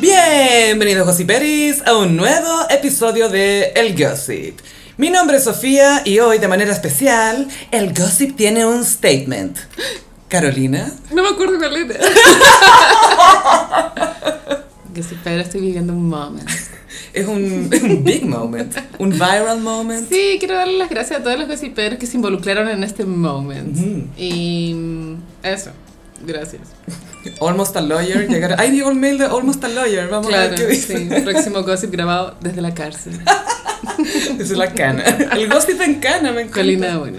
Bienvenidos Gossiperis a un nuevo episodio de El Gossip. Mi nombre es Sofía y hoy de manera especial El Gossip tiene un statement. Carolina, No me acuerdo cuál era. que si pero estoy viviendo un momento. es un, un big moment, un viral moment. Sí, quiero darle las gracias a todos los gossiperos que se involucraron en este moment. Ujú. Y mm, eso, gracias. Almost a lawyer. Llegar, ahí llegó el mail de Almost a lawyer. Vamos a ver Claro, qué dice. sí, próximo gossip grabado desde la cárcel. Es la cana. El gossip en cana, me encanta. Colina, bueno.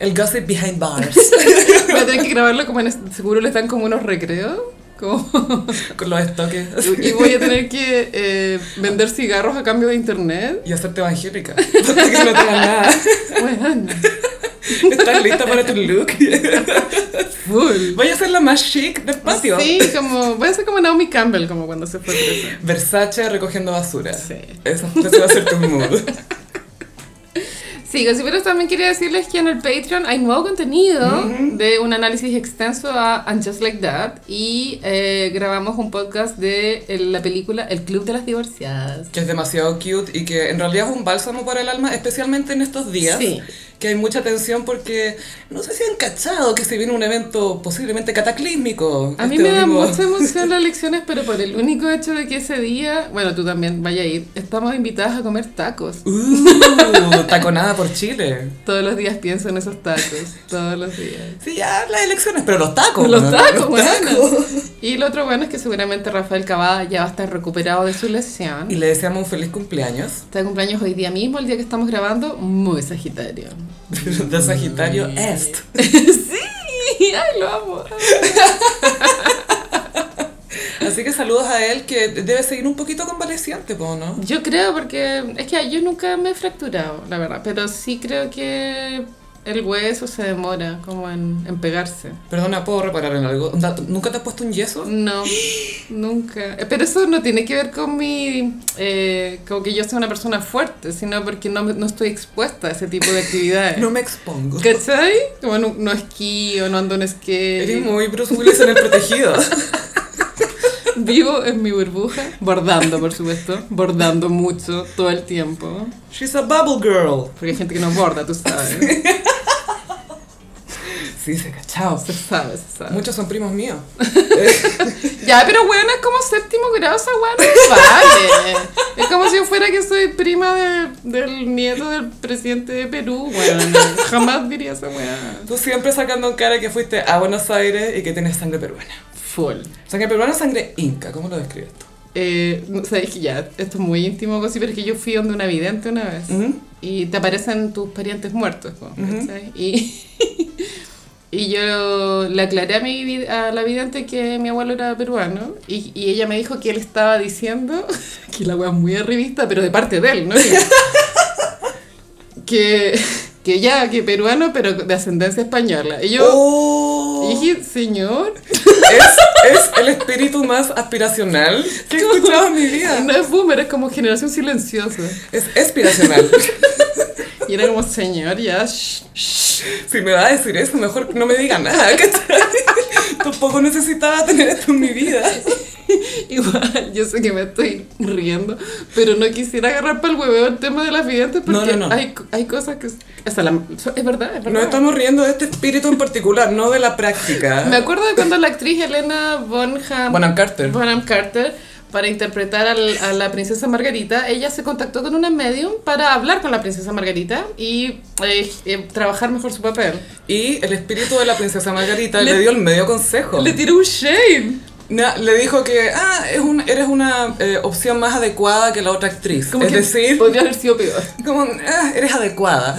El gossip behind bars. Voy a tener que grabarlo como en... est- Seguro les dan como unos recreos. Como Con los estoques. y voy a tener que eh, vender cigarros a cambio de internet. Y hacerte evangélica. Porque no tengas nada. Bueno, ¿Estás lista para tu look? full. Voy a ser la más chic del patio. Sí, como, voy a ser como Naomi Campbell, como cuando se fue presa. Versace recogiendo basura. Sí. Eso, ese va a ser tu mood. Sí, gossiperos, también quería decirles que en el Patreon hay nuevo contenido de un análisis extenso a And Just Like That y eh, grabamos un podcast de eh, la película El Club de las Divorciadas. Que es demasiado cute y que en realidad es un bálsamo para el alma, especialmente en estos días. Sí. Que hay mucha tensión porque no sé si han cachado que se viene un evento posiblemente cataclísmico. A mí este me da domingo. mucha emoción las lecciones, pero por el único hecho de que ese día, bueno, tú también vaya a ir, estamos invitadas a comer tacos. Uh, taconada por Chile. Todos los días pienso en esos tacos, todos los días. Sí, ya las elecciones, pero los tacos. Los ¿no? tacos, bueno. Y lo otro bueno es que seguramente Rafael Cavada ya va a estar recuperado de su lesión. Y le deseamos un feliz cumpleaños Está de cumpleaños hoy día mismo, el día que estamos grabando, muy Sagitario. de Sagitario Est. ¡Sí! ¡Ay, lo amo! Así que saludos a él que debe seguir un poquito convaleciente, po, ¿no? Yo creo porque es que yo nunca me he fracturado, la verdad, pero sí creo que el hueso se demora como en, en pegarse. Perdona, ¿puedo reparar en algo? Onda, ¿Nunca te has puesto un yeso? No, nunca. Eh, Pero eso no tiene que ver con mi. eh, como que yo sea una persona fuerte, sino porque no, me- no estoy expuesta a ese tipo de actividades. No me expongo. ¿Cachai? Como no, no esquío, no ando en skate. Eres muy Bruce Willis en el protegido. Vivo en mi burbuja, bordando, por supuesto, bordando mucho, todo el tiempo. She's a bubble girl. Porque hay gente que no borda, tú sabes. Sí, se cachao. Se sabe, se sabe. Muchos son primos míos. Ya, pero bueno, es como séptimo grado esa weá, no vale. Es como si yo fuera que soy prima de- del nieto del presidente de Perú, weón. Jamás diría esa weá. Tú siempre sacando en cara que fuiste a Buenos Aires y que tienes sangre peruana. Full. Sangre peruana, sangre inca. ¿Cómo lo describes tú? Eh, no, sabes que ya, esto es muy íntimo, cosí, pero es que yo fui donde una vidente una vez. ¿Mm? y te aparecen tus parientes muertos. po, Ujú. ¿cachai? Y, y yo le aclaré a, mi, vid- a la vidente que mi abuelo era peruano y, y ella me dijo que él estaba diciendo, que la wea es muy arribista, pero de parte de él, ¿no? Que- Que, que ya, que peruano, pero de ascendencia española. Y yo Oh, dije, señor, es, es el espíritu más aspiracional que he escuchado en mi vida. no es boomer, es como generación silenciosa. Es aspiracional. Y era como, señor, ya, shh, shh". Si me va a decir eso, mejor no me diga nada, ¿cachai? Tampoco necesitaba tener esto en mi vida. Igual, yo sé que me estoy riendo, pero no quisiera agarrar para el hueveo el tema de las videntes No, porque no, no. Hay, hay cosas que... o sea, la- so- es verdad, es verdad. No estamos riendo de este espíritu en particular, no de la Me práctica. acuerdo de cuando la actriz Elena Bonham, Bonham Carter. Bonham Carter, para interpretar al- a la princesa Margarita, ella se contactó con una medium para hablar con la princesa Margarita y eh, eh, trabajar mejor su papel. Y el espíritu de la princesa Margarita le, Le- dio el medio consejo. Le Na- tiró un shame. Le, dijo que, ah, es un- eres una eh, opción más adecuada que la otra actriz. Como es que decir, podría haber sido peor. como, ah, eres adecuada.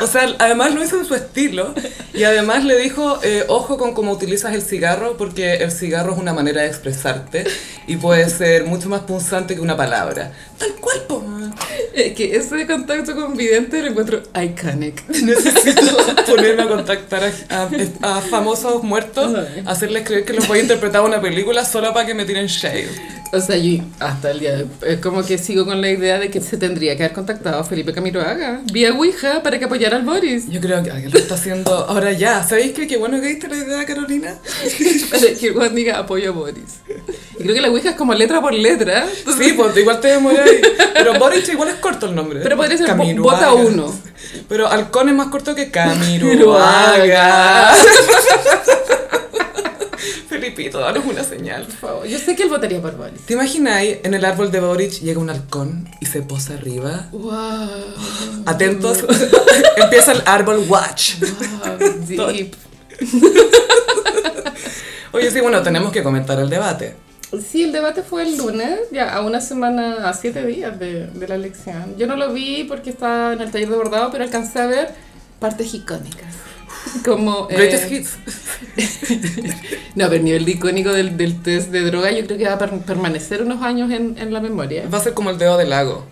O sea, además lo hizo en su estilo y además le dijo, eh, ojo con cómo utilizas el cigarro porque el cigarro es una manera de expresarte y puede ser mucho más punzante que una palabra. Tal cual, po. Es que ese contacto con vidente lo encuentro iconic. Necesito ponerme a contactar a, a- a famosos muertos, hacerles creer que los voy a interpretar una película solo para que me tiren shade. O sea, yo hasta el día de hoy, es como que sigo con la idea de que se tendría que haber contactado a Felipe Camiroaga vía Ouija para que apoyara al Boris. Yo creo que alguien lo está haciendo ahora ya. ¿Sabéis que qué bueno que diste la idea, Carolina? Para que Juan diga apoyo a Boris. Y creo que la Ouija es como letra por letra. Sí, pues igual te demoráis. Pero Boric igual es corto el nombre. ¿eh? Pero podría ser Camiruaga. Bota 1. Pero Halcón es más corto que Camiruaga. Felipito, danos una señal. Por favor, Yo sé que él votaría por Boris. ¿Te imagináis en el árbol de Boric llega un halcón y se posa arriba? Wow. Atentos, empieza el árbol watch. Wow, deep. Oye, sí, bueno, tenemos que comentar el Eh. debate. Sí, el debate fue el lunes, ya a una semana, a siete días de, de la elección. Yo no lo vi porque estaba en el taller de bordado, pero alcancé a ver partes icónicas. Como. eh, Greatest hits. no, pero el nivel de icónico del, del test de droga, yo creo que va a per- permanecer unos años en, en la memoria. Va a ser como el dedo del lago.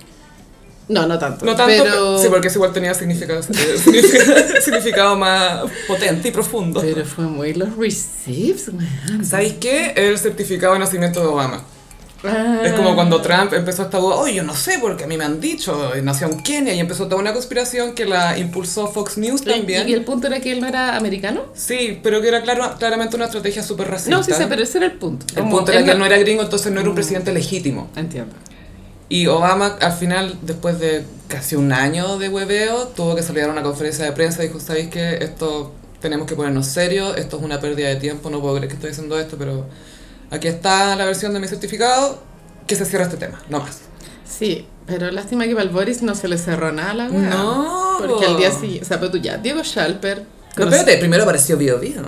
No, no tanto. No tanto, pero, sí, porque eso igual tenía significado, eh, significa- significado más potente y profundo. pero fue muy los receipts, weón. ¿Sabéis qué? El certificado de nacimiento de Obama. Ah. Es como cuando Trump empezó esta duda, oh, yo no sé, porque a mí me han dicho, eh, nació en Kenia y empezó toda una conspiración que la impulsó Fox News Ah, Y también. el punto era que él no era americano. Sí, pero que era claro, claramente una estrategia súper racista. No, sí sé, pero ese era el punto. El Como punto era él que él no era gringo, entonces no era Mm. un presidente legítimo. Entiendo. Y Obama, al final, después de casi un año de hueveo, tuvo que salir a una conferencia de prensa y dijo, ¿sabéis que esto tenemos que ponernos serios? Esto es una pérdida de tiempo, no puedo creer que estoy diciendo esto, pero aquí está la versión de mi certificado, que se cierra este tema, no más. Sí, pero lástima que para el Boris no se le cerró nada a la weá. No. Ah, Porque al día siguiente, o sea, pero tú ya, Diego Schalper. Pero conoce- espérate, primero apareció Bio Bio.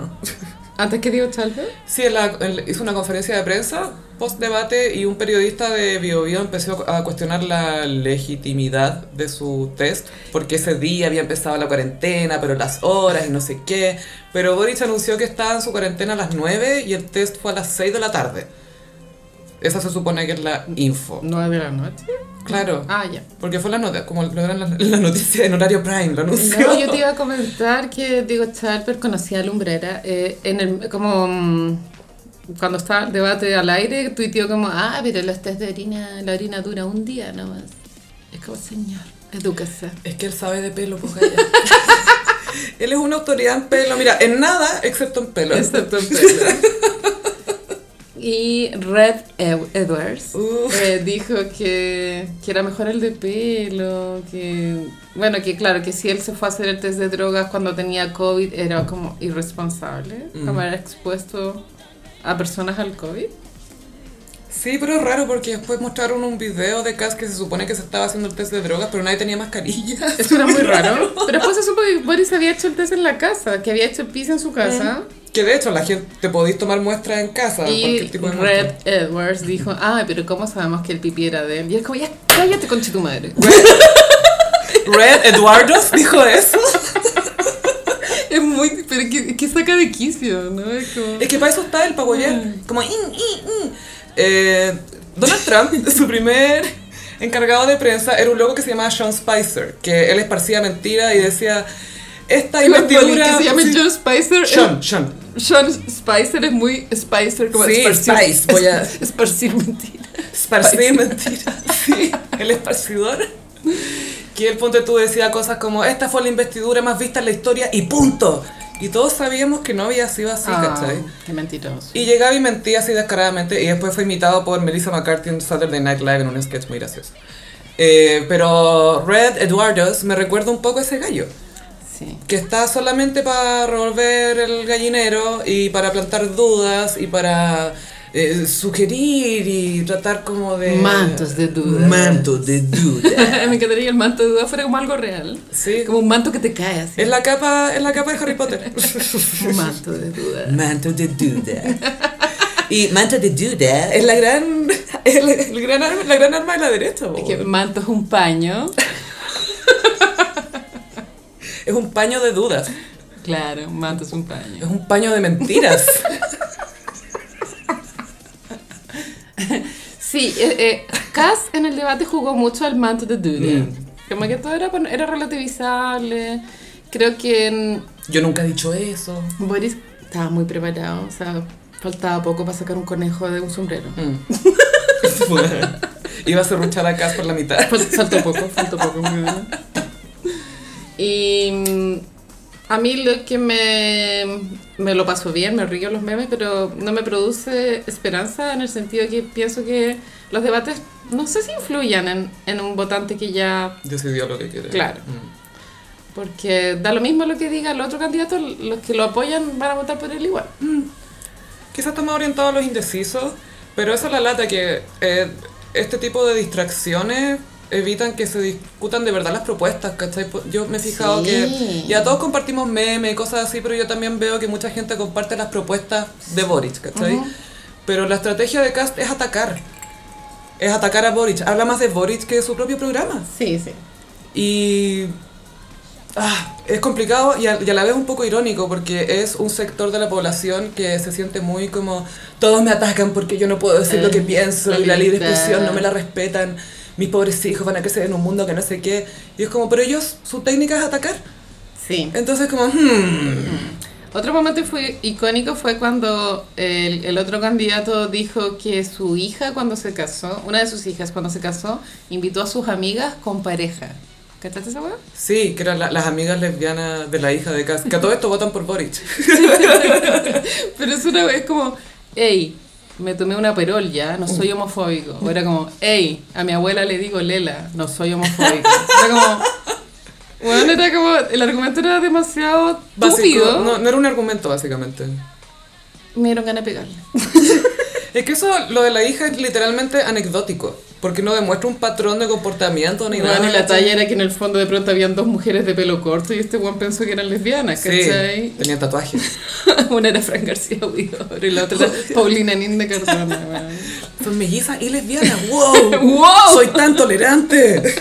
Antes que Diego Schalper. Sí, en la- en- hizo una conferencia de prensa post debate y un periodista de Bio Bio empezó a cuestionar la legitimidad de su test porque ese día había empezado la cuarentena, pero las horas y no sé qué. Pero Boric anunció que estaba en su cuarentena a las 9 y el test fue a las 6 de la tarde. Esa se supone que es la info. Nueve de la noche. Claro, Ah, ya. porque fue la nota, como lo eran las las noticias en horario prime, lo anunció. No, yo te iba a comentar que Diego Schalper conocía a Lumbrera eh, en el, como mm, cuando estaba el debate al aire, tuiteó como, ah, pero los test de orina, la orina dura un día nomás. Es como, señor, edúquese. Es que él sabe de pelo, pues gaya. Él es una autoridad en pelo, mira, en nada excepto en pelo. Excepto en pelo. Y Red Ew- Edwards Uf. eh, dijo que, que era mejor el de pelo, que... Bueno, que claro, que si él se fue a hacer el test de drogas cuando tenía COVID era como irresponsable, Mm. como era expuesto a personas al COVID. Sí, pero es raro porque después mostraron un video de Cass que se supone que se estaba haciendo el test de drogas, pero nadie tenía mascarilla. Eso era muy raro. Pero después se supo que Boris había hecho el test en la casa, que había hecho el pis en Eh. su casa. Que de hecho la gente te podéis tomar muestras en casa. Y cualquier tipo de Red muestra. Edwards dijo, ah, pero ¿cómo sabemos que el pipi era de él? Y es como, ya cállate con tu madre. Red Eduardos dijo eso. Es muy. Pero que, que saca de quicio, ¿no? Es como. Es que para eso está el pagoyer. Mm. Como... "In, in, in". Eh, Donald Trump, su primer encargado de prensa, era un loco que se llamaba Sean Spicer, que él esparcía mentira y decía... Esta Digo, el poli- investidura... que se llama sí, John Spicer. es- Sean, Sean. Sean Spicer es muy Spicer, como Sí, Spice, voy a- es- esparcir mentira. Esparcir mentiras. Sí, el esparcidor. Que el ponte tú decía cosas como: Esta fue la investidura más vista en la historia y punto. Y todos sabíamos que no había sido así, ¿cachai? Ah, Qué mentiroso. Y llegaba y mentía así descaradamente. Y después fue imitado por Melissa McCarthy en Saturday Night Live en un sketch muy gracioso. Eh, pero Red Eduardos me recuerda un poco a ese gallo. Sí. Que está solamente para revolver el gallinero y para plantar dudas y para eh, sugerir y tratar como de... Mantos de dudas. Mantos de dudas. Me encantaría que el manto de duda fuera como algo real. Sí. Como un manto que te cae así. Es la capa, es la capa de Harry Potter. Un manto de duda. Manto de duda. Y manto de duda es la gran, es la, el gran arma, la gran arma de la derecha. po. Es que manto es un paño. Es un paño de dudas. Claro, un manto es un paño. Es un paño de mentiras. Sí, eh, eh, Cass en el debate jugó mucho al manto de duda. Mm. Como que todo era, pon- era relativizable. Creo que mm, Yo nunca he dicho eso. Boris estaba muy preparado. O sea, faltaba poco para sacar un conejo de un sombrero. Mm. Iba a serruchar a Cass por la mitad. Fal- Faltó poco, faltó poco. muy bueno. Y mm, A mí lo que me, me lo paso bien, me río los memes, pero no me produce esperanza en el sentido de que pienso que los debates no sé si influyan en, en un votante que ya... Decidió lo que quiere. Claro. Mm. Porque da lo mismo lo que diga el otro candidato, los que lo apoyan van a votar por él igual. Quizás está más orientado a los indecisos, pero esa es la lata que eh, este tipo de distracciones evitan que se discutan de verdad las propuestas, ¿cachai? Po- Yo me he fijado Sí. que ya todos compartimos memes y cosas así, pero yo también veo que mucha gente comparte las propuestas de Boric, ¿cachai? Ujú. Pero la estrategia de Cast es atacar. Es atacar a Boric. Habla más de Boric que de su propio programa. Sí, sí. Y ah, es complicado y a, y a la vez un poco irónico porque es un sector de la población que se siente muy como todos me atacan porque yo no puedo decir lo que Eh, pienso la y la libre libertad. expresión no me la respetan, mis pobres hijos van a crecer en un mundo que no sé qué. Y es como, pero ellos, su técnica es atacar. Sí. Entonces como, hmm, Otro momento fue icónico fue cuando el, el otro candidato dijo que su hija cuando se casó, una de sus hijas cuando se casó, invitó a sus amigas con pareja. ¿Cachaste esa weá? sí, que eran la- las amigas lesbianas de la hija de Cas, que a todo esto votan por Boric. Pero es una vez como, hey, me tomé una perol ya, no soy homofóbico. O era como, hey, a mi abuela le digo Lela, no soy homofóbico. Era como, bueno, era como, el argumento era demasiado Básico, estúpido. no, no era un argumento básicamente. Me dieron ganas de pegarle. Es que eso, lo de la hija es literalmente anecdótico, porque no demuestra un patrón de comportamiento ni nada. Bueno, y la talla era que en el fondo de pronto habían dos mujeres de pelo corto y este Juan pensó que eran lesbianas, Sí, ¿cachai? tenía tatuajes. Una era Fran García Huidobro y la otra era Paulina Nin de Cardona, weón. Son mellizas y lesbianas, wow. ¡Wow! Soy tan tolerante.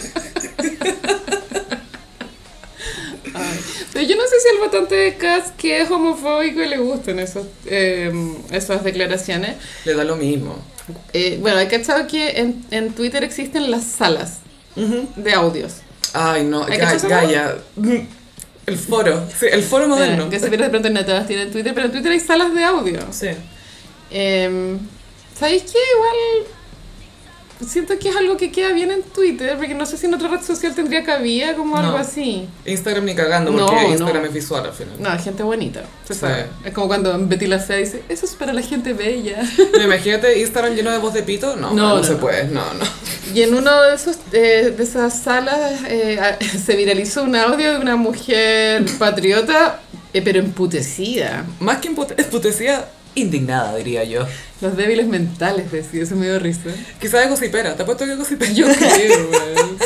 Ay. Pero yo no sé si al votante de Cass que es homofóbico y le gustan esas, eh, esas declaraciones. Le da lo mismo. Eh, bueno, hay cachado que en, en Twitter existen las salas Ujú. de audios. Ay, no, ¿Hay Ga- cachas eso, Gaia. El foro, sí, el foro moderno. Eh, que se pierde de pronto en todas tienen Twitter, pero en Twitter hay salas de audio. Sí. Eh, ¿Sabéis qué? Igual siento que es algo que queda bien en Twitter, porque no sé si en otra red social tendría cabida como No. algo así. Instagram ni cagando, No, porque Instagram no. es visual al final. No, hay gente bonita. se Sí. sabe. Es como cuando Betty la Fea dice, eso es para la gente bella. No, Imagínate Instagram lleno de voz de pito, no, No, no, no, se no. puede, no, no. Y en uno de esos eh, de esas salas eh, a- se viralizó un audio de una mujer patriota, eh, pero emputecida. Más que impute- emputecida, indignada, diría yo. Los débiles mentales, decía, eso me dio risa. Quizás es gocipera, te apuesto que es gocipera. Yo creo, weón.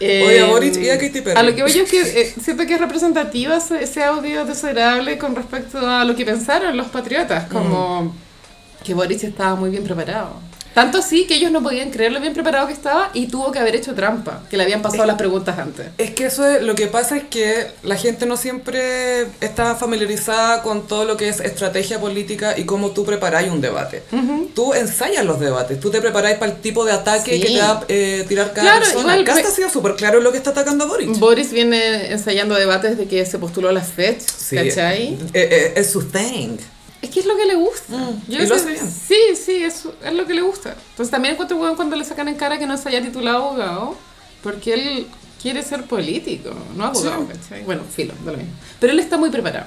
Oye, a Eh, Boric y a Katy Perry. A lo que voy yo es que eh, siento que es representativa ese, ese audio desagradable con respecto a lo que pensaron los patriotas, como Mm. que Boric estaba muy bien preparado. Tanto así que ellos no podían creer lo bien preparado que estaba y tuvo que haber hecho trampa, que le habían pasado las preguntas antes. Es que eso es, lo que pasa es que la gente no siempre está familiarizada con todo lo que es estrategia política y cómo tú preparáis un debate. Tú ensayas los debates, tú te preparáis para el tipo de ataque Sí. que te va a eh, tirar cada Claro, persona. igual, Casta pues- ha sido súper claro en lo que está atacando a Boric. Boris viene ensayando debates de que se postuló a la FED, Sí, ¿cachai? eh, eh, es su thing. Es que es lo que le gusta. Mm, Yo y creo lo que- hace bien. Sí, sí, es, es lo que le gusta. Entonces también encuentro weón cuando le sacan en cara que no se haya titulado abogado, porque él quiere ser político, no abogado, ¿cachai? Bueno, filo, de lo mismo. Pero él está muy preparado.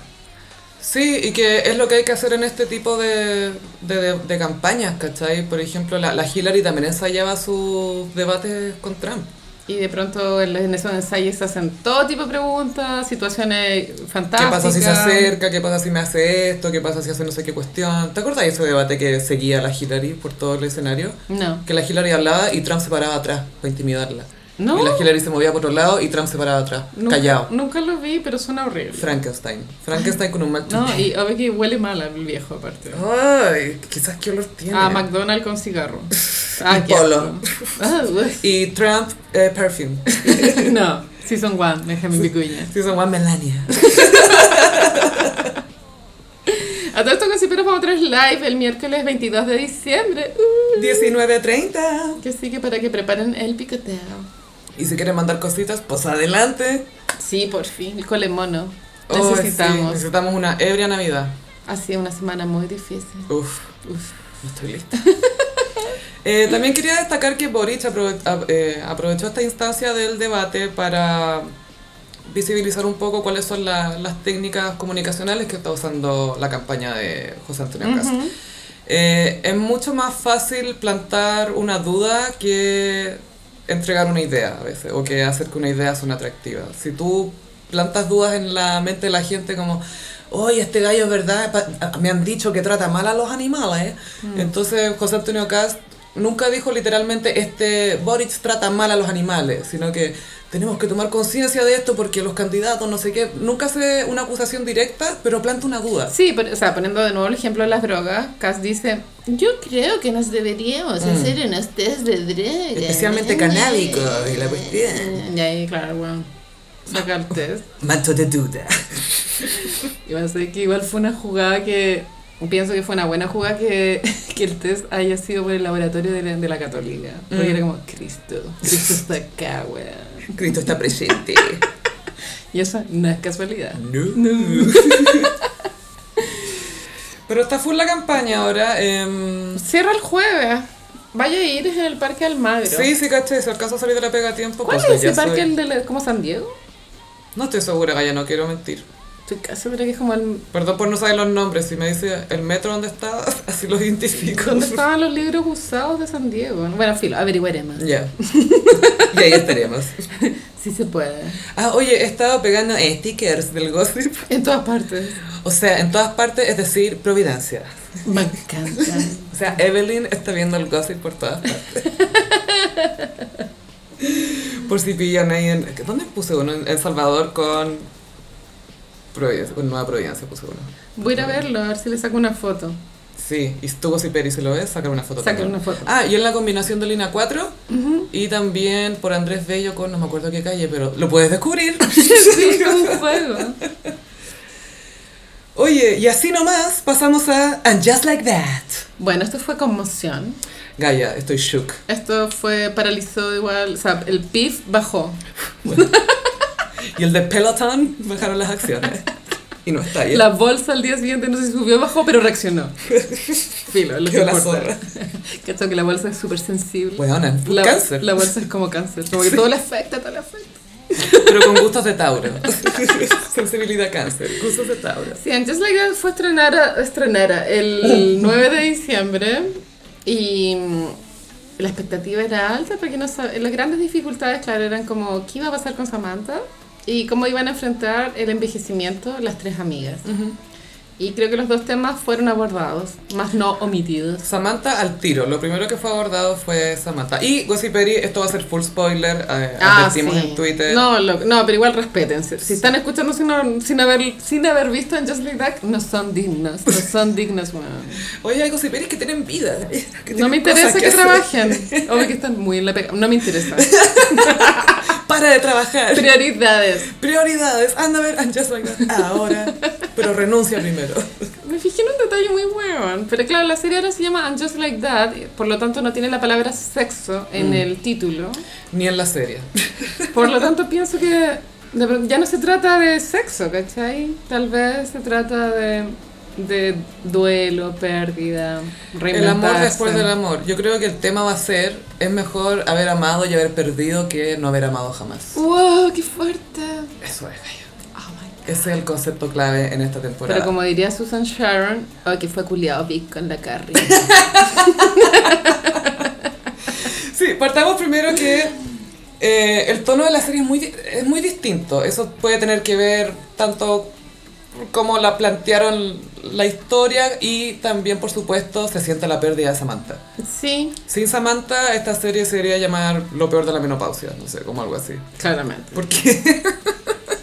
Sí, y que es lo que hay que hacer en este tipo de, de, de- de campañas, ¿cachai? Por ejemplo, la, la Hillary también ensayaba sus debates con Trump. Y de pronto en los- en esos ensayos se hacen todo tipo de preguntas, situaciones ¿Qué fantásticas. pasa si se acerca? ¿Qué pasa si me hace esto? ¿Qué pasa si hace no sé qué cuestión? ¿Te acordás de ese debate que seguía la Hillary por todo el escenario? No. Que la Hillary hablaba y Trump se paraba atrás para intimidarla. No. Y la Hillary se movía por otro lado y Trump se paraba atrás, Nunca, callado. Nunca lo vi, pero suena horrible. Frankenstein. Frankenstein con un Mac No, y obvio que huele mal al viejo aparte. Ay, quizás qué olor tiene. A McDonald's con cigarro. Ah, qué Polo. asco. Ah, uy. y Trump, eh, perfume. no, Season 1, Benjamin Vicuña. Season one Melania. A todo esto que siempre vamos a traer live el miércoles 22 de diciembre. Uh, 19.30. que sí, que para que preparen el picoteo. Y si quieren mandar cositas, pues adelante. Sí, por fin, el cole mono. Ay, sí, Necesitamos. necesitamos una ebria Navidad. Oh, Ha sido una semana muy difícil. Uf. Uf. No estoy lista. Eh, también quería destacar que Boric aprove- a- eh, aprovechó esta instancia del debate para visibilizar un poco cuáles son la- las técnicas comunicacionales que está usando la campaña de José Antonio Cast. Eh, es mucho más fácil plantar una duda que entregar una idea a veces, o que hacer que una idea suene atractiva. Si tú plantas dudas en la mente de la gente como, oye, este gallo es verdad, pa- me han dicho que trata mal a los animales. Entonces José Antonio Cast nunca dijo literalmente, este Boric trata mal a los animales, sino que tenemos que tomar conciencia de esto porque los candidatos, no sé qué, nunca hace una acusación directa, pero planta una duda. Sí, pero, o sea, poniendo de nuevo el ejemplo de las drogas, Cass dice, Yo creo que nos deberíamos Mm. hacer unos test de droga. Especialmente canábico y la cuestión. y ahí, claro, bueno, saca el test. Manto de duda. Y va a ser que igual fue una jugada que, pienso que fue una buena jugada que, que el test haya sido por el laboratorio de la, de la católica. Porque Mm. era como, Cristo, Cristo está acá, weón. Cristo está presente. Y eso no es casualidad. Pero está full la campaña ahora. em, Cierra el jueves. Vaya a ir en el Parque Almagro. sí, sí, caché. Si alcanzo a salir de la pega a tiempo, ¿Cuál puta, es ya ese parque? soy- ¿El de la- como San Diego? No estoy segura, Gaya, no quiero mentir. Estoy casi segura que es como el... Perdón por no saber los nombres. Si me dice el metro dónde está, así lo identifico. ¿Dónde estaban los libros usados de San Diego? Bueno, filo, averiguaremos. Ya. y ahí estaremos. Si se puede. Ah, oye, he estado pegando eh, stickers del gossip. En todas partes. O sea, en todas partes, es decir, Providencia. Me encanta. O sea, Evelyn está viendo el gossip por todas partes. por si pillan ahí en... ¿Dónde puse uno? En El Salvador con... Providencia, con Nueva Providencia puse uno. Voy a ir a verlo, a ver si le saco una foto. Sí, y tú si Peri se lo ves, sacar una foto. Sacar también. una foto. Ah, y en la combinación de Lina 4 y también por Andrés Bello con no me acuerdo qué calle, pero lo puedes descubrir. Sí, como un juego. Oye, y así nomás pasamos a And Just Like That. Bueno, esto fue conmoción. Gaia, estoy shook. Esto fue paralizó igual. O sea, el PIF bajó. Y el de Peloton bajaron las acciones. y no está ahí. La bolsa al día siguiente no sé si subió o bajó, pero reaccionó. Filo, lo que Quedó la importa. zorra. Cacho que la bolsa es súper sensible. Weona, la, cáncer. la bolsa es como cáncer. Como que todo le afecta, todo le afecta. Pero con gustos de Tauro. Sensibilidad a cáncer. Gustos de Tauro. Sí, antes la idea fue estrenar, a- estrenar a- el 9 de diciembre y mm, la expectativa era alta porque no sab- las grandes dificultades, claro, eran como qué iba a pasar con Samantha y cómo iban a enfrentar el envejecimiento las tres amigas. Y creo que los dos temas fueron abordados, más no omitidos. Samantha al tiro. Lo primero que fue abordado fue Samantha. Y Gossip Peri, esto va a ser full spoiler. eh, advertimos Ah, sí. en Twitter. No, lo- no, pero igual respeten. Si, si están escuchando sin, sin haber, sin haber visto en Just Like That, no son dignos. No son dignos, weón. Oye, hay Gossip Peris que tienen vida. que No tienen me interesa cosas que, hacer. trabajen. Obvio que están muy en la pega. No me interesa. Ah, Para de trabajar. Prioridades. Prioridades. Anda a ver And Just Like That ahora. Pero renuncia primero. Me fijé en un detalle muy bueno. Pero claro, la serie ahora se llama I'm Just Like That. Por lo tanto, no tiene la palabra sexo Mm. en el título. Ni en la serie. Por lo tanto, pienso que de- ya no se trata de sexo, ¿cachai? Tal vez se trata de, de duelo, El pérdida, amor reinventarse. después del amor. Yo creo que el tema va a ser, es mejor haber amado y haber perdido que no haber amado jamás. ¡Wow! ¡Qué fuerte! Eso es, Gaia. Oh my God. Ese es el concepto clave en esta temporada. Pero como diría Susan Sharon, oh, que fue culiado Vic con la Carrie. Sí, partamos primero que eh, el tono de la serie es muy, di- es muy distinto. Eso puede tener que ver tanto como la plantearon la historia y también, por supuesto, se siente la pérdida de Samantha. sí, Sin Samantha, esta serie sería llamar Lo peor de la menopausia, no sé, como algo así. claramente. Porque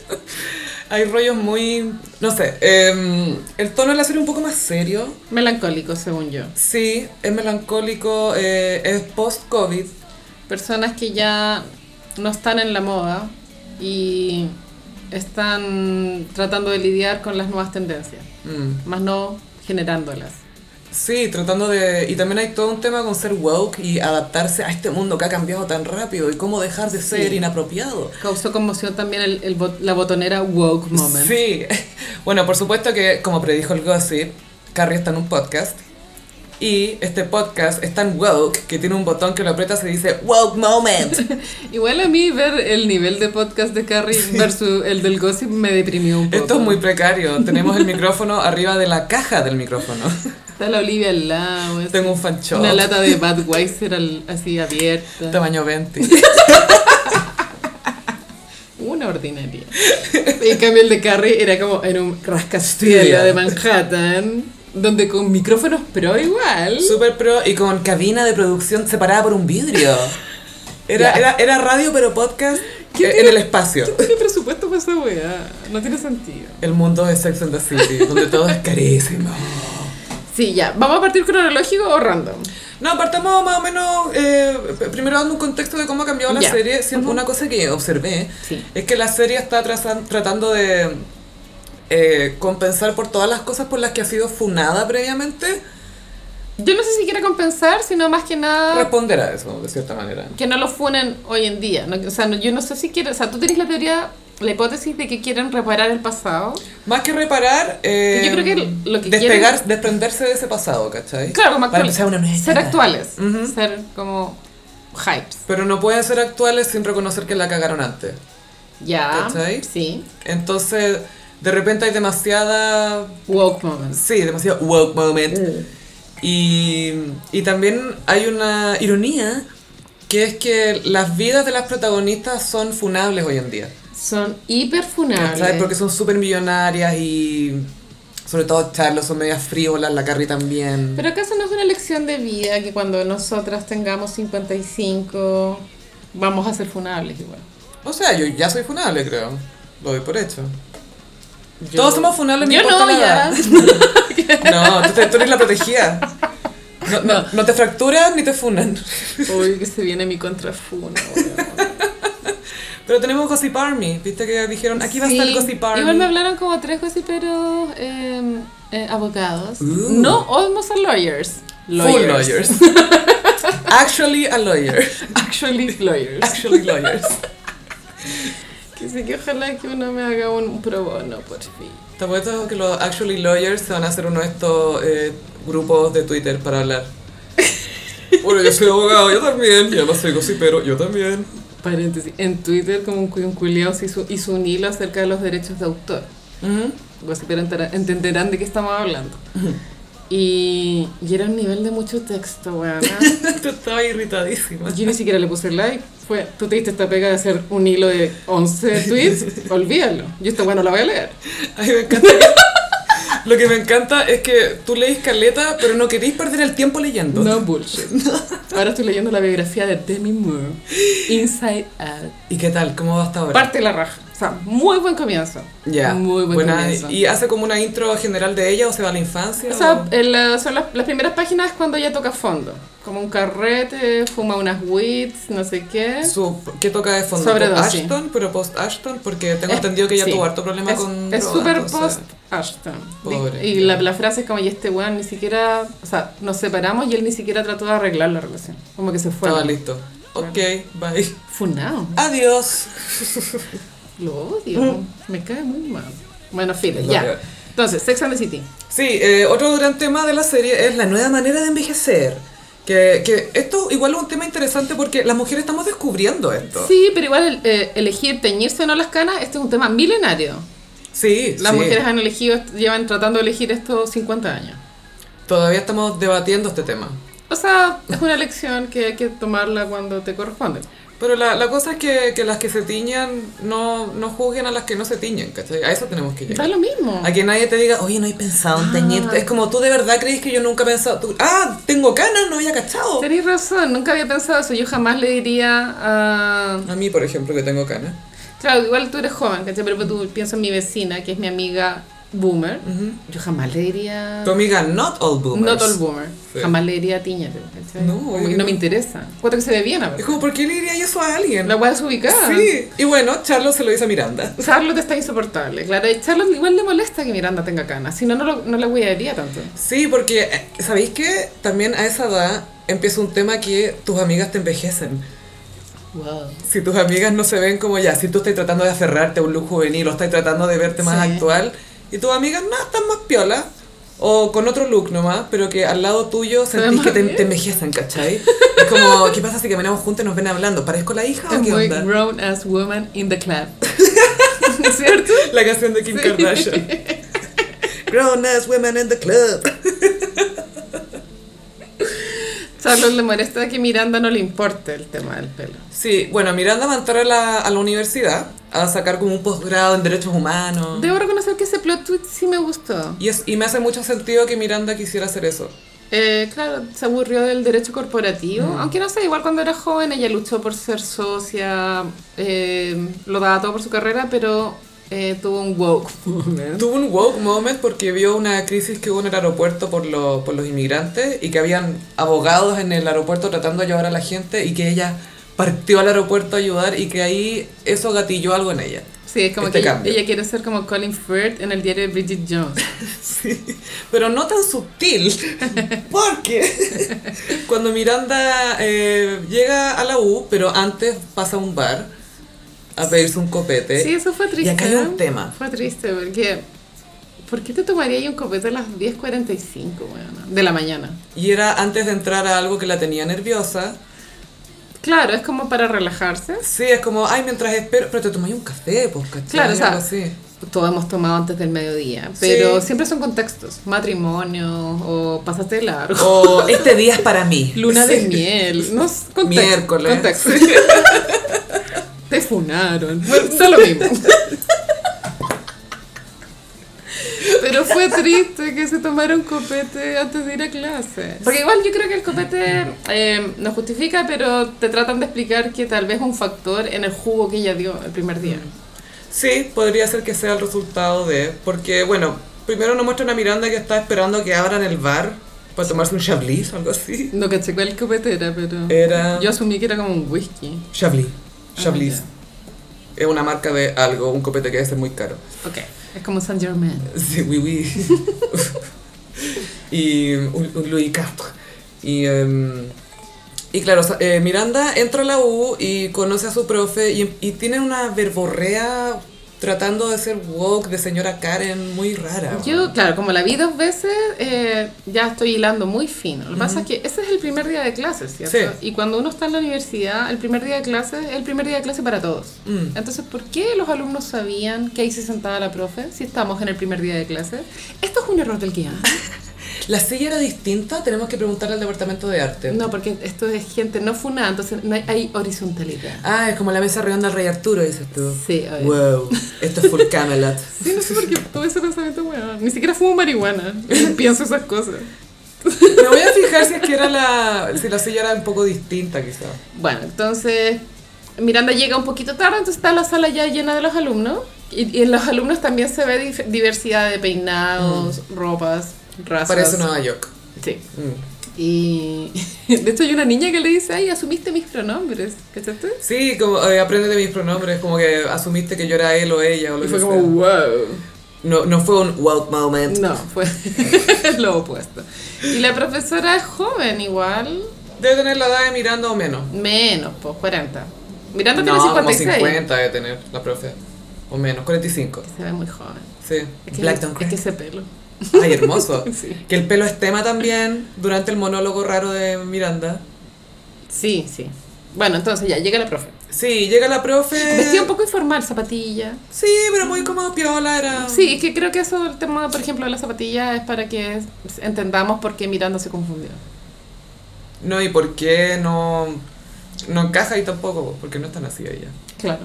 hay rollos muy... No sé, em, el tono de la serie es un poco más serio. Melancólico, según yo. Sí, es melancólico, eh, es post-COVID. Personas que ya no están en la moda y están tratando de lidiar con las nuevas tendencias, Mm. más no generándolas. Sí, tratando de... Y también hay todo un tema con ser woke y adaptarse a este mundo que ha cambiado tan rápido y cómo dejar de ser Sí. inapropiado. Causó conmoción también el, el bot- la botonera woke moment. Sí. Bueno, por supuesto que, como predijo el gossip, Carrie está en un podcast Y este podcast es tan woke que tiene un botón que lo aprietas y dice Woke Moment. Igual a mí ver el nivel de podcast de Carrie versus el del gossip me deprimió un poco. Esto es muy precario. Tenemos el micrófono arriba de la caja del micrófono. Está la Olivia al lado. es Tengo un fan shop. Una lata de Budweiser al- así abierta. Tamaño 20. Una ordinaria. En cambio, el de Carrie era como en un rascacielos Estudia. de Manhattan, donde con micrófonos pro igual. Super pro y con cabina de producción separada por un vidrio. Era, Ya. era, era radio pero podcast ¿Qué eh, en tiene- el espacio. ¿Qué presupuesto para esa weá? No tiene sentido. El mundo de Sex and the City, donde todo es carísimo. Sí, ya. ¿Vamos a partir cronológico o random? No, partamos más o menos, eh, p- primero dando un contexto de cómo ha cambiado la Ya. serie. Siempre una cosa que observé Sí. es que la serie está trazan- tratando de eh, compensar por todas las cosas por las que ha sido funada previamente, Yo no sé si quiera compensar, sino más que nada responder a eso, de cierta manera. que no lo funen hoy en día. No- o sea, no- yo no sé si quieren. O sea, tú tenés la teoría, la hipótesis de que quieren reparar el pasado. Más que reparar, eh, Yo creo que lo que despegar, quieren- desprenderse de ese pasado, ¿cachai? Claro, como Para actual- empezar una nueva ser etapa. actuales. Ujú. Ser como hypes. Pero no pueden ser actuales sin reconocer que la cagaron antes. Ya. ¿Cachai? Sí. Entonces, de repente hay demasiada Woke moments. Sí, demasiado woke moment. Mm. Y, y también hay una ironía que es que las vidas de las protagonistas son funables hoy en día. Son hiperfunables. ¿Sabes? Porque son súper millonarias y sobre todo Charlos son medias frívolas, la Carrie también. Pero acaso no es una lección de vida que cuando nosotras tengamos 55 vamos a ser funables igual. o sea, yo ya soy funable, creo. Lo doy por hecho. Yo- Todos somos funables, no Yo importa no, la edad. ya. No, tú, te- tú eres la protegida. No, no- no te fracturan ni te funan. Uy, que se viene mi contrafuna. Pero tenemos Gossip Army. ¿Viste que dijeron? Aquí va a estar Gossip Army. Igual me hablaron como tres gossiperos eh, eh, abogados. Uh. No, almost a lawyers. Full lawyers. Actually a lawyer. Actually lawyers. Actually lawyers. Que sí que ojalá que uno me haga un, un pro bono, por fin. Te apuesto que los actually lawyers se van a hacer uno de estos eh, grupos de Twitter para hablar. Bueno, yo soy abogado, yo también. Y además soy gossipero, yo también. Paréntesis. En Twitter como un, cu- un culiao se hizo, hizo un hilo acerca de los derechos de autor. Gossipero entera- entenderán de qué estamos hablando. Y, y era un nivel de mucho texto, weona. Yo estaba irritadísima. Yo ni siquiera le puse like. Fue, tú te diste esta pega de hacer un hilo de 11 tweets. Olvídalo. Yo esta bueno la voy a leer. Ay, me encanta. que- Lo que me encanta es que tú leís caleta, pero no queréis perder el tiempo leyendo. No bullshit. Ahora estoy leyendo la biografía de Demi Moore. Inside Out. ¿Y qué tal? ¿Cómo va hasta ahora? Parte la raja. O sea, muy buen comienzo. Ya. Muy buen Buena- comienzo. ¿Y hace como una intro general de ella o se va a la infancia? O sea, o- en la- son las, las primeras páginas cuando ella toca fondo. Como un carrete, fuma unas weeds, no sé qué. Su, ¿Qué toca de fondo? Sobredosis. Ashton, pero post Ashton, porque tengo Es- entendido que ella Eh, sí. tuvo harto problema es, con. Es drogas, súper o sea. post Ashton. Pobre. Y la, la frase es como, y este weón ni siquiera, o sea, nos separamos y él ni siquiera trató de arreglar la relación. Como que se fue. Estaba listo. Ok, bye. Funado. Adiós. Lo odio. Me cae muy mal. Bueno, filo, Lo ya. peor. Entonces, Sex and the City. Sí, eh, otro gran tema de la serie es la nueva manera de envejecer. Que, que esto igual es un tema interesante porque las mujeres estamos descubriendo esto. Sí, pero igual el- eh, elegir teñirse o no las canas, este es un tema milenario. Sí, Las sí. mujeres han elegido, llevan tratando de elegir estos 50 años. Todavía estamos debatiendo este tema. O sea, es una elección que hay que tomarla cuando te corresponde. Pero la, la cosa es que, que las que se tiñan no, no juzguen a las que no se tiñen, ¿cachai? A eso tenemos que llegar. Da lo mismo. A que nadie te diga, oye, no he pensado en Ah. teñirte. Es como tú de verdad crees que yo nunca he pensado. tú, ah, tengo canas, no había cachado. Tenéis razón, nunca había pensado eso. Yo jamás le diría a. A mí, por ejemplo, que tengo canas. Claro, igual tú eres joven, ¿cachai? Pero tú pienso en mi vecina, que es mi amiga boomer. Yo jamás le diría. Tu amiga, not all boomers. Ah. Not all boomer. Sí. Jamás le diría tiñate, ¿cachai? No, Como obvio que que no no. me interesa. Cuatro que se ve bien, a Es ver. como, ¿por qué le diría yo eso a alguien? La weá es ubicada. Sí. Y bueno, Charlo se lo dice a Miranda. Charlotte está insoportable, claro. Y Charlotte igual le molesta que Miranda tenga canas, si no, no, lo- no la huearía tanto. Sí, porque, eh, ¿sabéis qué? También a esa edad empieza un tema que tus amigas te envejecen. Wow. Si tus amigas no se ven como ya, si tú estás tratando de aferrarte a un look juvenil o estás tratando de verte más Sí. actual y tus amigas no, están más piolas, o con otro look nomás, pero que al lado tuyo sentís más que te, bien. te envejecen, ¿cachai? Es como, ¿qué pasa si caminamos juntos y nos ven hablando? ¿Parezco la hija Es o qué muy onda? grown as woman in the club. ¿Cierto? La canción de Kim Kardashian. Grown ass women in the club. Charlos le molesta que Miranda no le importe el tema del pelo. Sí, bueno, Miranda va a entrar a la, a la universidad a sacar como un posgrado en derechos humanos. Debo reconocer que ese plot twist sí me gustó. Y, es, y me hace mucho sentido que Miranda quisiera hacer eso. Eh, claro, se aburrió del derecho corporativo, aunque no sé, igual cuando era joven ella luchó por ser socia, eh, lo daba todo por su carrera, pero eh, tuvo un woke moment. Tuvo un woke moment porque vio una crisis que hubo en el aeropuerto por, lo- por los inmigrantes y que habían abogados en el aeropuerto tratando de ayudar a la gente y que ella partió al aeropuerto a ayudar y que ahí eso gatilló algo en ella. Sí, es como Este que ella, cambio. ella quiere ser como Colin Firth en el diario de Bridget Jones. Sí, pero no tan sutil, porque cuando Miranda eh, llega a la U, pero antes pasa a un bar a pedirse un copete. Sí, eso fue triste. Eh, Y acá hay un tema. Fue triste porque... ¿Por qué te tomaría ahí un copete a las 10.45 weona? de la mañana? Y era antes de entrar a algo que la tenía nerviosa. Claro, es como para relajarse. Sí, es como, ay, mientras espero, pero te tomáis un café, pues, ¿cachai? Claro, o sea, Algo así. Todo hemos tomado antes del mediodía, pero Sí. siempre son contextos. Matrimonio o pasaste de largo. O este día es para mí. Luna Sí. de miel. No, sé, contexto, Miércoles. contexto. Te funaron. Bueno, está lo mismo. Pero fue triste que se tomaron copete antes de ir a clase. Porque igual yo creo que el copete eh, no justifica, pero te tratan de explicar que tal vez un factor en el jugo que ella dio el primer día. Sí, podría ser que sea el resultado de. Porque, bueno, primero nos muestran a Miranda que está esperando que abran el bar para tomarse un chablis o algo así. No caché cuál copete era, pero. Era- Yo asumí que era como un whisky. Chablis. Chablis. Ah, es una marca de algo, un copete que debe ser muy caro. Ok. Es como Saint Germain. Sí, oui, oui. y un, un Louis Castro. Y, em, y claro, sa- eh, Miranda entra a la U y conoce a su profe y, y tiene una verborrea tratando de ser woke de señora Karen muy rara. Yo, claro, como la vi dos veces, eh, ya estoy hilando muy fino. Lo que pasa es que ese es el primer día de clases, ¿cierto? Sí. Y cuando uno está en la universidad, el primer día de clases es el primer día de clase para todos. Mm. Entonces, ¿por qué los alumnos sabían que ahí se sentaba la profe si estamos en el primer día de clases? Esto es un error del guión. La silla era distinta, tenemos que preguntarle al departamento de arte. No, porque esto es gente no funada, entonces no hay, hay horizontalidad. Ah, es como la mesa redonda del rey Arturo, dices tú. Sí, a ver. Wow, esto es full Camelot. Sí, no sé por qué tuve ese pensamiento, weón. Ni siquiera fumo marihuana. Pienso esas cosas. Me voy a fijar si es que era la, si la silla era un poco distinta quizá. Bueno, entonces Miranda llega un poquito tarde, entonces está la sala ya llena de los alumnos. Y, y en los alumnos también se ve dif- diversidad de peinados, Mm. ropas, razas. Parece Nueva York. Sí. Mm. Y de hecho hay una niña que le dice, ay, asumiste mis pronombres, ¿cachaste? Sí, como eh, aprende de mis pronombres, como que asumiste que yo era él o ella o lo Y que fue sea. como, wow. No, no fue un woke moment. No, fue lo opuesto. Y la profesora es joven igual, Debe tener la edad de Miranda o menos. menos, pues 40. Miranda tiene no, 56. como 50 debe tener la profe. O menos, 45. Se ve muy joven. Sí. Es que, Black don't es crack. que ese pelo. Ay, hermoso. Sí. Que el pelo es tema también durante el monólogo raro de Miranda. Sí, sí. Bueno, entonces ya llega la profe. Sí, llega la profe. Vestía un poco informal, zapatilla. Sí, pero muy como piola era. Sí, es que creo que eso, el tema, por ejemplo, de la zapatilla es para que entendamos por qué Miranda se confundió. No, y por qué no, no encaja ahí tampoco, porque no es tan así ella. Claro.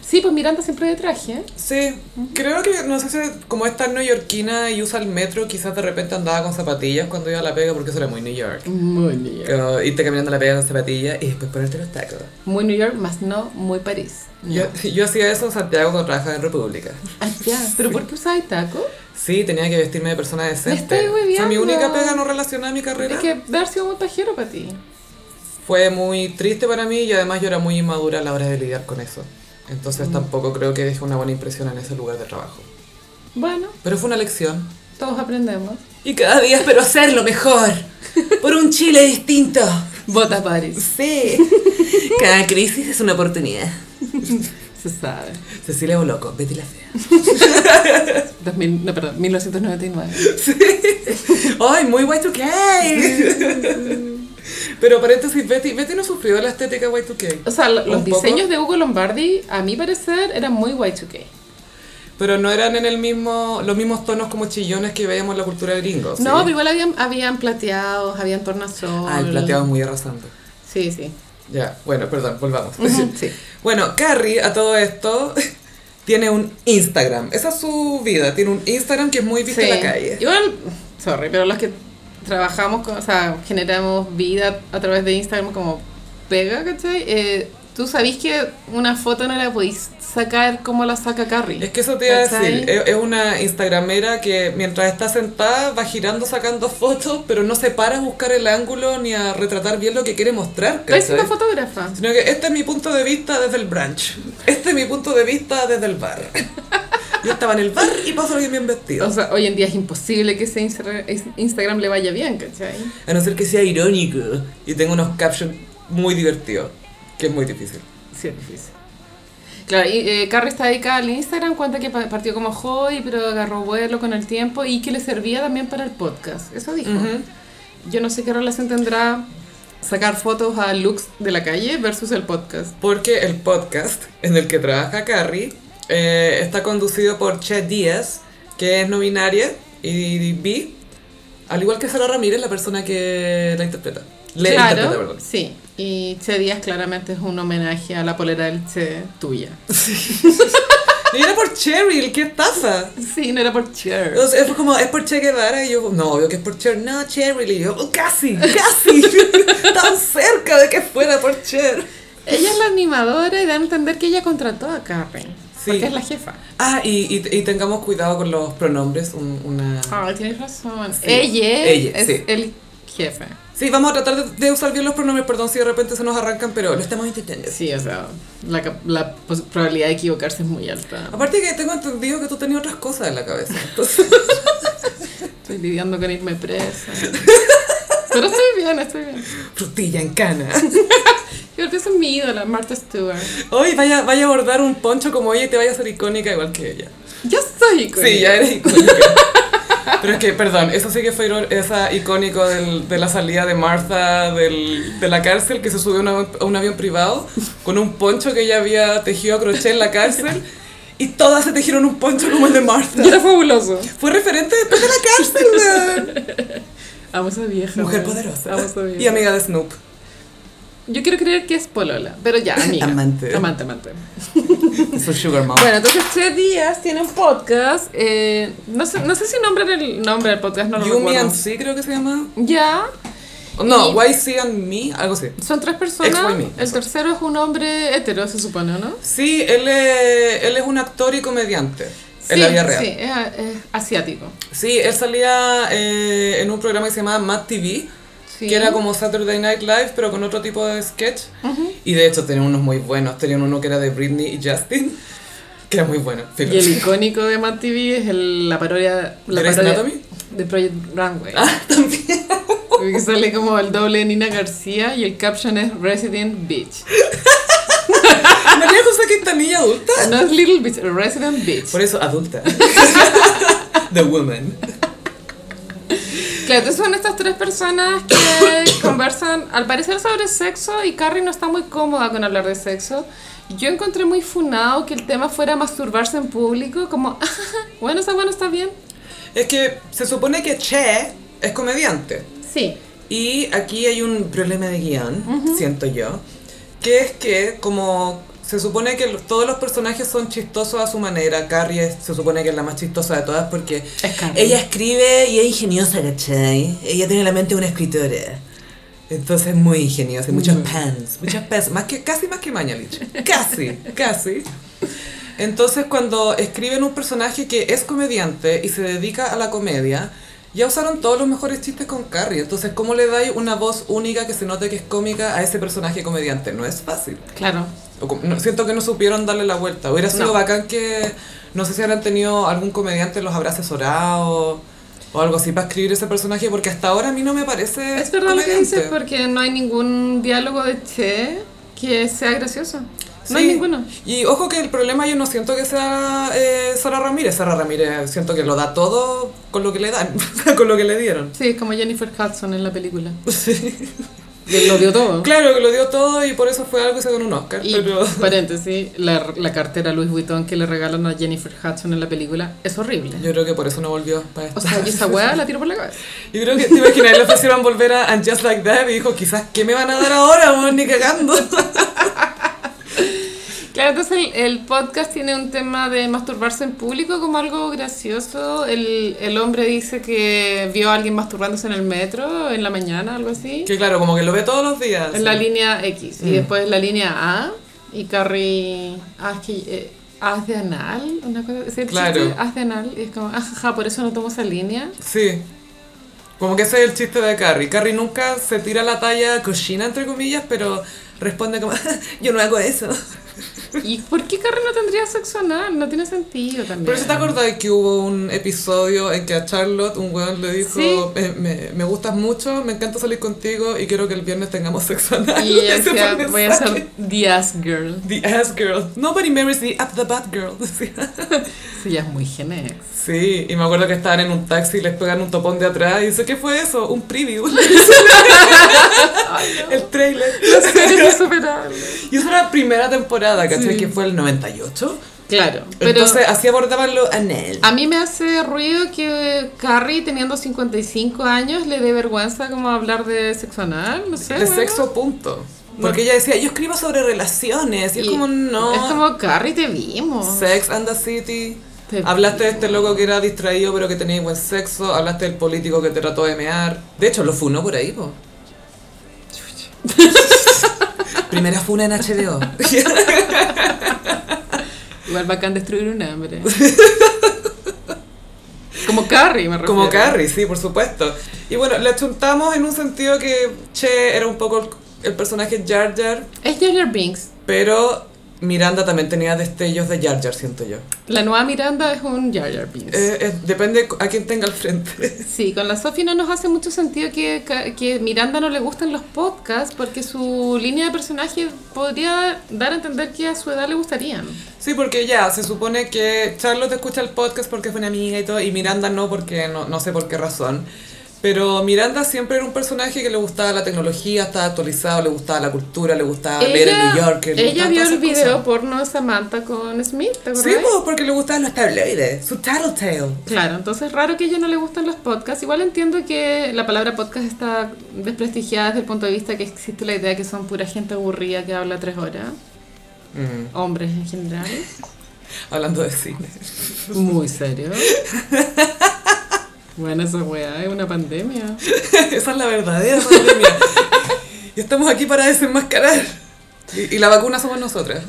Sí, pues Miranda siempre de traje. ¿eh? Sí, creo que, no sé si como es tan neoyorquina y usa el metro, quizás de repente andaba con zapatillas cuando iba a la pega, porque eso era muy New York. Muy New York. Como irte caminando a la pega con zapatillas y después ponerte los tacos. Muy New York, más no muy París. Yo, yo hacía eso en Santiago cuando trabajaba en República. Ah, ya. ¿Pero por qué usaba taco? Sí, tenía que vestirme de persona decente. estoy Fue mi hueviando. única pega no relacionada a mi carrera. Es que dar sido un pajero para ti. Fue muy triste para mí y además yo era muy inmadura a la hora de lidiar con eso. Entonces Mm. tampoco creo que deje una buena impresión en ese lugar de trabajo. Bueno, Pero fue una lección. todos aprendemos. Y cada día espero hacerlo mejor. Por un Chile distinto. Vota París. Sí. Cada crisis es una oportunidad. Se sabe. Cecilia Boloco, Betty la Fea. 2000, no, perdón, 1999. ¡Ay, muy Y2K! Pero paréntesis, Betty, Betty no sufrió la estética Y2K. O sea, lo- los Un poco. diseños de Hugo Lombardi, a mi parecer, eran muy Y2K. Pero no eran en el mismo, los mismos tonos como chillones que veíamos en la cultura gringo. ¿sí? No, pero igual habían, habían plateados, habían tornasol. Ah, el plateado es muy arrasante. Sí, sí. Ya, bueno, perdón, volvamos. Ujú, sí. Bueno, Carrie, a todo esto, tiene un Instagram. Esa es su vida. Tiene un Instagram que es muy vista Sí. en la calle. Igual, sorry, pero los que trabajamos, con, o sea, generamos vida a través de Instagram como pega, ¿cachai? Eh, Tú sabís que una foto no la podís sacar como la saca Carrie. Es que eso te iba a ¿Cachai? decir. Es es una Instagramera que mientras está sentada va girando sacando fotos, pero no se para a buscar el ángulo ni a retratar bien lo que quiere mostrar. Estoy ¿cachai? siendo fotógrafa. Sino que este es mi punto de vista desde el brunch. Este es mi punto de vista desde el bar. Yo estaba en el bar y pasó alguien bien vestido. O sea, hoy en día es imposible que ese Instra- es- Instagram le vaya bien, ¿cachai? A no ser que sea irónico. Y tengo unos captions muy divertidos, que es muy difícil. Sí, es difícil. Claro, y eh, Carrie está dedicada al Instagram, cuenta que pa- partió como hobby, pero agarró vuelo con el tiempo y que le servía también para el podcast. Eso dijo. Yo no sé qué relación tendrá sacar fotos a looks de la calle versus el podcast. Porque el podcast en el que trabaja Carrie eh, está conducido por Che Díaz, que es no binaria y bi, al igual que Sara Ramírez, la persona que la interpreta. Le interpreta, claro, perdón. sí. Y Che Díaz claramente es un homenaje a la polera del Che tuya. Y era por Cheryl, qué estafa. Sí, no era por Cher. Entonces, es como, es por Che Guevara, y yo, no, obvio que es por Cher, no, Cheryl, y yo, "Oh, casi, casi, tan cerca de que fuera por Cher. Ella es la animadora y da a entender que ella contrató a Carrie. Sí. Porque es la jefa. Ah, y, y- y tengamos cuidado con los pronombres, un- una... Ah, tienes razón. Ella, Ella, es sí. el jefe. Sí, vamos a tratar de, de usar bien los pronombres, perdón si de repente se nos arrancan, pero lo estamos intentando. Sí, o sea, la, cap- la pos- probabilidad de equivocarse es muy alta. Aparte que tengo entendido que tú tenías otras cosas en la cabeza. Entonces, Estoy lidiando con irme presa. Pero estoy bien, estoy bien. frutilla en cana. Yo pienso en mi ídola, Martha Stewart. Hoy vaya, vaya a abordar un poncho como ella y te vaya a ser icónica igual que ella. Yo soy icónica. Sí, ya eres icónica. Pero es que, perdón, eso sí que fue iro- esa icónico del- de la salida de Martha del- de la cárcel, que se subió a una- a un avión privado con un poncho que ella había tejido a crochet en la cárcel y todas se tejieron un poncho como el de Martha. Y era fabuloso. Fue referente después de la cárcel, weón. Amo a esa vieja. Mujer weón. poderosa. Amo a esa vieja. Y amiga de Snoop. Yo quiero creer que es Polola, pero ya, amiga. Amante. Ah. Amante, amante. Soy Sugar Mom. Bueno, entonces Che Díaz tiene un podcast. eh, no, sé, no sé si nombran el nombre del podcast, no lo you, me recuerdo. and C creo que se llama. Ya, No, Y- Why See and Me, algo así. son tres Ex personas. Wayne. El tercero es un hombre hetero, se supone, ¿no? Sí, él es, él es un actor y comediante en la vida real. Sí, es, a- es asiático. Sí, él salía eh, en un programa que se llamaba Mad TV, Sí. que era como Saturday Night Live, pero con otro tipo de sketch. Y de hecho tenían unos muy buenos. Tenían uno que era de Britney y Justin, que era muy bueno. Y filo. el icónico de Mad TV es el- la parodia. La ¿Grey's parodia Anatomy? De Project Runway. Ah, también. Que sale como el doble de Nina García y el caption es Resident Beach. María José Quintanilla adulta. Ah, No es Little Beach, es Resident Beach. Por eso, adulta. The woman. Claro, entonces son estas tres personas que conversan, al parecer, sobre sexo y Carrie no está muy cómoda con hablar de sexo. Yo encontré muy funado que el tema fuera masturbarse en público, como, "Ah, bueno, está bueno, está bien. Es que se supone que Che es comediante. Sí. Y aquí hay un problema de guión, siento yo, que es que como se supone que lo- todos los personajes son chistosos a su manera, Carrie es- se supone que es la más chistosa de todas porque Es Carrie. ella escribe y es ingeniosa, ¿cachai? Ella tiene la mente de una escritora. Entonces es muy ingeniosa, y Mm. muchos pens, muchas pens, más que, casi más que Mañalich, casi, casi. Entonces cuando escriben un personaje que es comediante y se dedica a la comedia, ya usaron todos los mejores chistes con Carrie. Entonces, ¿cómo le dais una voz única que se note que es cómica a ese personaje comediante? No es fácil. Claro. O como- no- siento que no supieron darle la vuelta. Hubiera sido No. bacán que, no sé si habrán tenido algún comediante los habrá asesorado o algo así para escribir ese personaje, porque hasta ahora a mí no me parece Es verdad lo que comediante. dices, porque no hay ningún diálogo de Che que sea gracioso. No hay ninguno. Y ojo que el problema yo no siento que sea eh, Sara Ramírez. Sara Ramírez siento que lo da todo con lo que le dan, con lo que le dieron. Sí, es como Jennifer Hudson en la película. Que Lo dio todo. Claro que lo dio todo y por eso fue algo que se ganó un Oscar. Y pero... paréntesis, la, la cartera Louis Vuitton que le regalan a Jennifer Hudson en la película es horrible. Yo creo que por eso no volvió para O sea, yo esa weá la tiro por la cabeza. Yo creo que te imaginas, le ofrecieron volver a And Just Like That y dijo, quizás, ¿qué me van a dar ahora, weón? Ni cagando. Claro, entonces el, el podcast tiene un tema de masturbarse en público como algo gracioso. El, el hombre dice que vio a alguien masturbándose en el metro en la mañana, algo así. Que claro, como que lo ve todos los días. En la línea X. Y Mm. después la línea A. Y Carrie. Ah, es que. eh, haz de anal. Una cosa. ¿sí el Claro. chiste? Haz de anal. Y es como. Ajaja, por eso no tomo esa línea. Sí. Como que ese es el chiste de Carrie. Carrie nunca se tira la talla cochina, entre comillas, pero responde como, yo no hago eso. ¿Y por qué Carrie no tendría sexo anal? No tiene sentido también. Pero si te acordás que hubo un episodio en que a Charlotte un weón le dijo, Sí. "Eh, me, me gustas mucho, me encanta salir contigo y quiero que el viernes tengamos sexo anal". Y ella Ese fue el decía, voy a mensaje. ser The Ass Girl. The ass girl. Nobody marries the, up the butt girl. decía. Sí, ella es muy genérica. Sí, y me acuerdo que estaban en un taxi y les pegan un topón de atrás y dice, ¿qué fue eso? Un preview. El trailer. Y es una primera temporada, ¿cachai? Sí. Que fue el 98. Claro, pero Entonces así abordaban los anel. a mí me hace ruido que Carrie, teniendo 55 años, le dé vergüenza como hablar de sexo anal, no sé. De bueno. sexo, punto. Porque ella decía, yo escribo sobre relaciones. Y, es como, no. Es como, Carrie, te vimos. Sex and the City. Te- Hablaste de este loco que era distraído pero que tenía buen sexo. Hablaste del político que te trató de mear. De hecho, lo funó por ahí, po. Primera funa en HBO. Igual bacán destruir un hambre. como Carrie, me refiero. Como Carrie, sí, por supuesto. Y bueno, la chuntamos en un sentido que Che era un poco el, el personaje Jar Jar, Es Jar Jar Binks. pero Miranda también tenía destellos de Jar Jar, siento yo. La nueva Miranda es un Jar Jar Binks. Eh, eh, depende a quién tenga al frente. Sí, con la Sofi no nos hace mucho sentido que, ca- que Miranda no le gustan los podcasts porque su línea de personaje podría dar a entender que a su edad le gustarían. Sí, porque ya, se supone que Charlotte escucha el podcast porque es una amiga y todo, y Miranda no, porque no, no sé por qué razón. Pero Miranda siempre era un personaje que le gustaba la tecnología, estaba actualizado, le gustaba la cultura, le gustaba leer el Ah, New Yorker. le ella gustaban vio todas el esas video cosas. porno de Samantha con Smith, ¿te Sí, acordás? po, porque le gustaban los tabloides, su tattletale. Claro, entonces es raro que a ella no le gustan los podcasts. Igual entiendo que la palabra podcast está desprestigiada desde el punto de vista que existe la idea de que son pura gente aburrida que habla tres horas. Hombres en general. Mm, Hablando de cine. Muy serio. Bueno, esa weá es una pandemia. Esa es la verdadera pandemia. y estamos aquí para desenmascarar. Y, y la vacuna somos nosotras.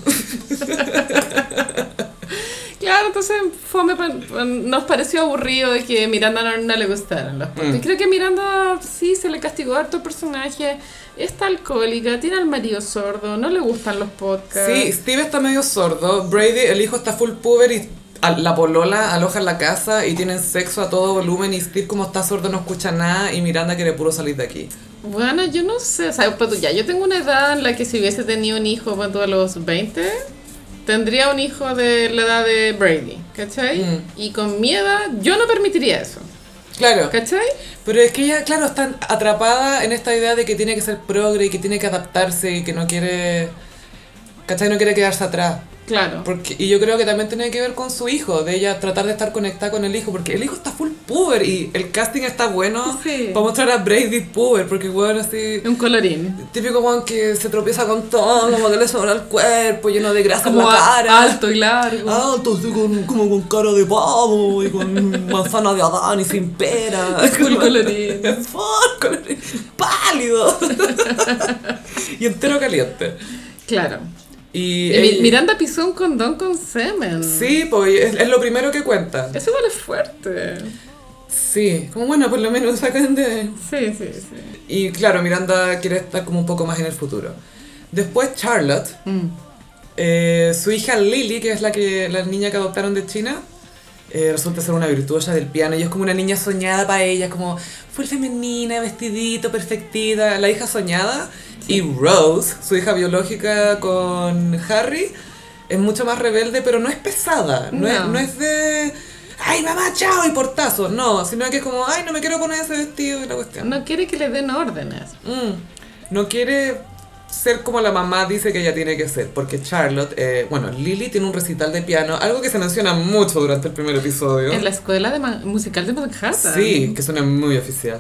Claro, entonces fome, pa- pa- nos pareció aburrido de que Miranda no, no le gustaran los puntos. Mm. Y Creo que Miranda sí se le castigó a harto personaje. Está alcohólica, tiene al marido sordo, no le gustan los podcasts. Sí, Steve está medio sordo. Brady, el hijo, está full puber y a- la polola aloja en la casa y tienen sexo a todo volumen. Y Steve, como está sordo, no escucha nada. Y Miranda quiere puro salir de aquí. Bueno, yo no sé, o sea, pues ya, yo tengo una edad en la que si hubiese tenido un hijo cuando a los 20, tendría un hijo de la edad de Brady, ¿cachai? Mm. Y con mi edad, yo no permitiría eso, Claro, ¿cachai? pero es que ella, claro, está atrapada en esta idea de que tiene que ser progre y que tiene que adaptarse y que no quiere. ¿Cachai? No quiere quedarse atrás. Claro. Porque, y yo creo que también tiene que ver con su hijo, de ella tratar de estar conectada con el hijo, porque el hijo está full puber y el casting está bueno Sí. para mostrar a Brady puber, porque bueno, así... Un colorín. Típico Juan que se tropieza con todo, como que le sobra el cuerpo, lleno de grasa en Como la a- cara. alto y largo. Alto, así con, como con cara de pavo y con manzana de Adán y sin pera. Full colorín. Full colorín. Pálido. y entero caliente. Claro. Y, Y Mi- él- Miranda pisó un condón con semen. Sí, pues es, es lo primero que cuenta. Eso igual es fuerte. Sí, como bueno, por lo menos sacan de... Sí, sí, sí. Y claro, Miranda quiere estar como un poco más en el futuro. Después Charlotte, eh, su hija Lily, que es la, que, la niña que adoptaron de China, eh, resulta ser una virtuosa del piano y es como una niña soñada para ella, como full femenina, vestidito, perfectita, la hija soñada. Y Rose, su hija biológica con Harry, es mucho más rebelde, pero no es pesada, no, Es, No. no es de... ¡Ay, mamá, chao! Y portazo. No, sino que es como, ¡ay, no me quiero poner ese vestido! Y la cuestión. No quiere que le den órdenes. Mm, no quiere ser como la mamá dice que ella tiene que ser, porque Charlotte, eh, bueno, Lily tiene un recital de piano, algo que se menciona mucho durante el primer episodio. En la ¿eh? escuela de Man- musical de Manhattan. Sí, que suena muy oficial.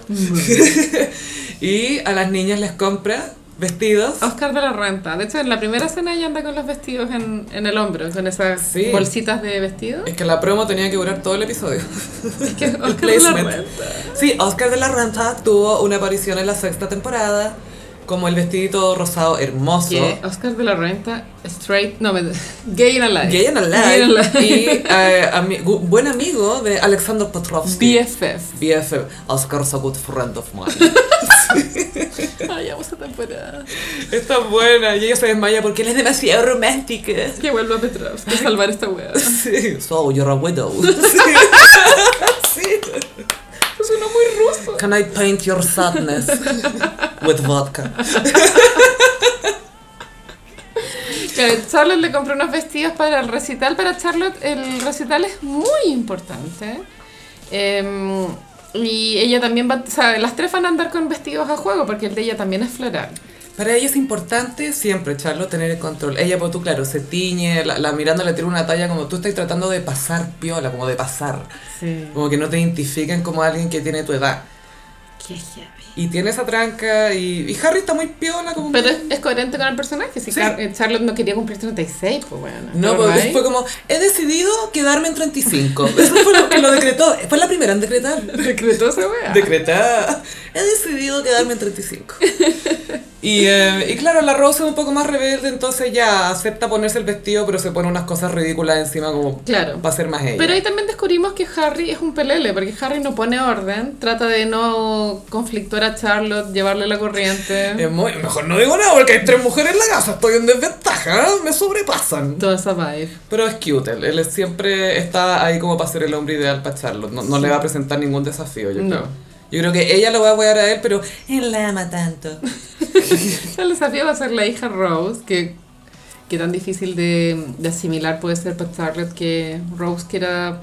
y a las niñas les compra vestidos. Oscar de la Renta. De hecho, en la primera escena ella anda con los vestidos en, en el hombro, con esas Sí. bolsitas de vestido. Es que la promo tenía que durar todo el episodio. Es que Oscar de la placement. Renta. Sí, Oscar de la Renta tuvo una aparición en la sexta temporada, como el vestidito rosado hermoso. Que Oscar de la Renta, straight, no, me- gay and alive. Gay and Gay and Alive alive. y eh, ami- gu- buen amigo de Alexander Petrovsky. BFF. BFF. Oscar's a good friend of mine. Ay, vamos a temporada. Está buena y ella se desmaya porque él es demasiado romántica. Que vuelva Petrovsky a salvar esta wea. Sí. So you're a widow. sí. Suena muy ruso. Can I paint your sadness with vodka? Que Charlotte Eh, le compró unos vestidos para el recital. Para Charlotte el recital es muy importante. Em, y ella también va, o sea, las tres van a andar con vestidos a juego porque el de ella también es floral. Para ella es importante siempre, Charlo, tener el control. Ella, pues tú, claro, se tiñe, la, la Miranda le tira una talla como tú estás tratando de pasar piola, como de pasar. Sí. Como que no te identifican como alguien que tiene tu edad. Y tiene esa tranca y, y Harry está muy piola como... Pero que- es, es coherente con el personaje. Si Sí. Car- eh, Charlotte no quería cumplir 36, pues bueno. No, Pero porque ahí- fue como, he decidido quedarme en 35. Eso fue lo que lo decretó. Fue la primera en decretar. Decretó esa wea. Decretada. He decidido quedarme en 35. Y, eh, y claro, la Rose es un poco más rebelde, entonces ya acepta ponerse el vestido, pero se pone unas cosas ridículas encima como Claro. va a ser más ella. Pero ahí también descubrimos que Harry es un pelele, porque Harry no pone orden, trata de no conflictuar a Charlotte, llevarle la corriente, Es muy- mejor no digo nada porque hay tres mujeres en la casa, estoy en desventaja, ¿eh? me sobrepasan. toda esa vibe. Pero es cute, él, él siempre está ahí como para ser el hombre ideal para Charlotte. No, no le va a presentar ningún desafío, yo No. creo. Yo creo que ella lo va a apoyar a él, pero él la ama tanto. El desafío va a ser la hija Rose, que, que tan difícil de, de asimilar puede ser para Charlotte que Rose quiera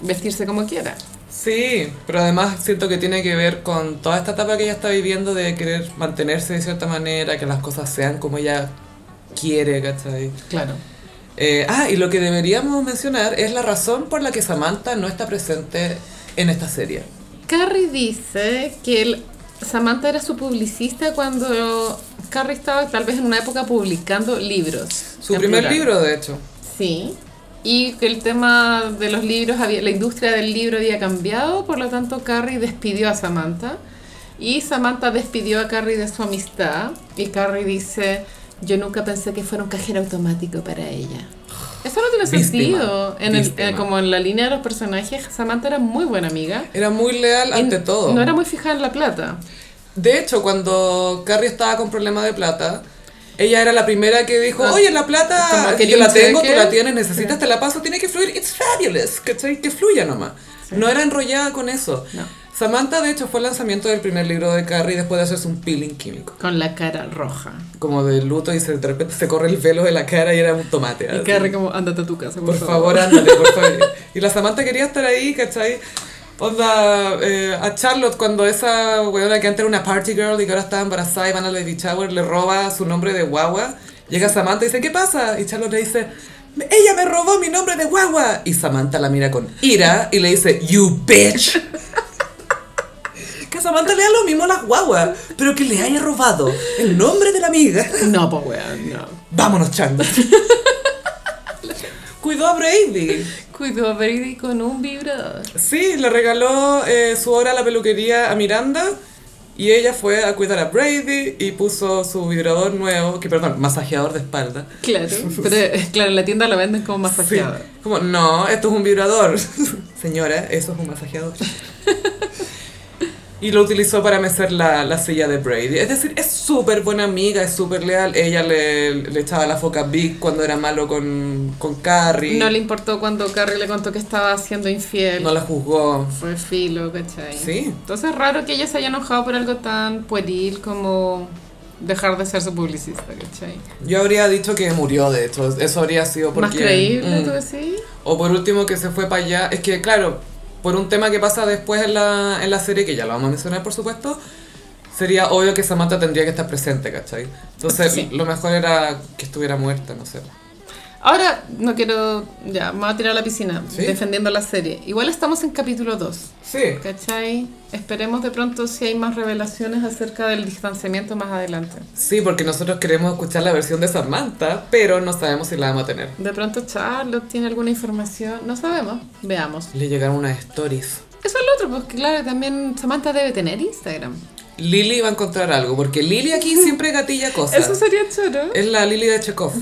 vestirse como quiera. Sí, pero además siento que tiene que ver con toda esta etapa que ella está viviendo de querer mantenerse de cierta manera, que las cosas sean como ella quiere, ¿cachai? Claro. Eh, ah, y lo que deberíamos mencionar es la razón por la que Samantha no está presente en esta serie. Carrie dice que el- Samantha era su publicista cuando Carrie estaba tal vez en una época publicando libros. Su en primer plural. libro, de hecho. Sí. Y que el tema de los libros, había, la industria del libro había cambiado, por lo tanto Carrie despidió a Samantha. Y Samantha despidió a Carrie de su amistad. Y Carrie dice, yo nunca pensé que fuera un cajero automático para ella. Eso no tiene Víctima. sentido. En el- Víctima. eh, como en la línea de los personajes, Samantha era muy buena amiga. Era muy leal Y ante todo. No era muy fijada en la plata. De hecho, cuando Carrie estaba con problemas de plata, ella era la primera que dijo, Ah, oye, la plata como que yo la dice tengo, que- tú la tienes, necesitas, te la paso, tiene que fluir, it's fabulous, ¿cachai? Que fluya nomás. No era enrollada con eso. No. Samantha, de hecho, fue el lanzamiento del primer libro de Carrie después de hacerse un peeling químico. Con la cara roja. Como de luto y se, de repente se corre el velo de la cara y era un tomate. Y así. Carrie como, ándate a tu casa, por, Por favor, ándale, por favor. Y la Samantha quería estar ahí, ¿cachai? Onda, eh, a Charlotte cuando esa weona que antes era una party girl y que ahora está embarazada y van a Lady Shower, le roba su nombre de guagua. Llega Samantha y dice, ¿qué pasa? Y Charlotte le dice, ella me robó mi nombre de guagua. Y Samantha la mira con ira y le dice, you bitch. Que a Samantha le da lo mismo a las guaguas, pero que le haya robado el nombre de la amiga. No, pues weón, no. Vámonos, Charlotte. Cuidó a Brady. Cuidó a Brady con un vibrador. Sí, le regaló eh, su obra a la peluquería a Miranda y ella fue a cuidar a Brady y puso su vibrador nuevo, que perdón, masajeador de espalda. Claro, pero eh, claro, en la tienda lo venden como masajeado. Sí. Como, no, esto es un vibrador. Señora, eso es un masajeador. Y lo utilizó para mecer la, la silla de Brady. Es decir, es súper buena amiga, es súper leal. Ella le, le echaba la foca a Big cuando era malo con, con Carrie. No No, le importó cuando Carrie le contó que estaba siendo infiel. la juzgó. Fue filo, ¿cachai? Sí. Entonces es raro que ella se haya enojado por algo tan pueril como dejar de ser su publicista, ¿cachai? Yo habría dicho que murió, de hecho. Eso habría sido porque... Más creíble, Mm. tú decís. O por último que se fue para allá. Es que, claro, por un tema que pasa después en la, en la serie, que ya lo vamos a mencionar, por supuesto, sería obvio que Samantha tendría que estar presente, ¿cachai? Entonces, Sí. lo mejor era que estuviera muerta, no sé. Ahora, no quiero. Ya, me voy a tirar a la piscina Sí. defendiendo la serie. Igual estamos en capítulo 2, Sí. ¿cachai? Esperemos de pronto si hay más revelaciones acerca del distanciamiento más adelante. Sí, porque nosotros queremos escuchar la versión de Samantha, pero no sabemos si la vamos a tener. De pronto Charlotte tiene alguna información, no sabemos, veamos. Le llegaron unas stories. Eso es lo otro, porque claro, también Samantha debe tener Instagram. Lily va a encontrar algo, porque Lily aquí siempre gatilla cosas. Eso sería choro. Es la Lily de Chekhov.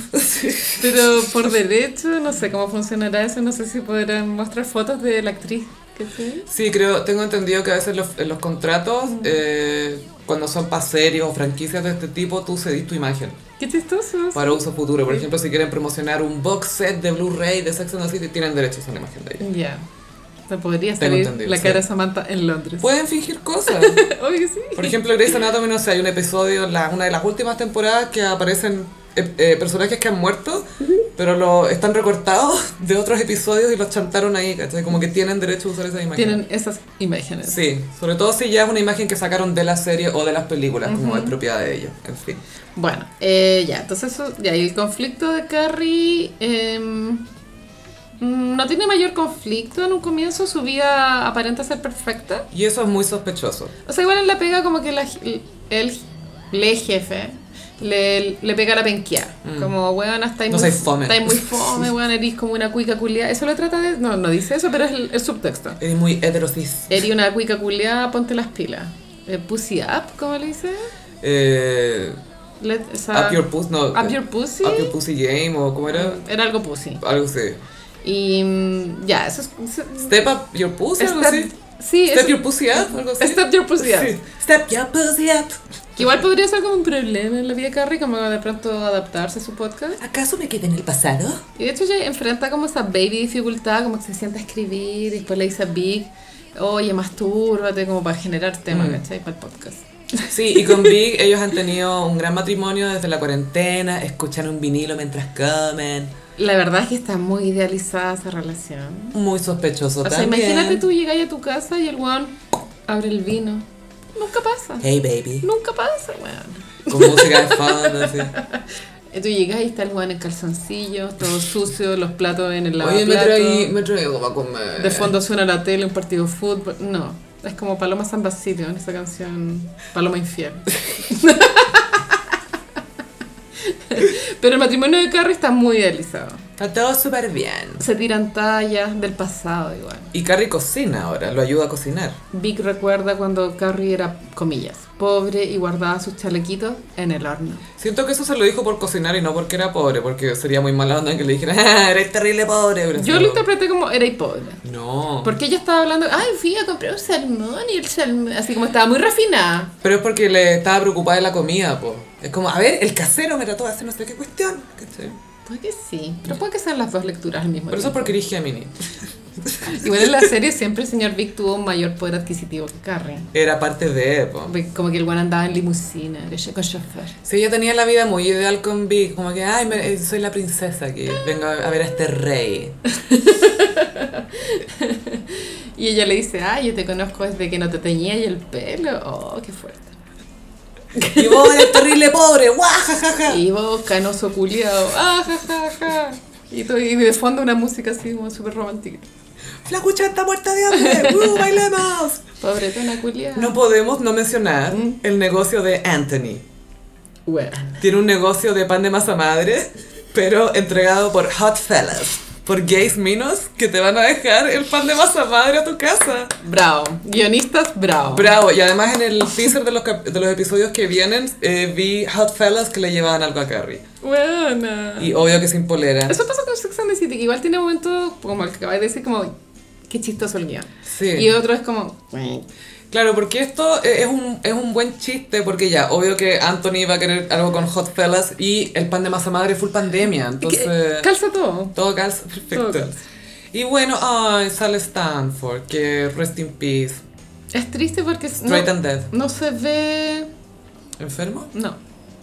Pero por derecho, no sé cómo funcionará eso, no sé si podrán mostrar fotos de la actriz. ¿Qué sé? Sí, creo, tengo entendido que a veces los, en los contratos, eh, cuando son para series o franquicias de este tipo, tú cedís tu imagen Qué chistoso. para uso futuro. Por ejemplo, si quieren promocionar un box set de Blu-ray de Sex and the City, tienen derechos a la imagen de ella. Ya. O sea, podría Tengo salir entendido, la sí. cara de Samantha en Londres. Pueden fingir cosas. Obvio sí. Por ejemplo, Grey's Anatomy, no sé, hay un episodio en la- una de las últimas temporadas que aparecen eh, eh, personajes que han muerto, pero lo, están recortados de otros episodios y los chantaron ahí, ¿cachai? Como que tienen derecho a usar esa imagen. Tienen esas imágenes. Sí, sobre todo si ya es una imagen que sacaron de la serie o de las películas, como es propiedad de ellos, en fin. Bueno, eh, ya, entonces eso- ya, y el conflicto de Carrie em, mm, no tiene mayor conflicto en un comienzo, su vida aparenta ser perfecta. Y eso es muy sospechoso. O sea, igual en la pega como que la, el, le jefe le, le pega la penqueada. Como, weón, hasta Mm. No muy, soy fome. estáis muy fome, weón, eres como una cuica culiada. Eso lo trata de... No, no dice eso, pero es el, el subtexto. Es muy heterosis. Eres una cuica culiada, ponte las pilas. Eh, pussy up, ¿cómo le dice? Eh, Let- o sea, up your pussy, no. eh, up your pussy. Up your pussy game o cómo era. Era algo pussy. Algo así. Y mm, ya, eso es... se- Step up your pussy, algo step- así. Sí, Step eso- your pussy up, algo así. Step your pussy up. Sí. Step your pussy up. Que igual podría ser como un problema en la vida de Carrie, como de pronto adaptarse a su podcast. ¿Acaso me quedé en el pasado? Y de hecho ella enfrenta como esa baby dificultad, como que se sienta a escribir, y después le dice a Big, oye, mastúrbate, como para generar temas, Mm. ¿cachai? Para el podcast. Sí, y con Big ellos han tenido un gran matrimonio desde la cuarentena, escuchan un vinilo mientras comen. La verdad es que está muy idealizada esa relación. Muy sospechoso O sea, también. imagínate tú llegas a tu casa y el weón abre el vino. Nunca pasa. Hey baby. Nunca pasa, weón. Con música de fondo, así. Y Eh, tú llegas y está el weón en calzoncillos, todo sucio, los platos en el Oye, me lavaplato. traí, me traí algo para comer. De fondo suena la tele, un partido de fútbol. No, es como Paloma San Basilio en esa canción Paloma Infiel. Pero el matrimonio de Carrie está muy idealizado. Está todo súper bien. Se tiran tallas del pasado igual. Y Carrie cocina ahora, lo ayuda a cocinar. Vic recuerda cuando Carrie era, comillas, pobre y guardaba sus chalequitos en el horno. Siento que eso se lo dijo por cocinar y no porque era pobre, porque sería muy mala onda que le dijeran, "Ah, eres terrible pobre. pero Yo no. lo interpreté como era y pobre. No. Porque ella estaba hablando, ay, fui a comprar un salmón y el salmón, así como estaba muy refinada. Pero es porque le estaba preocupada de la comida, po. Es como, a ver, el casero me trató de hacer no sé qué cuestión. ¿cachai? Puede que sí, pero puede que sean las dos lecturas al mismo Pero eso es tiempo. porque eres Gemini. Igual en la serie siempre el señor Vic tuvo un mayor poder adquisitivo que Carrie. Era parte de, po. Como que el buen andaba en limusina, de- con chofer. Sí, ella tenía la vida muy ideal con Big, como que, ay, me- eh, soy la princesa que vengo a a ver a este rey. Y ella le dice, ay, yo te conozco desde que no te teñía y el pelo. Oh, qué fuerte. Y vos eres terrible pobre, guajajaja. Y vos, canoso culiao. Ah, ja, ja, ja. Y, todo- y de fondo una música así como súper romántica. La cucha está muerta de hambre, ¡Uh, bailemos. Pobretona culiao. No podemos no mencionar el negocio de Anthony. Bueno. Tiene un negocio de pan de masa madre, pero entregado por Hot Fellas, por gays minos que te van a dejar el pan de masa madre a tu casa. Bravo. Guionistas, bravo. Bravo, y además en el teaser de los, cap- de los episodios que vienen, eh, vi Hot Fellas que le llevaban algo a Carrie. Buena. Y obvio que sin polera. Eso pasa con Sex and the City, que igual tiene momentos como el que acabáis de decir, como, qué chistoso el guión. Sí. Y otro es como, Claro, porque esto eh, es un, es un buen chiste, porque ya, obvio que Anthony va a querer algo con Hot Fellas y el pan de masa madre full pandemia, entonces... Que- Calza todo. Todo calza, perfecto. Todo calza. Y bueno, ay, sale Stanford, que rest in peace. Es triste porque no, Straight and dead. no se ve. ¿Enfermo? No.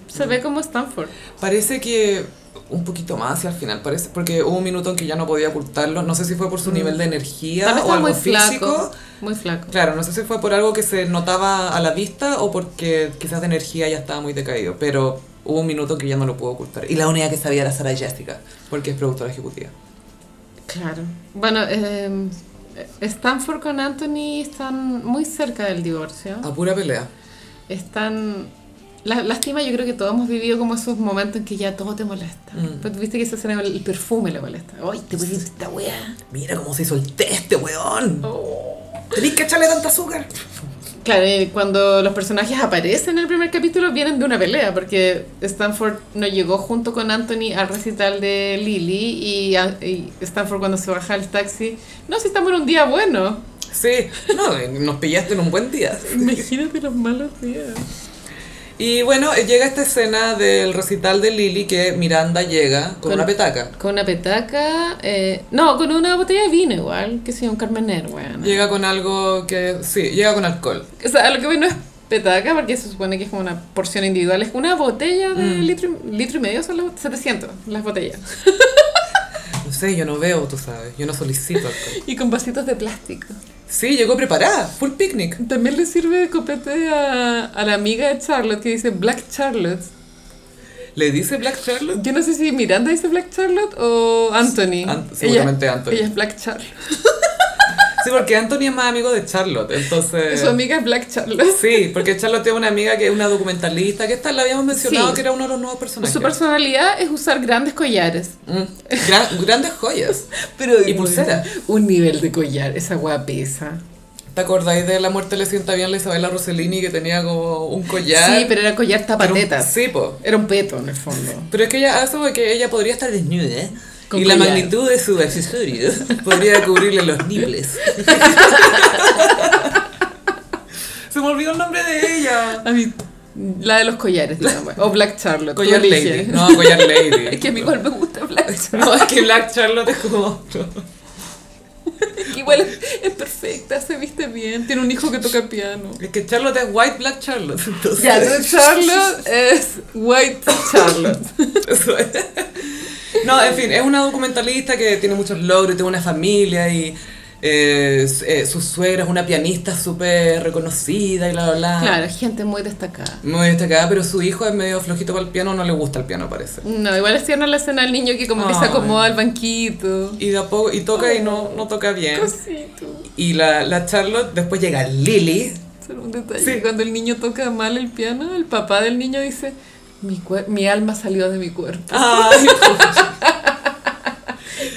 Se ve como Stanford. Parece que un poquito más hacia el final, parece, porque hubo un minuto en que ya no podía ocultarlo. No sé si fue por Mm. su nivel de energía También o algo está muy físico. flaco. Muy flaco. Claro, no sé si fue por algo que se notaba a la vista o porque quizás de energía ya estaba muy decaído, pero hubo un minuto que ya no lo pudo ocultar. Y la única que sabía era Sara Jessica, porque es productora ejecutiva. Claro. Bueno, eh, Stanford con Anthony están muy cerca del divorcio. A pura pelea. Están. la- lástima, yo creo que todos hemos vivido como esos momentos en que ya todo te molesta. Mm. Pues Viste que esa escena el perfume le molesta. ¡Ay, te pusiste esta weá! Mira cómo se hizo el té este weón. Tenés que echarle tanta azúcar. Claro, eh, cuando los personajes aparecen en el primer capítulo vienen de una pelea, porque Stanford no llegó junto con Anthony al recital de Lily y, a- y Stanford cuando se baja al taxi, no, si estamos en un día bueno. Sí, no, eh, nos pillaste en un buen día. Imagínate los malos días. Y bueno, eh, llega esta escena del recital de Lily que Miranda llega con, Con- una petaca. Con una petaca, eh, no, con una botella de vino igual, que sea un carmener, weón. Llega con algo que... Sí, llega con alcohol. O sea, a lo que voy no es petaca, porque se supone que es como una porción individual, es una botella de litro, y- litro y medio, son las bot- 700 las botellas. No sé, yo no veo, tú sabes. Yo no solicito alcohol. Y con vasitos de plástico. Sí, llegó preparada. Full picnic. También le sirve de copete a, a la amiga de Charlotte que dice Black Charlotte. ¿Le dice Black Charlotte? Yo no sé si Miranda dice Black Charlotte o Anthony. An- seguramente Anthony. Ella es Black Charlotte. Sí, porque Anthony es más amigo de Charlotte, entonces... Su amiga es Black Charlotte. Sí, porque Charlotte tiene una amiga que es una documentalista, que esta la habíamos mencionado Sí. que era uno de los nuevos personajes. Su personalidad es usar grandes collares. Mm. Gran- grandes joyas. Pero Y pulsera. Un nivel de collar, esa weá pesa. ¿Te acordáis de La muerte le sienta bien la Isabela Rossellini que tenía como un collar? Sí, pero era collar Pero un- tapatetas. Sí, po. Era un peto en el fondo. Pero es que ella hace que ella podría estar desnuda. ¿eh? Con y la collar. magnitud de su accesorio podría cubrirle los nibles. Se me olvidó el nombre de ella. A mí, la de los collares, digamos. O Black Charlotte. tú Collar Lady. eliges. No, Collar Lady. Es que a mí igual me gusta Black Charlotte. No, es que Black Charlotte es como... no. Que Igual es, es perfecta, se viste bien, tiene un hijo que toca piano. Es que Charlotte es White Black Charlotte. entonces- Ya, entonces Charlotte es White Charlotte. Eso es. No, en fin, es una documentalista que tiene muchos logros, tiene una familia y eh, s- eh, su suegra es una pianista súper reconocida y bla, bla, bla. Ah. Claro, gente muy destacada. Muy destacada, pero su hijo es medio flojito para el piano, no le gusta el piano, parece. No, igual es tierna la escena del niño que como que se Ay. acomoda al banquito. Y de a poco, y toca y no, no toca bien. Cosito. Y la, la Charlotte, después llega Lily. Solo un detalle. Sí. Cuando el niño toca mal el piano, el papá del niño dice, mi, cuer- mi alma salió de mi cuerpo. Ay,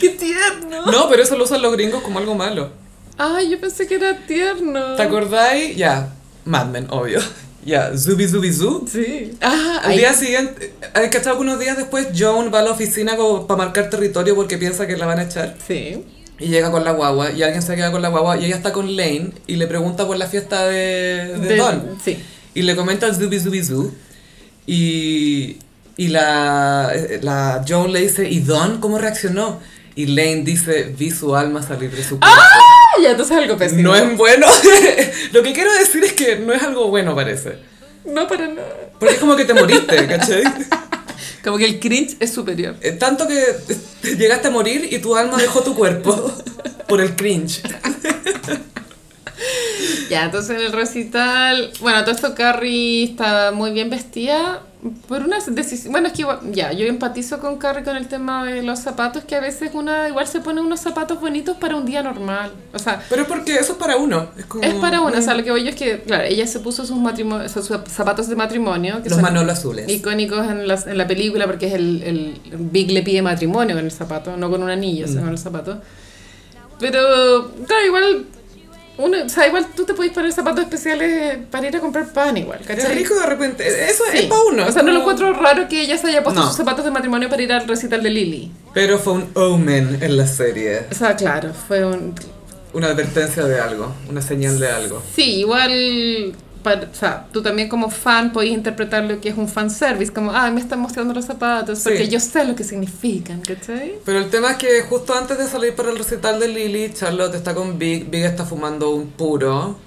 ¡Qué tierno! no, pero eso lo usan los gringos como algo malo. Ay, yo pensé que era tierno. ¿Te acordáis? Ya, Mad Men, obvio. Ya, Zubi Zubi Zoo. Sí. Ah, Al ahí- día siguiente, ¿has cachado que unos días después Joan va a la oficina como para marcar territorio porque piensa que la van a echar? Sí. Y llega con la guagua y alguien se queda con la guagua y ella está con Lane y le pregunta por la fiesta de, de De- Don. Sí. Y le comenta Zubi Zubi Zoo. Y, y la, eh, la Joan le dice, ¿y Don cómo reaccionó? Y Lane dice, vi su alma salir de su cuerpo. Ah, ya, entonces algo pésimo. No es bueno. Lo que quiero decir es que no es algo bueno, parece. No, para nada. Porque es como que te moriste, ¿cachai? Como que el cringe es superior. Eh, Tanto que te llegaste a morir y tu alma dejó tu cuerpo por el cringe. Ya, entonces en el recital, bueno, todo esto Carrie está muy bien vestida por una decisión, bueno, es que igual- ya, yo empatizo con Carrie con el tema de los zapatos, que a veces una igual se pone unos zapatos bonitos para un día normal, o sea, Pero es porque eso es para uno. Es, como es para una, o sea, lo que voy yo es que, claro, ella se puso sus, matrimo- o sea, sus zapatos de matrimonio, que Los son manolos azules. icónicos en, las- en la película, porque es el, el Big le pide matrimonio con el zapato, no con un anillo, Mm. sino con el zapato. Pero, claro, igual. Uno, o sea, igual tú te podés poner zapatos especiales eh, para ir a comprar pan, igual, ¿Cachai? ¿cachai? rico de repente. eh, Eso es Sí. para uno. O sea, no lo como- encuentro raro que ella se haya puesto No. sus zapatos de matrimonio para ir al recital de Lily. Pero fue un omen en la serie. O sea, claro, fue un. una advertencia de algo, una señal de algo. Sí, igual, para- o sea, tú también como fan podés interpretar lo que es un fanservice, como, ah, me están mostrando los zapatos, Sí. porque yo sé lo que significan, ¿cachai? Pero el tema es que justo antes de salir para el recital de Lily, Charlotte está con Big, Big está fumando un puro.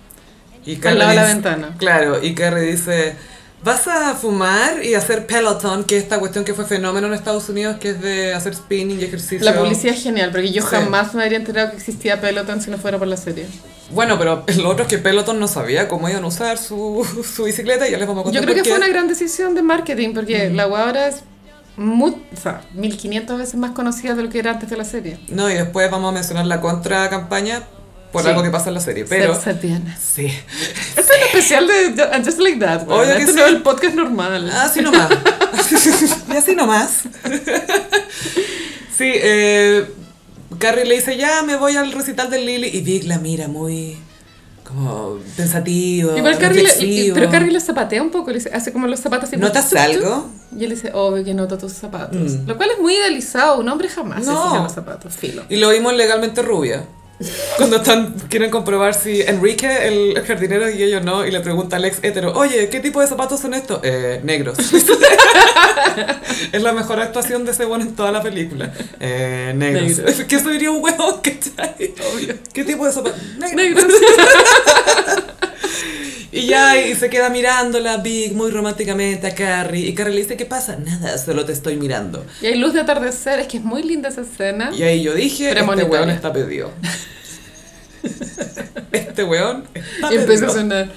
Y Al lado de la dice- ventana. Claro, y Carrie dice, vas a fumar y hacer Peloton, que es esta cuestión que fue fenómeno en Estados Unidos, que es de hacer spinning y ejercicio. La publicidad es genial, porque yo Sí. jamás me habría enterado que existía Peloton si no fuera por la serie. Bueno, pero lo otro es que Peloton no sabía cómo iban a usar su, su bicicleta y ya les vamos a Yo contar creo que por fue qué. una gran decisión de marketing, porque la web ahora es mu- o sea, 1500 veces más conocida de lo que era antes de la serie. No, y después vamos a mencionar la contra campaña por Sí. algo que pasa en la serie, pero... Ser Serbiana. Sí. Este es el especial de Ju- Just Like That. Obvio Oye, que este sí. Ah, no es el podcast normal. Así nomás. y así nomás. sí, eh, Carrie le dice, ya me voy al recital de Lily. Y Vic la mira muy como pensativo. Igual Carrie le- y- y- reflexivo. pero Carrie los zapatea un poco, le dice- hace como los zapatos así. ¿Notas chup, chup, algo? chup, Y él dice, obvio que nota tus zapatos. Mm. Lo cual es muy idealizado, un hombre jamás No. se fija en los zapatos, filo. Y lo vimos en legalmente rubia. Cuando están, quieren comprobar si Enrique, el jardinero, y ellos no, y le pregunta al ex hétero, oye, ¿qué tipo de zapatos son estos? Eh, negros. es la mejor actuación de ese bueno en toda la película. Eh, negros. Negros. ¿Qué se diría un huevo? ¿Cachai? ¿Qué tipo de zapatos? Negros. Negros. Y ya, y se queda mirándola Big muy románticamente a Carrie. Y Carrie le dice, ¿qué pasa? Nada, solo te estoy mirando. Y hay luz de atardecer, es que es muy linda esa escena. Y ahí yo dije, este Premonitoria. weón está pedido. Este weón está Y empieza a pedido. sonar.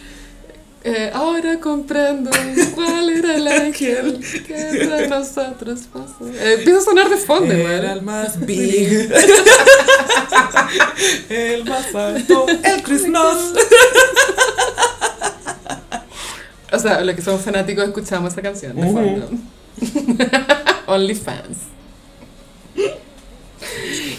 eh, ahora comprendo cuál era el ángel que entre nosotros pasó. Eh, empieza a sonar de fondo, Era güey. el más big. el más alto. El Christmas. O sea, los que somos fanáticos escuchamos esa canción de Ujú. fondo. Only fans.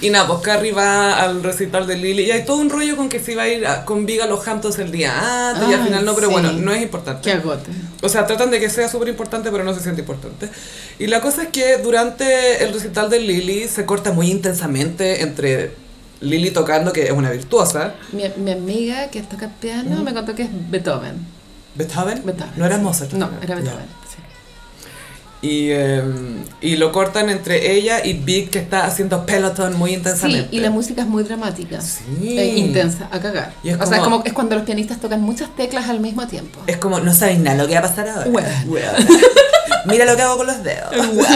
Y nada, pues Carrie va al recital de Lily. Y hay todo un rollo con que se iba a ir a- con Big a los Hamptons el día antes. y al Ay, final no, pero Ah, sí. bueno, no es importante. Qué agote. O sea, tratan de que sea súper importante, pero no se siente importante. Y la cosa es que durante el recital de Lily se corta muy intensamente entre Lily tocando, que es una virtuosa. Mi, mi amiga que toca piano me contó que es Beethoven. ¿Beethoven? Beethoven. No era Mozart. No, era Beethoven. sí. Y, eh, y lo cortan entre ella y Big, que está haciendo pelotón muy Sí, intensamente. y la música es muy dramática. Sí. Eh, intensa, a cagar. Y es o sea, es, como- como, es cuando los pianistas tocan muchas teclas al mismo tiempo. Es como, no sabéis nada lo que va a pasar ahora. Hueá. Hueá. Mira lo que hago con los dedos.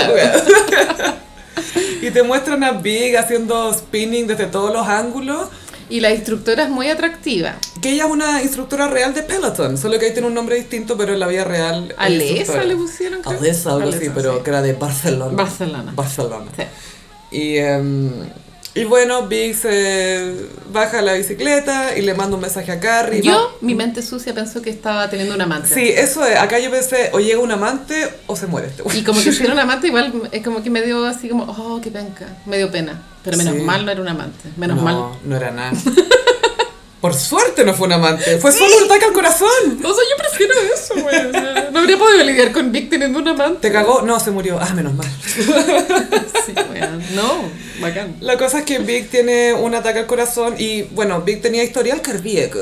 y te muestran a Big haciendo spinning desde todos los ángulos. Y la instructora es muy atractiva. Que ella es una instructora real de Peloton, solo que ahí tiene un nombre distinto, pero en la vida real. es Alesa instructora. le pusieron. creo. Alesa, algo así, Alesa, pero sí. que era de Barcelona. Barcelona. Barcelona. Sí. Y, em, y bueno, Big se baja la bicicleta y le manda un mensaje a Carrie. Yo, mi mente sucia, pensó que estaba teniendo un Va- amante. Sí, eso es. Acá yo pensé, o llega un amante o se muere este güey. Y como que si era un amante, igual es como que me dio así como, oh, qué penca. Me dio pena. Pero menos Sí. mal no era un amante. Menos no, mal. No era nada. Por suerte no fue un amante, fue solo un ataque al corazón. O sea, yo prefiero eso, güey. No habría podido lidiar con Vic teniendo un amante. ¿Te cagó? No, se murió. Ah, menos mal. Sí, güey. No, bacán. La cosa es que Vic tiene un ataque al corazón y, bueno, Vic tenía historial cardíaco.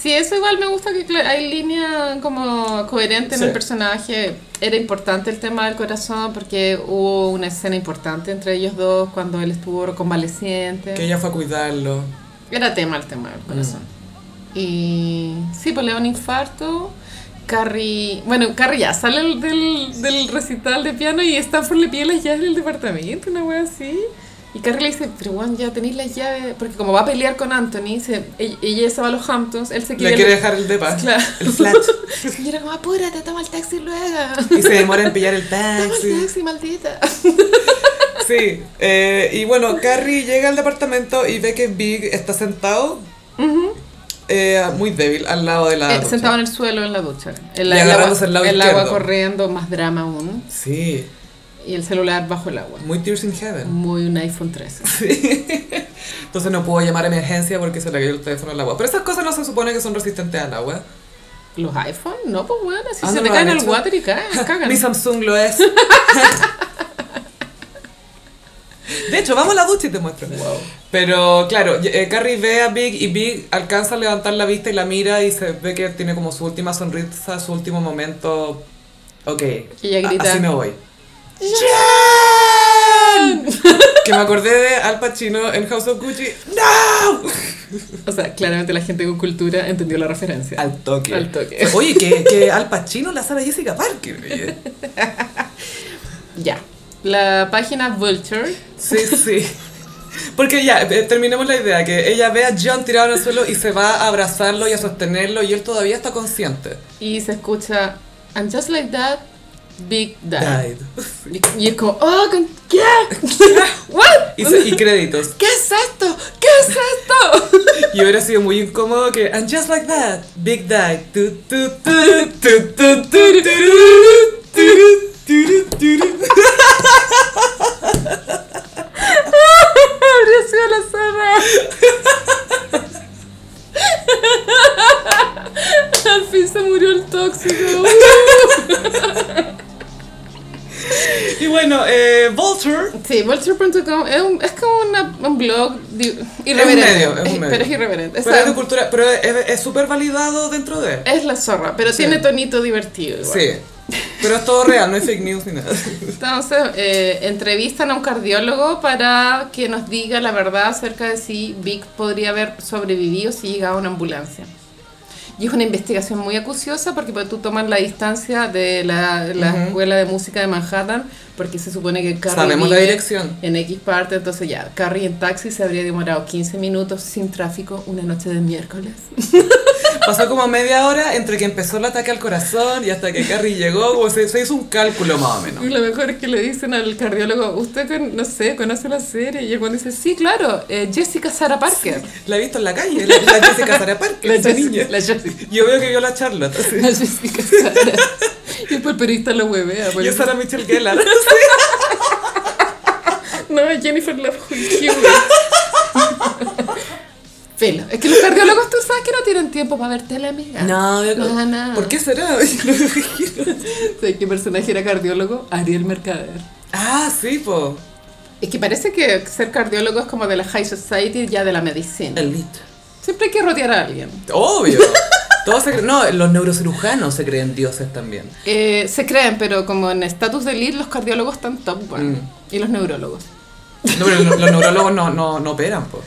Sí, eso igual me gusta que claro, hay línea como coherente en Sí. el personaje. Era importante el tema del corazón porque hubo una escena importante entre ellos dos cuando él estuvo convaleciente. Que Mm. ella fue a cuidarlo. Era tema el tema del corazón. Y sí, pues le da un infarto. Carrie, bueno, Carrie ya sale del, del recital de piano y Stanford le pide las llaves del departamento, una wea así. Y Carrie le dice, pero Juan, ya tenéis las llaves, porque como va a pelear con Anthony, se- ella, ella se va a los Hamptons, él se Le quiere... quiere dejar el depa. Claro. El flat. Y era como, apúrate, toma el taxi luego. Y se demora en pillar el Toma el taxi. taxi, maldita. Sí. eh, y bueno, Carrie llega al departamento y ve que Big está sentado, eh, muy débil, al lado de la. Eh, ducha. sentado en el suelo en la ducha. El, Y el agarrándose agua, el lado el agua izquierdo. corriendo, más drama aún. Sí. Y el celular bajo el agua. Muy Tears in Heaven. Muy un iPhone 13. Sí. Entonces no puedo llamar a emergencia porque se le cayó el teléfono al agua. Pero esas cosas no se supone que son resistentes al agua. ¿Los iPhone? No, pues bueno, si Ah, se no te lo caen han al hecho. water y caen, cagan. Mi Samsung lo es. De hecho, vamos a la ducha y te muestro. Pero claro, eh, Carrie ve a Big y Big alcanza a levantar la vista y la mira y se ve que tiene como su última sonrisa, su último momento. Ok, ella a- grita. así me voy. Que me acordé de Al Pacino en House of Gucci. ¡No! O sea, claramente la gente con cultura entendió la referencia. Al toque. Al toque. Oye, que, que Al Pacino la Sara Jessica Parker. oye. Ya. La página Vulture. Sí, sí. Porque ya, eh, terminemos la idea, que ella ve a John tirado en el suelo y se va a abrazarlo y a sostenerlo y él todavía está consciente. Y se escucha, and just like that, Big Dad. Died. Y, y es como, oh, ¿con ¿qué? ¿What? Y, se- y créditos. ¿Qué es esto? ¿Qué es esto? Y hubiera sido muy incómodo que, and just like that, Big Died. Tu, tu, tu, tu, tu, tu, tu, tu, tu, tu, tu. Habría sido la zorra. Al fin se murió el tóxico. Y bueno, eh, Vulture. Sí, vulture.com es, un- es como una- un blog di- irreverente. Eh, medio, es un medio. Pero es irreverente. O Pero sea, es de cultura, pero es es súper validado dentro de él. es la zorra, pero tiene tonito divertido. igual. Sí. Pero es todo real, no es fake news ni nada. Entonces, eh, entrevistan a un cardiólogo para que nos diga la verdad acerca de si Vic podría haber sobrevivido si llegaba una ambulancia. Y es una investigación muy acuciosa porque pues, tú tomas la distancia de la, la escuela de música de Manhattan porque se supone que Carrie Sabemos la vive dirección. en X parte, entonces ya, Carrie en taxi se habría demorado 15 minutos sin tráfico una noche de miércoles. Pasó como media hora entre que empezó el ataque al corazón y hasta que Carrie llegó, o se, se hizo un cálculo más o menos. Y lo mejor es que le dicen al cardiólogo, usted, con- no sé, conoce la serie. Y él cuando dice, sí, claro, eh, Jessica Sarah Parker. La he visto en la calle, la, la Jessica Sarah Parker, esa Jessi- niña. la Jessi- Yo veo que vio la Charlotte. así. la Jessica Sara. Y después el periodista lo huevea. por Y es eso. Sarah Michelle Gellar. No, es Jennifer Love Hewitt. Filo. Es que los cardiólogos, tú sabes que no tienen tiempo para verte la amiga. no, Ah, no. ¿Por qué será? Yo no me imagino. ¿Sabes qué personaje era cardiólogo? Ariel Mercader. ah, sí, po. Es que parece que ser cardiólogo es como de la high society, ya de la medicina. lit. Siempre hay que rotear a alguien. Obvio. Todos se cre- no, los neurocirujanos se creen dioses también. Eh, se creen, pero como en estatus de lead, los cardiólogos están top one. Mm. Y los neurólogos. No, pero los, los neurólogos no, no, no operan, po.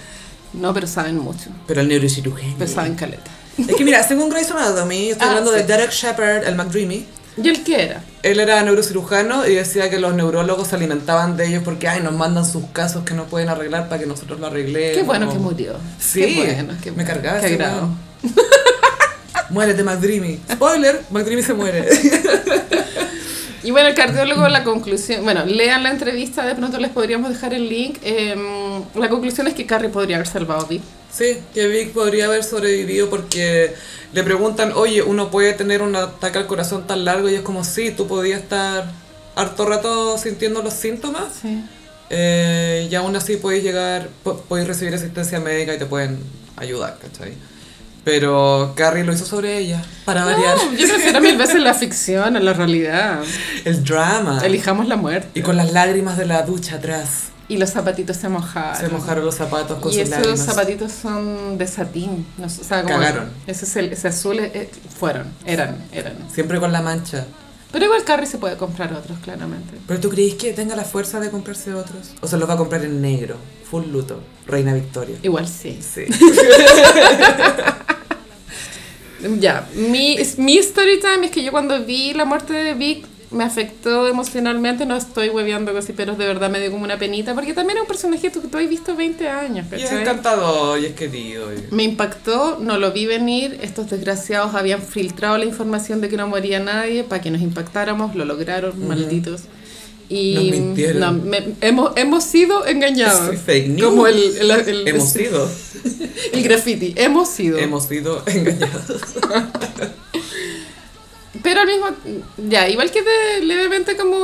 No, pero saben mucho. Pero el neurocirujano. Pero saben caleta. Es que mira, según Grey's Anatomy, estoy Ah, hablando sí. de Derek Shepard, el McDreamy. ¿Y el qué era? Él era neurocirujano y decía que los neurólogos se alimentaban de ellos porque, ay, nos mandan sus casos que no pueden arreglar para que nosotros lo arreglemos. Qué bueno que murió. Eh, Sí, Qué bueno, qué me bueno. cargaba Qué ese agrado. weón. Muérete, McDreamy. Spoiler, McDreamy se muere. Y bueno, el cardiólogo, la conclusión. Bueno, lean la entrevista, de pronto les podríamos dejar el link. Em, la conclusión es que Carrie podría haber salvado a Vic. Sí, que Vic podría haber sobrevivido porque le preguntan, oye, uno puede tener un ataque al corazón tan largo y es como, sí, tú podías estar harto rato sintiendo los síntomas Sí. eh, y aún así podéis llegar, po- podéis recibir asistencia médica y te pueden ayudar, ¿cachai? Pero Carrie lo hizo sobre ella, para variar. yo prefiero mil veces la ficción a la realidad. El drama. Elijamos la muerte. Y con las lágrimas de la ducha atrás. Y los zapatitos se mojaron. Se mojaron los zapatos con Ah, sus Y esos lágrimas. zapatitos son de satín. No sé, o sea, como Cagaron. Ese, es el- ese azul eh, eh, fueron, eran, eran. Siempre con la mancha. Pero igual Carrie se puede comprar otros, claramente. ¿Pero tú crees que tenga la fuerza de comprarse otros? O se los va a comprar en negro. Full luto. Reina Victoria. Igual sí. Sí. Ya, mi, es- mi story time es que yo cuando vi la muerte de Vic me afectó emocionalmente, no estoy hueveando así, pero de verdad me dio como una penita, porque también es un personaje que tú, tú has visto 20 años, Y es ¿cachai? encantador y es querido. y- Me impactó, no lo vi venir, estos desgraciados habían filtrado la información de que no moría nadie para que nos impactáramos, lo lograron, malditos. Y Nos mintieron. no, me- hemos, hemos sido engañados. Sí, fake news. Como el, el, el- Hemos sido. el graffiti, hemos sido. Hemos sido engañados. Pero al mismo ya, igual que de, levemente como,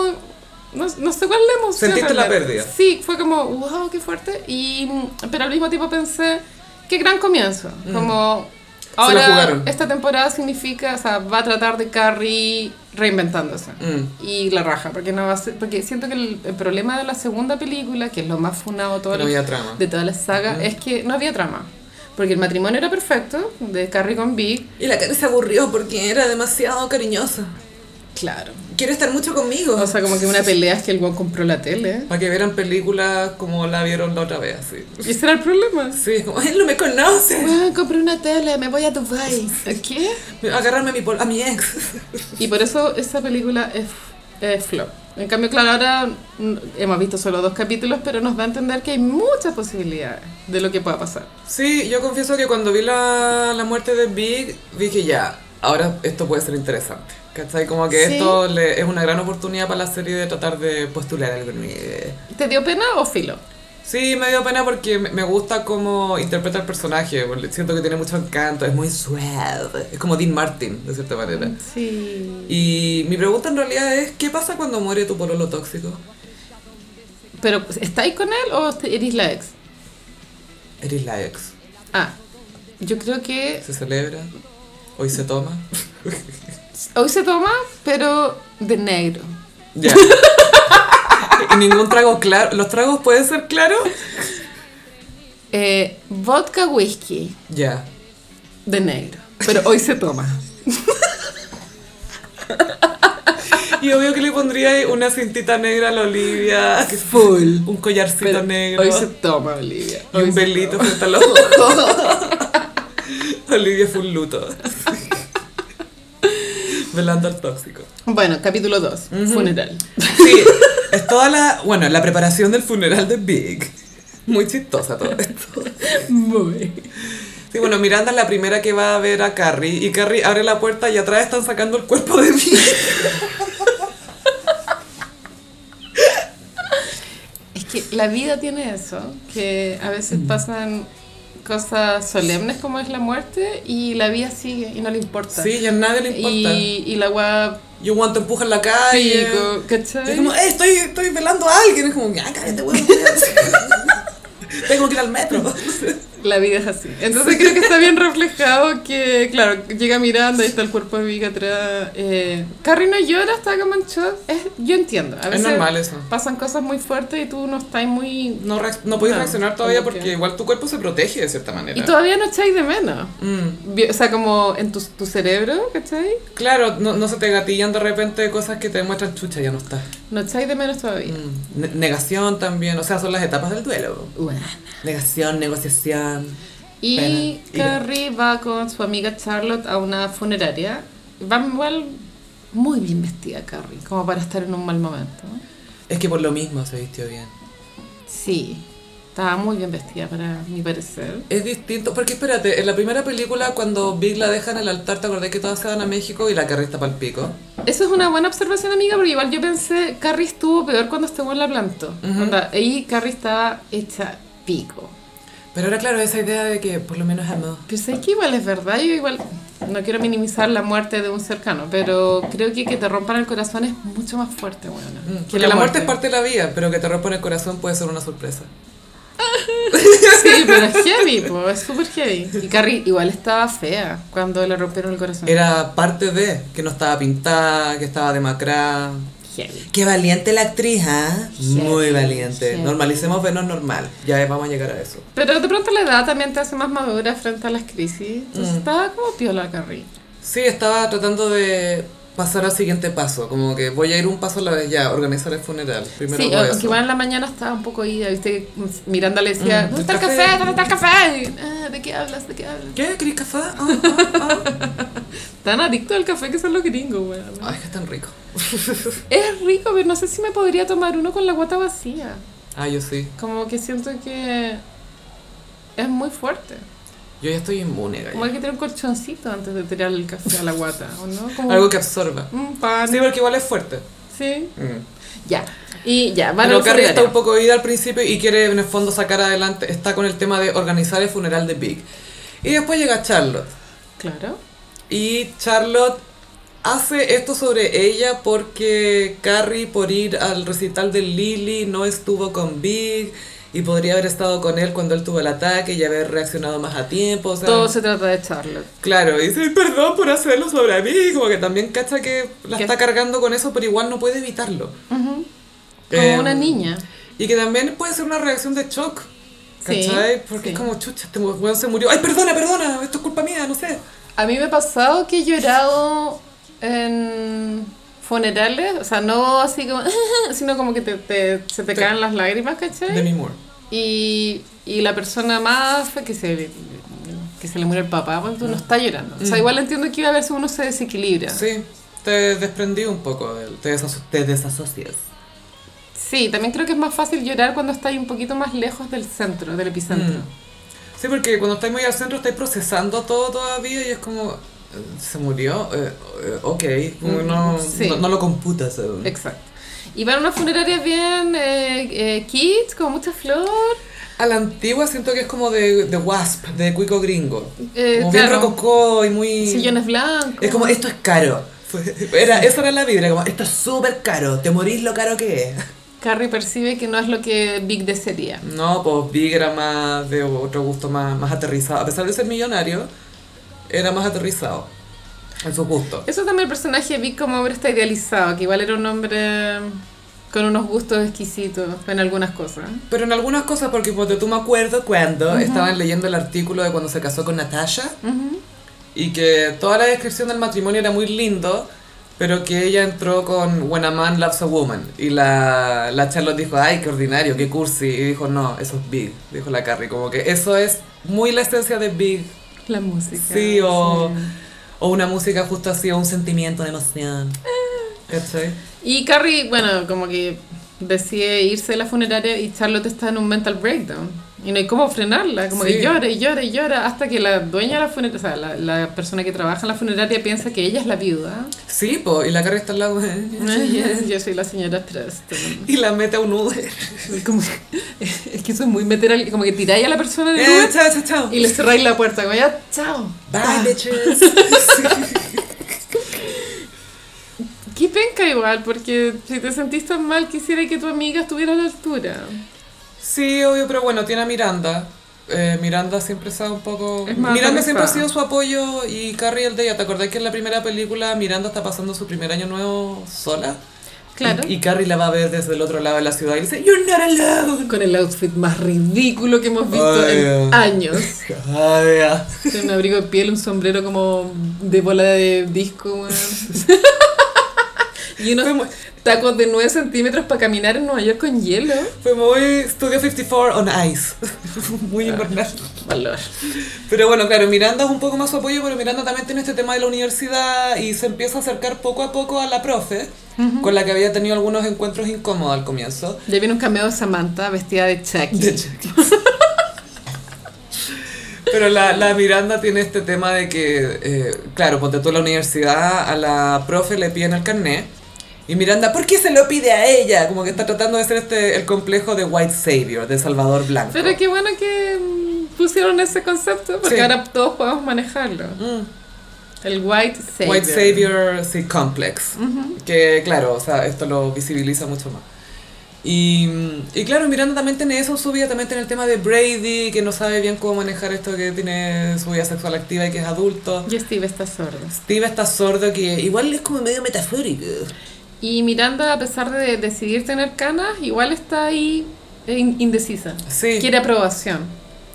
no, no sé cuál le emoción. Sentiste la realmente. pérdida. Sí, fue como, wow, qué fuerte. Y, pero al mismo tiempo pensé, qué gran comienzo. Como, la ahora Mm. jugaron. esta temporada significa, o sea, va a tratar de Carrie reinventándose. Mm. Y la raja, porque no va a ser, porque siento que el, el problema de la segunda película, que es lo más funado de toda No la- había trama. de toda la saga, Ujú. es que no había trama. Porque el matrimonio era perfecto, de Carrie con Big, Y la Karen se aburrió porque era demasiado cariñosa. claro. Quiere estar mucho conmigo. O sea, como que una pelea es que el guan compró la tele. Para que vieran películas como la vieron la otra vez, así. Y ese era el problema. Sí, como, él no me conoce. Ah, compré una tele, me voy a Dubai. ¿Qué? Agarrarme a mi, pol- a mi ex. Y por eso esa película es, es flop. En cambio, claro, ahora mm, hemos visto solo dos capítulos, pero nos da a entender que hay muchas posibilidades de lo que pueda pasar. Sí, yo confieso que cuando vi la, la muerte de Big, dije ya, ahora esto puede ser interesante. ¿Cachai? Como que Sí. esto le- es una gran oportunidad para la serie de tratar de postular algo nuevo. ¿Te dio pena o filo? Sí, me dio pena porque me me gusta cómo interpreta el personaje. porque Siento que tiene mucho encanto, es muy suave. Es como Dean Martin, de cierta manera. Sí. Y mi pregunta en realidad es, ¿qué pasa cuando muere tu pololo tóxico? ¿Pero estáis con él o te- eres la ex? Eres la ex. Ah, yo creo que ¿Se celebra? ¿Hoy se toma? hoy se toma, pero de negro. Ya. y ningún trago claro. ¿Los tragos pueden ser claros? Eh, vodka whisky Ya. de negro. Pero hoy se toma. Y obvio que le pondría una cintita negra a la Olivia. que es Full. Un collarcito Pero negro. Hoy se toma, Olivia. Y un velito frente a los ojos. Olivia fue un luto. Velando al tóxico. Bueno, capítulo 2, funeral. Sí, es toda la. Bueno, la preparación del funeral de Big. Muy chistosa todo esto. Muy. Sí, bueno, Miranda es la primera que va a ver a Carrie. Y Carrie abre la puerta y atrás están sacando el cuerpo de Big. Es que la vida tiene eso, que a veces pasan cosas solemnes como es la muerte y la vida sigue y no le importa. Sí, y a nadie le importa. Y, y la agua Y un guante empuja en la calle. pico, Y ¿cachai? es como, "Eh, estoy, estoy velando a alguien. Es como, ya, cállate, weón. Tengo que ir al metro. La vida es así. Entonces creo que está bien reflejado que, claro, llega Miranda y está el cuerpo de Vic atrás. eh, Carrie no llora, está como en shock. Es- yo entiendo. A Es veces normal eso. pasan cosas muy fuertes y tú no estás muy... No, reac- no podéis No, reaccionar todavía como que- porque igual tu cuerpo se protege de cierta manera. Y todavía no echáis de menos. Mm. Vi- O sea, como en tu, tu cerebro, ¿cachai? Claro, no, no se te gatillan de repente cosas que te muestran chucha, ya no está. No echáis de menos todavía. Mm. Ne- negación también, o sea, son las etapas del duelo. Negación, negociación. Y Pena, ira. Carrie va con su amiga Charlotte a una funeraria. Va igual muy bien vestida Carrie, como para estar en un mal momento. Es que por lo mismo se vistió bien. Sí, estaba muy bien vestida para mi parecer. Es distinto, porque espérate, en la primera película cuando Big la deja en el altar, ¿te acordás que todas se van a México y la carreta para el pico? Eso es una buena observación, amiga, porque igual yo pensé, Carrie estuvo peor cuando este en la plantó. Ujú. Onda, ahí Carrie estaba hecha pico. Pero ahora claro, esa idea de que por lo menos amó. Pero sé que igual es verdad, yo igual no quiero minimizar la muerte de un cercano, pero creo que que te rompan el corazón es mucho más fuerte, bueno. Mm, porque la muerte es parte de la vida, pero que te rompan el corazón puede ser una sorpresa. Sí, pero es heavy, po, es súper heavy. Y Carrie igual estaba fea cuando le rompieron el corazón. Era parte de que no estaba pintada, que estaba demacrada. heavy. Qué valiente la actriz, ¿ah? Heavy, Muy valiente. heavy. Normalicemos vernos normal. Ya eh, vamos a llegar a eso. Pero de pronto la edad también te hace más madura frente a las crisis. Entonces Mm. estaba como piola Carrie. Sí, estaba tratando de pasar al siguiente paso. Como que voy a ir un paso a la vez ya, organizar el funeral. Primero sí, hago aunque eso. igual en la mañana estaba un poco ida, viste que Miranda le decía, Mm, ¿dónde está el café. café? ¿Dónde está el café? Y, "Ah, ¿De qué hablas? ¿De qué hablas? ¿Qué? ¿Querés café? Ah, ah, ah. Tan adicto al café que son los gringos, weón. Ay, que Ah, es tan rico. Es rico, pero no sé si me podría tomar uno con la guata vacía. Ah, yo sí. Como que siento que es muy fuerte. Yo ya estoy inmune, gallo. Como hay que tener un colchoncito antes de tirar el café a la guata, ¿o no? Como Algo que absorba. un pan. Sí, Sí. porque igual es fuerte. Ya. Y ya, van Pero al Carrie está funerario. un poco ida al principio y quiere en el fondo sacar adelante, está con el tema de organizar el funeral de Big. Y después llega Charlotte. Claro. Y Charlotte hace esto sobre ella porque Carrie por ir al recital de Lily no estuvo con Big y podría haber estado con él cuando él tuvo el ataque y haber reaccionado más a tiempo. O sea, Todo se trata de Charlotte. Claro, y dice, perdón por hacerlo sobre mí, como que también cacha que la Que- está cargando con eso, pero igual no puede evitarlo. Ujú. Como Em, una niña. Y que también puede ser una reacción de shock. Sí, ¿Cachai? Porque sí. es como, chucha, este weón se murió. ¡Ay, perdona, perdona! Esto es culpa mía, no sé. A mí me ha pasado que he llorado en funerales, o sea, no así como, sino como que te, te- se te Te- caen las lágrimas, ¿cachai? Demi Moore. Y, y la persona más fe- que se, que se le muere el papá, cuando no está llorando. O sea, Mm. igual entiendo que iba a verse uno se desequilibra. Sí. Sí, te desprendí un poco, de él, te, desaso- te desasocias. también creo que es más fácil llorar cuando estás un poquito más lejos del centro, del epicentro. Mm. Sí, porque cuando estáis muy al centro estáis procesando todo todavía y es como, eh, se murió, eh, eh, ok, como Mm, no, sí. no, no lo computas. eh. aún. Exacto. Y van a una funeraria bien eh, eh, kit, con mucha flor. A la antigua siento que es como de, de Wasp, de Cuico Gringo. Eh, como bien claro. rococó y muy... Sillones blancos. Es como, esto es caro. Fue- Era, esa era la vibra, como, esto es súper caro, te morís lo caro que es. Carrie percibe que no es lo que Big desearía. No, pues Big era más de otro gusto, más, más aterrizado. A pesar de ser millonario, era más aterrizado en su gusto. Eso también el personaje de Big como hombre está idealizado, que igual era un hombre con unos gustos exquisitos en algunas cosas. Pero en algunas cosas, porque ponte tú me acuerdo cuando estaban leyendo el artículo de cuando se casó con Natasha y que toda la descripción del matrimonio era muy lindo, pero que ella entró con When a Man Loves a Woman y la, la Charlotte dijo, ay, qué ordinario, qué cursi, y dijo, no, eso es Big, dijo la Carrie, como que eso es muy la esencia de Big, La música. sí, o, o una música justo así, o un sentimiento, una emoción. ¿Cachai? Y Carrie, bueno, como que decide irse de la funeraria y Charlotte está en un mental breakdown. Y no hay cómo frenarla, como Sí. que llora y llora y llora hasta que la dueña de la funeraria, o sea, la, la persona que trabaja en la funeraria piensa que ella es la viuda. Sí, po, y la Carrie está al lado Yo soy la señora Preston. y la mete a un Uber. Como que- es que eso es muy meter al, como que tiráis a la persona del Eh, Uber chao, chao, chao. y le cerráis la puerta, como ya, chao. Bye, bitches. Qué penca igual, porque si te sentís tan mal, quisiera que tu amiga estuviera a la altura. Sí, obvio, pero bueno, tiene a Miranda. Eh, Miranda siempre está un poco... Es más Miranda siempre ha aterrizada. sido su apoyo y Carrie el de ella. ¿Te acordás que en la primera película Miranda está pasando su primer año nuevo sola? Claro. Y, y Carrie la va a ver desde el otro lado de la ciudad y dice, You're not alone. Con el outfit más ridículo que hemos visto Ay, en ah. años. Ay, ah. Tiene un abrigo de piel, un sombrero como de bola de disco, weón. Y unos tacos de 9 centímetros para caminar en Nueva York con hielo. Fue muy Studio 54 on Ice. muy invernal. Valor. Pero bueno, claro, Miranda es un poco más su apoyo, pero Miranda también tiene este tema de la universidad y se empieza a acercar poco a poco a la profe, con la que había tenido algunos encuentros incómodos al comienzo. Ya viene un cameo de Samantha vestida de Chucky. Pero la, la Miranda tiene este tema de que, eh, claro, ponte tú en la universidad, a la profe le piden el carnet. Y Miranda, ¿por qué se lo pide a ella? Como que está tratando de ser este, el complejo de White Savior, de Salvador Blanco. Pero qué bueno que mm, pusieron ese concepto, porque Sí. ahora todos podemos manejarlo. Mm. El White Savior. White Savior sí, Complex. Que claro, o sea, esto lo visibiliza mucho más. Y, y claro, Miranda también tiene eso en su vida, también tiene el tema de Brady, que no sabe bien cómo manejar esto que tiene su vida sexual activa y que es adulto. Y Steve está sordo. Steve está sordo, que igual es como medio metafórico. Y Miranda, a pesar de decidir tener canas, igual está ahí eh, in- indecisa. Sí. Quiere aprobación.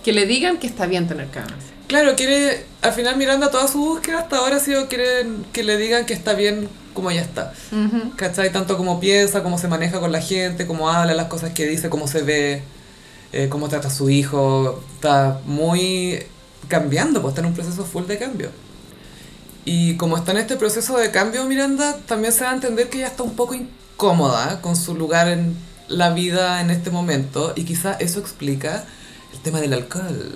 Que le digan que está bien tener canas. Claro, quiere, al final Miranda toda su búsqueda hasta ahora ha sido quieren que le digan que está bien como ya está. ¿Cachai? Tanto como piensa, cómo se maneja con la gente, cómo habla, las cosas que dice, cómo se ve, eh, cómo trata a su hijo. Está muy cambiando, pues está en un proceso full de cambio. Y como está en este proceso de cambio, Miranda también se da a entender que ella está un poco incómoda ¿eh? con su lugar en la vida en este momento. Y quizá eso explica el tema del alcohol.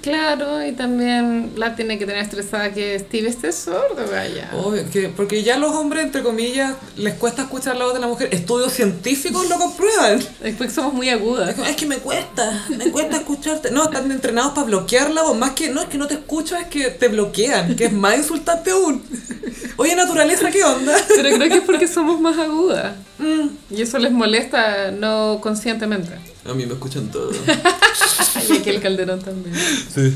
Claro, y también la tiene que tener estresada que Steve esté sordo, vaya. Obvio, que- porque ya los hombres, entre comillas, les cuesta escuchar la voz de la mujer. Estudios científicos lo comprueban. Después somos muy agudas. Es que me cuesta, me cuesta escucharte. No, están entrenados para bloquear la voz. Más que no, es que no te escucho, es que te bloquean, que es más insultante aún. Oye, naturaleza, ¿qué onda? Pero creo que es porque somos más agudas. Mm. Y eso les molesta no conscientemente. A mí me escuchan todo. Y aquí el calderón también. Sí.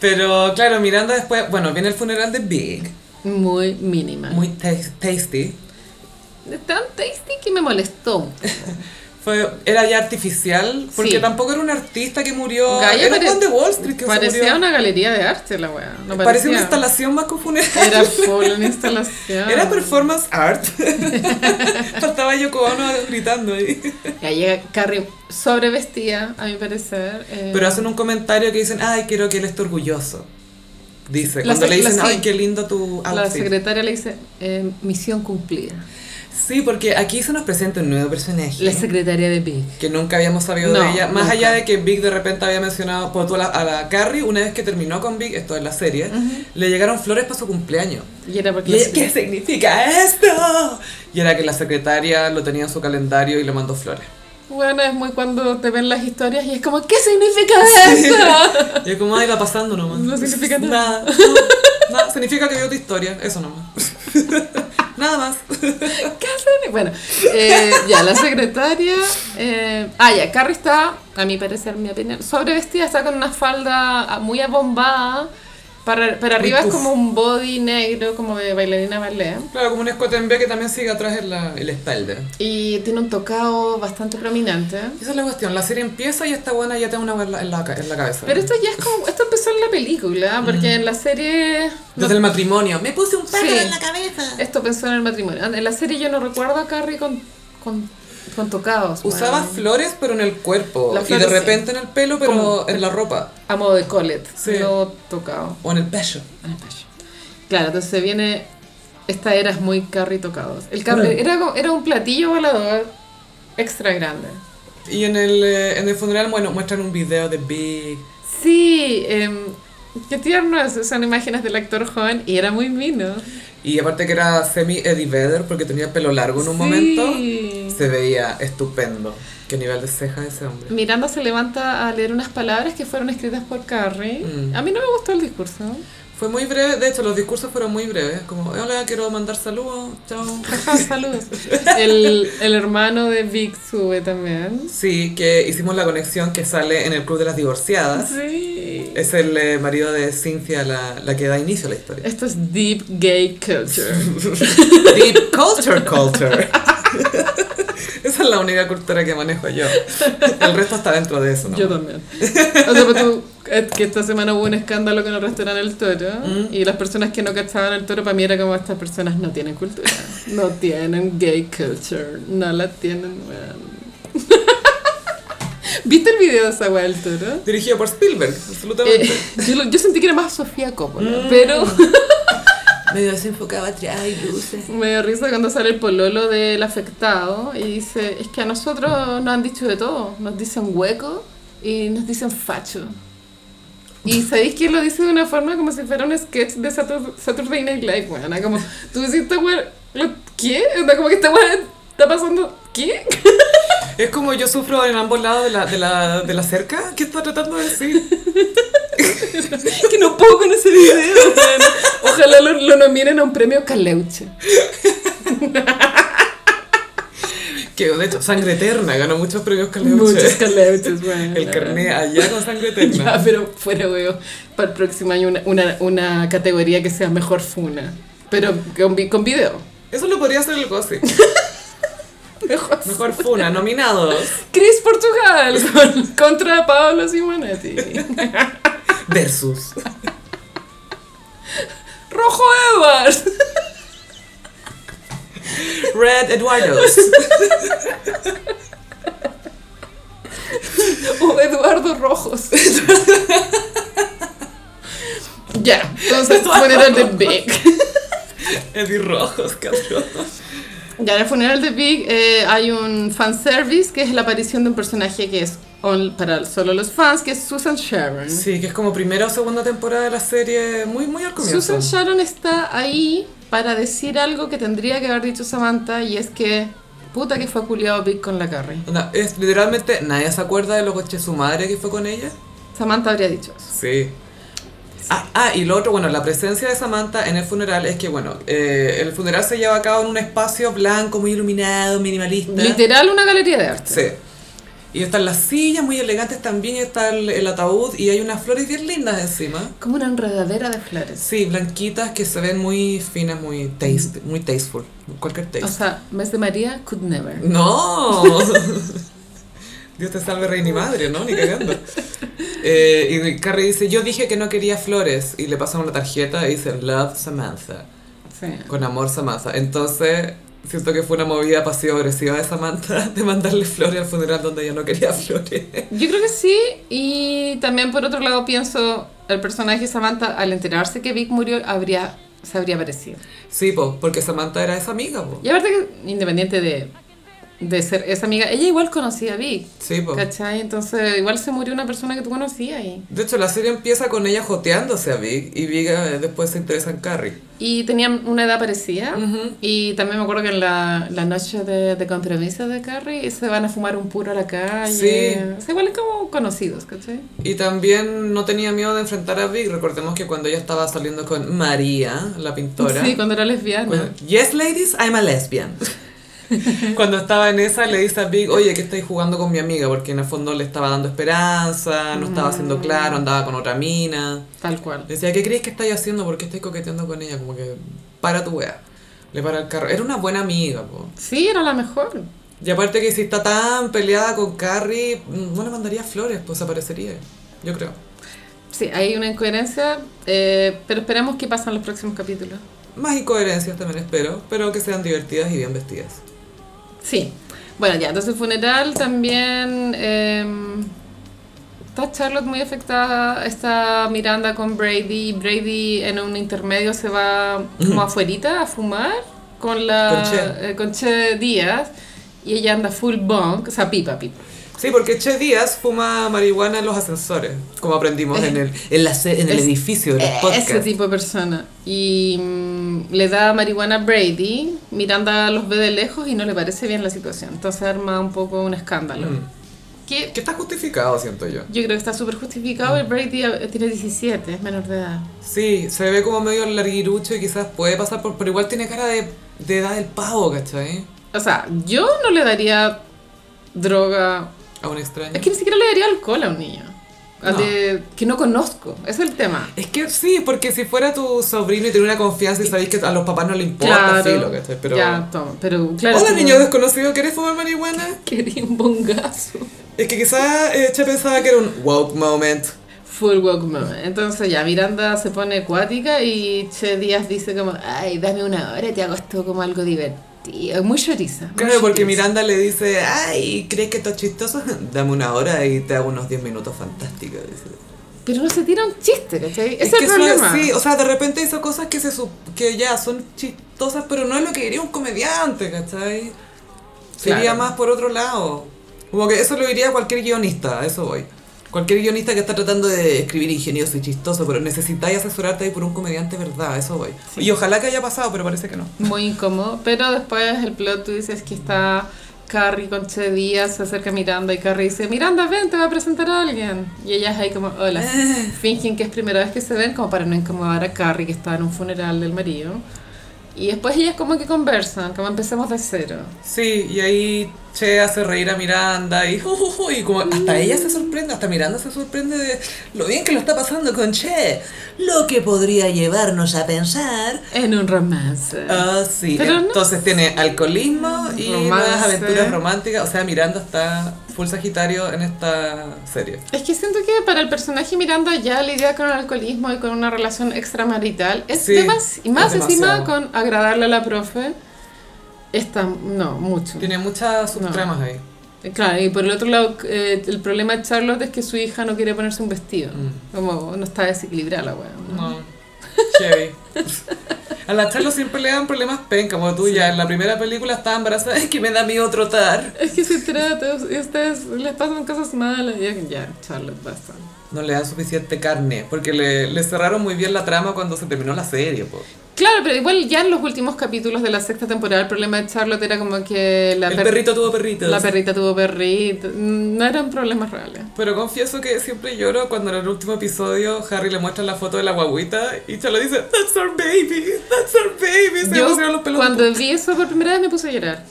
Pero claro, Miranda después, bueno, viene el funeral de Big, Muy mínima. muy tas- tasty. Tan tasty que me molestó. Fue, era ya artificial, porque Sí. tampoco era un artista que murió. Gallo Oh, era un pare- Juan de Wall Street que se Parecía murió. una galería de arte la weá. No parecía, parecía. una instalación más que un funeral. Era full una instalación. Era performance art. Faltaba Yoko Ono gritando ahí. Ya llega Carrie sobrevestida, a mi parecer. eh, Pero hacen un comentario que dicen, ay, quiero que él esté orgulloso. Dice, La cuando sec- le dicen, la sec- ay, qué lindo tu la outfit. secretaria le dice, eh, misión cumplida. Sí, porque aquí se nos presenta un nuevo personaje. La secretaria de Big. que nunca habíamos sabido No, de ella, más nunca. allá de que Big de repente había mencionado por toda la- a la Carrie, una vez que terminó con Big, esto es la serie, le llegaron flores para su cumpleaños. Y era porque... Y ella, ¿qué significa esto? Y era que la secretaria lo tenía en su calendario y le mandó flores. Bueno, es muy cuando te ven las historias y es como, ¿qué significa esto? Y es como, ay, va pasando nomás. No significa nada. Nada, nada, significa que vio tu historia, eso nomás. nada más. ¿Qué hacen? Bueno, eh, ya, la secretaria... eh, ah, ya, Carrie está, a mi parecer, mi opinión, sobrevestida, está con una falda ah, muy abombada, para, para Muy arriba es puff. como un body negro, como de bailarina ballet. Claro, como un escote en B que también sigue atrás en la, en la espalda. Y tiene un tocado bastante prominente. Esa es la cuestión, la serie empieza y esta buena ya tiene una hueá en la, en la ca- en la cabeza. Pero esto ya es como. Esto empezó en la Mm. película, porque en la serie. no- Desde el matrimonio. Me puse un pájaro Sí. en la cabeza. esto pensó en el matrimonio. En la serie yo no recuerdo a Carrie con, con, con tocados. Usaba weón. flores, pero en el cuerpo. Las Y de flores, sí. repente en el pelo, pero Como- en la ropa. A modo de Colette, Sí. no tocado. O en el pecho. Claro, entonces viene. Esta era es muy Carrie tocados. El Carrie era, como- era un platillo volador extra grande. Y en el, eh, en el funeral, bueno, muestran un video de Big. Sí, em, qué tierno es, son imágenes del actor joven y era muy mino. Y aparte que era semi Eddie Vedder porque tenía pelo largo en un Sí. momento. Se veía estupendo. Qué nivel de ceja ese hombre. Miranda se levanta a leer unas palabras que fueron escritas por Carrie. Mm. A mí no me gustó el discurso. Fue muy breve, de hecho los discursos fueron muy breves. Como, hola, quiero mandar saludos, chao. Ajá, saludos. El, el hermano de Vic sube también. Sí, que hicimos la conexión que sale en el Club de las Divorciadas. Sí. Es el Ah. eh, marido de Cynthia la, la que da inicio a la historia. Esto es deep gay culture. Deep culture culture. Esa es la única cultura que manejo yo. El resto está dentro de eso, ¿no? Yo también. O sea, pues tú, eh, que esta semana hubo un escándalo con el restaurante El Toro y las personas que no cachaban El Toro para mí era como estas personas no tienen cultura, no tienen gay culture, no la tienen. weón. ¿Viste el video de esa weá del Toro? Dirigido por Spielberg, absolutamente. Eh, yo, lo- yo sentí que era más Sofía Coppola, pero Medio desenfocado atrás y luces. me dio risa cuando sale el pololo del afectado y dice, es que a nosotros nos han dicho de todo, nos dicen hueco y nos dicen facho. Y sabéis que lo dice de una forma como si fuera un sketch de Satur- Saturday Night Live, weona, como, tú decís, esta weá, lo- ¿qué? Onda, Como que esta weá está pasando, ¿qué? Es como yo sufro en ambos lados de la, de la, de la cerca. ¿Qué está tratando de decir? que no puedo con ese video, weona. Ojalá lo, lo nominen a un premio Caleuche. Que de hecho, Sangre Eterna ganó muchos premios Muchos Caleuche. Caleuches, weón. El carné allá con Sangre Eterna. Ya, pero fuera, weón. Para el próximo año una, una, una categoría que sea mejor funa. Pero con, vi- con video. Eso lo podría hacer el gossip. Mejor. Mejor Funa, nominados. Chris Portugal con- contra Paolo Simonetti. Versus. Rojo Edwards. Red Eduardos. o Eduardo Rojos. Ya, entonces funeral de Big. Eddie Rojos, cabrón. Ya en el funeral de Big eh, hay un fanservice que es la aparición de un personaje que es on- para solo los fans, que es Susan Sharon. Sí, que es como primera o segunda temporada de la serie, muy, muy al comienzo. Susan Sharon está ahí para decir algo que tendría que haber dicho Samantha y es que puta que fue culiado Big con la Carrie. Onda, es literalmente, nadie se acuerda de lo coche su madre que fue con ella. Samantha habría dicho eso. Sí. Ah, ah, y lo otro, bueno, la presencia de Samantha en el funeral es que, bueno, eh, el funeral se lleva a cabo en un espacio blanco, muy iluminado, minimalista. Literal una galería de arte. Sí. Y están las sillas muy elegantes también, está el, el ataúd y hay unas flores bien lindas encima. Como una enredadera de flores. Sí, blanquitas que se ven muy finas, muy taste, muy tasteful, cualquier taste. O sea, mes de María could Mm. never. No. Dios te salve, reina y madre, ¿no? Ni cagando. Eh, y Carrie dice, yo dije que no quería flores. Y le pasan una tarjeta y dice, love Samantha. Sí. Con amor Samantha. Entonces, siento que fue una movida pasivo-agresiva de Samantha de mandarle flores al funeral donde ella no quería flores. Yo creo que sí, y también por otro lado pienso, el personaje Samantha, al enterarse que Vic murió, habría, se habría parecido. Sí, po, porque Samantha era esa amiga, po. Y aparte que, independiente de, de ser esa amiga, ella igual conocía a Vic, Sí, po. ¿cachai? Entonces igual se murió una persona que tú conocías y, De hecho, la serie empieza con ella joteándose a Vic y Vic eh, después se interesa en Carrie. y tenían una edad parecida. Y también me acuerdo que en la, la noche de, de compromiso de Carrie se van a fumar un puro a la calle. Sí. O sea, igual es como conocidos, ¿cachai? Y también no tenía miedo de enfrentar a Vic. Recordemos que cuando ella estaba saliendo con María, la pintora. Sí, cuando era lesbiana. Cuando- yes, ladies, I'm a lesbian. Cuando estaba en esa, le dice a Big, oye, que estáis jugando con mi amiga, porque en el fondo le estaba dando esperanza, no estaba siendo claro, andaba con otra mina. Tal cual. Le decía, ¿qué crees que estáis haciendo? ¿Por qué estáis coqueteando con ella? Como que, para tu wea. Le para el carro. Era una buena amiga, po. Sí, era la mejor. Y aparte que si está tan peleada con Carrie, mm, no le mandaría flores, pues aparecería. Yo creo. Sí, hay una incoherencia, eh, pero esperemos que pasen los próximos capítulos. Más incoherencias también espero, pero que sean divertidas y bien vestidas. Sí. Bueno, ya, entonces el funeral también... eh, está Charlotte muy afectada, está Miranda con Brady, Brady en un intermedio se va como afuerita a fumar con la... Con Che. eh, con Che Díaz y ella anda full bunk, o sea, pipa, pipa. Sí, porque Che Díaz fuma marihuana en los ascensores, como aprendimos en el, en la se- en el Es- edificio de los podcasts. Eh, Ese tipo de persona. Y mm, le da marihuana a Brady, Miranda los ve de lejos y no le parece bien la situación. Entonces arma un poco un escándalo. Mm. Que Que está justificado, siento yo. yo creo que está súper justificado. El Brady eh, tiene 17, es menor de edad. Sí, se ve como medio larguirucho y quizás puede pasar por... Pero igual tiene cara de, de edad del pavo, ¿cachai? O sea, yo no le daría droga. A un extraño. Es que ni siquiera le daría alcohol a un niño. A No. de- que no conozco. Ese es el tema. Es que sí, porque si fuera tu sobrino y tiene una confianza y sabéis que a los papás no le importa, filo, ¿cachai? Pero... Ya, toma. Pero claro. Hola, es como- niño desconocido, ¿querés fumar marihuana? Quería un bongazo. Es que quizás eh, Che pensaba que era un woke moment. Full walk moment. Entonces ya Miranda se pone acuática y Che Díaz dice como, ay, dame una hora, te hago esto como algo divertido. Muy choriza. muy Claro, porque choriza. Miranda le dice, ay, ¿crees que esto es chistoso? Dame una hora y te hago unos 10 minutos fantásticos. dice. Pero no se tira un chiste, ¿cachai? Ese es, que el eso problema. sí, o sea, de repente hizo cosas que, se, sup- que ya son chistosas, pero no es lo que diría un comediante, ¿cachai? Sería Claro. más por otro lado. Como que eso lo diría cualquier guionista, a eso voy. Cualquier guionista que está tratando de escribir ingenioso y chistoso, pero necesitáis asesorarte ahí por un comediante, ¿verdad? A eso voy. Sí. Y ojalá que haya pasado, pero parece que no. Muy incómodo. Pero después el plot tú dices que está Carrie con Che Díaz, se acerca a Miranda y Carrie dice, Miranda, ven, te va a presentar a alguien. Y ellas ahí como, hola. Fingen que es primera vez que se ven como para no incomodar a Carrie que está en un funeral del marido. Y después ellas como que conversan, como empecemos de cero. Sí, y ahí Che hace reír a Miranda y, ju, ju, ju, y como hasta ella se sorprende, hasta Miranda se sorprende de lo bien que lo está pasando con Che. Lo que podría llevarnos a pensar. En un romance. Ah, sí. Pero no. Entonces tiene alcoholismo y Romance. nuevas aventuras románticas. O sea, Miranda está full Sagitario en esta serie. Es que siento que para el personaje Miranda ya lidiar con el alcoholismo y con una relación extramarital es Sí, demás, y más es encima demasiado. con agradarle a la profe. Está, no, mucho. Tiene muchas subtramas ahí. Eh, Claro, y por el otro lado, eh, el problema de Charlotte es que su hija no quiere ponerse un vestido. Mm. Como no está desequilibrada la weá. ¿no? No. Heavy. A la Charlo siempre le dan problemas penca, como tú ya en la primera película estaba embarazada, es que me da miedo trotar. Es que se trata, y ustedes les pasan cosas malas. Y es que ya, Charlotte, basta. no le dan suficiente carne, porque le, le cerraron muy bien la trama cuando se terminó la serie. po. Claro, pero igual ya en los últimos capítulos de la sexta temporada el problema de Charlotte era como que la, El per- perrito tuvo perritos. la perrita tuvo perrito. Mm, No eran problemas reales. Pero confieso que siempre lloro cuando en el último episodio Harry le muestra la foto de la guaguita y Charlotte dice, That's our baby, that's our baby. Se me Yo pusieron los pelos de cuando vi eso por primera vez me puse a llorar.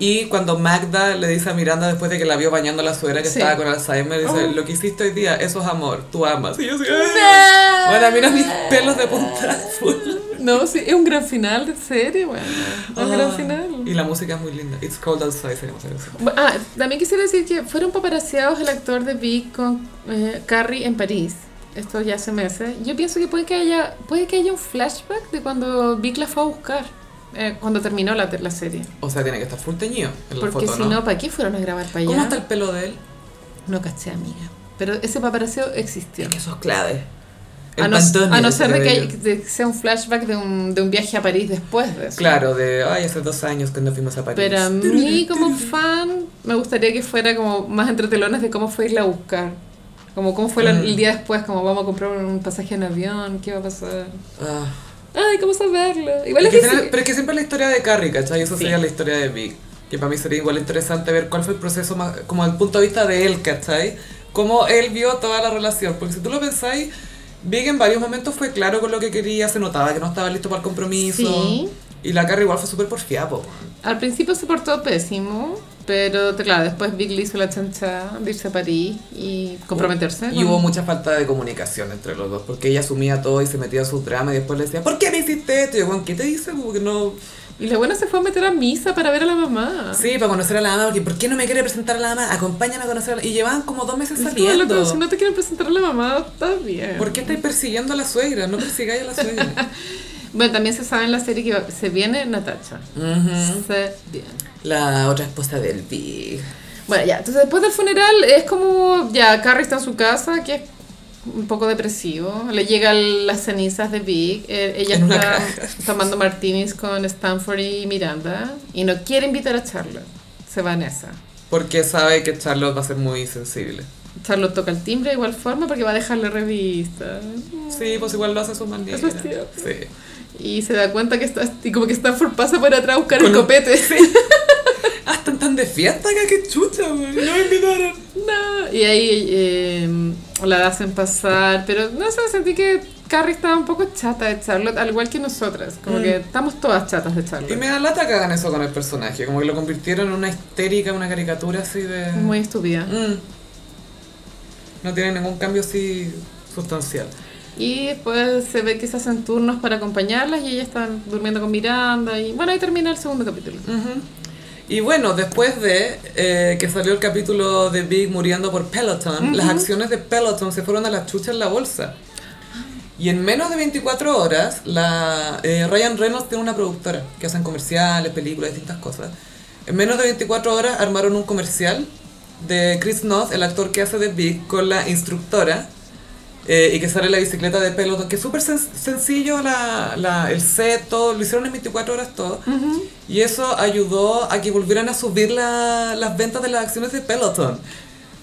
Y cuando Magda le dice a Miranda después de que la vio bañando a la suegra que Sí. estaba con Alzheimer, dice, Oh. lo que hiciste hoy día, eso es amor, tú amas. Y yo soy, "Ah". Bueno, mira mis pelos de punta azul. No, sí, es un gran final de serie, bueno. Un Ah. gran final. Y la música es muy linda. It's cold outside, se llama esa canción. Ah, también quisiera decir que fueron paparazziados el actor de Big con eh, Carrie en París. Esto ya hace meses. Yo pienso que puede que haya, puede que haya un flashback de cuando Vic la fue a buscar, eh, cuando terminó la, la serie. O sea, tiene que estar full teñido en la Porque foto, si ¿no? no, ¿para qué fueron a grabar para allá? ¿Cómo está el pelo de él? No caché, amiga. Pero ese paparazzo existió. Es que eso es clave. El A no, a Pantone, no el ser de que, cabello. hay- de que sea un flashback de un, de un viaje a París después de eso. Claro, de, ay, hace dos años cuando fuimos a París. Pero mm, a mí como fan me gustaría que fuera como más entre telones de cómo fue irla a buscar. Como cómo fue la- Mm. el día después, como vamos a comprar un pasaje en avión, qué va a pasar. Ah. Ay, ¿cómo saberlo? Igual Es que es tiene- difícil. pero es que siempre la historia de Carrie, ¿cachai? Eso Sí. sería la historia de Vic. Que para mí sería igual interesante ver cuál fue el proceso, más, como el punto de vista de él, ¿cachai? Cómo él vio toda la relación. Porque si tú lo pensáis, Vic en varios momentos fue claro con lo que quería, se notaba que no estaba listo para el compromiso. Sí. Y la Carrie igual fue súper porfiada, po. Al principio se portó pésimo, pero te- claro, después Big le hizo la chancha de irse a París y comprometerse. Y con- hubo mucha falta de comunicación entre los dos, porque ella asumía todo y se metía a su drama y después le decía, ¿por qué me hiciste esto? Y yo, "Bueno, ¿qué te dice? Porque no... Y la buena se fue a meter a misa para ver a la mamá. Sí, para conocer a la mamá, porque ¿por qué no me quiere presentar a la mamá? Acompáñame a conocer a la... Y llevaban como dos meses Es como saliendo. loco, si no te quieren presentar a la mamá, está bien. ¿Por qué estáis persiguiendo a la suegra? No persigáis a la suegra. Bueno, también se sabe en la serie que va- se viene Natacha. Mm. Se viene. La otra esposa del Big. Bueno, ya, entonces después del funeral es como, ya, Carrie está en su casa, que es un poco depresivo, le llegan las cenizas de Big, eh, ella En una está caja. tomando martinis con Stanford y Miranda, y no quiere invitar a Charlotte, se va en esa. Porque sabe que Charlotte va a ser muy sensible. Charlotte toca el timbre de igual forma porque va a dejarle revista. Sí, pues igual lo hace a su manera. Eso es cierto. Sí. Y se da cuenta que está, y como que Stanford pasa por atrás a buscar el Con un- copete. Ah, están tan de fiesta acá, qué chucha, güey. No me invitaron. No, y ahí eh, la hacen pasar, pero no sé, sentí que Carrie estaba un poco chata de Charlotte, al igual que nosotras, como que estamos todas chatas de Mm. Y me Charlotte. da lata que hagan eso con el personaje. Como que lo convirtieron en una histérica, una caricatura así de. Muy estúpida. Mm. No tiene ningún cambio así sustancial. Y después se ve que se hacen turnos para acompañarlas y ellas están durmiendo con Miranda y bueno, ahí termina el segundo capítulo. Y bueno, después de eh, que salió el capítulo de Big muriendo por Peloton, las acciones de Peloton se fueron a la chucha en la bolsa. Y en menos de 24 horas, la, eh, Ryan Reynolds tiene una productora que hacen comerciales, películas, distintas cosas. En menos de 24 horas armaron un comercial de Chris Noth, el actor que hace de Big, con la instructora. eh, y que sale la bicicleta de Peloton, que es súper sen- sencillo la, la- el set, todo, lo hicieron en 24 horas todo. Y eso ayudó a que volvieran a subir la- las ventas de las acciones de Peloton.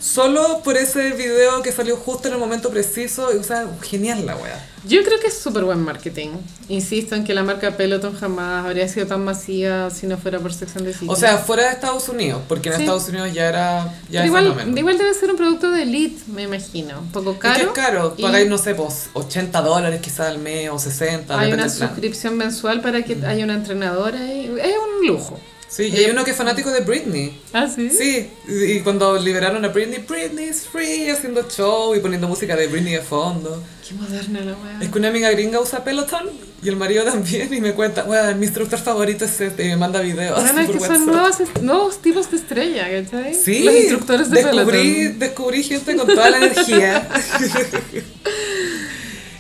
Solo por ese video que salió justo en el momento preciso, y, o sea, genial la wea. Yo creo que es súper buen marketing. Insisto en que la marca Peloton jamás habría sido tan masiva si no fuera por Sex and the City. O sea, fuera de Estados Unidos, porque en Sí. Estados Unidos ya era ya Pero es igual, fenómeno. igual debe ser un producto de elite, me imagino. Un poco Es caro. que es caro, y- pagáis, no sé, pues 80 dólares quizás al mes o 60, Hay depende una del plan. suscripción mensual para Mm. que haya una entrenadora y es un lujo. Sí, Eh, y hay uno que es fanático de Britney. Ah, sí. Sí, y y cuando liberaron a Britney, Britney's free, haciendo show y poniendo música de Britney de fondo. Qué moderna la weá. Es que una amiga gringa usa Peloton y el marido también y me cuenta, bueno, mi instructor favorito es este y me manda videos. Bueno, es por que son WhatsApp. nuevos, nuevos tipos de estrella, ¿cachai? Sí, Los instructores de descubrí, pelotón. descubrí gente con toda la energía.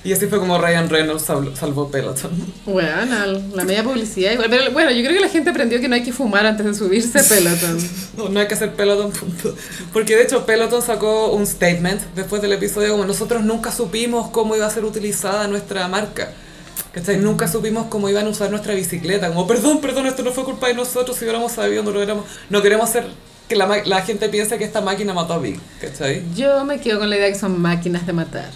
y así fue como Ryan Reynolds salvó, salvó Peloton. Bueno, la media publicidad igual. Pero bueno, yo creo que la gente aprendió que no hay que fumar antes de subirse a pelotón. No, no hay que hacer Peloton, punto. Porque de hecho Peloton sacó un statement después del episodio como nosotros nunca supimos cómo iba a ser utilizada nuestra marca. ¿Cachai? Nunca supimos cómo iban a usar nuestra bicicleta. Como, perdón, perdón, esto no fue culpa de nosotros. Si hubiéramos sabido, no lo hubiéramos... No queremos ser que la, ma- la gente piensa que esta máquina mató a Big, ¿cachai? Yo me quedo con la idea que son máquinas de matar.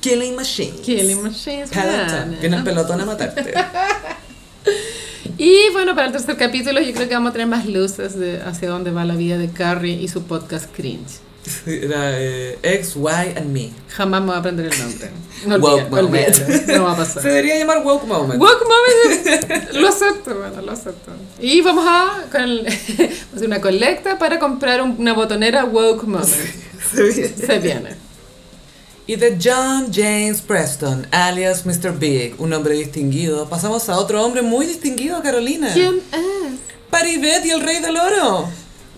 Killing Machines. Killing machines. Pelotón. man. Viene el pelotón a matarte. Y bueno, para el tercer capítulo yo creo que vamos a tener más luces de hacia dónde va la vida de Carrie y su podcast cringe. Era eh, X, Y and Me. Jamás me voy a aprender el nombre. No, Woke olvida- moment. olvídalo, no va a Se pasar. debería llamar Woke Moment. Woke moment. Lo acepto, bueno, lo acepto. Y vamos a con el- vamos a hacer una colecta para comprar un- una botonera woke moment. Se viene. Se viene. Y de John James Preston, alias Mr. Big, un hombre distinguido, pasamos a otro hombre muy distinguido, Carolina. ¿Quién es? Paribet y el Rey del Oro.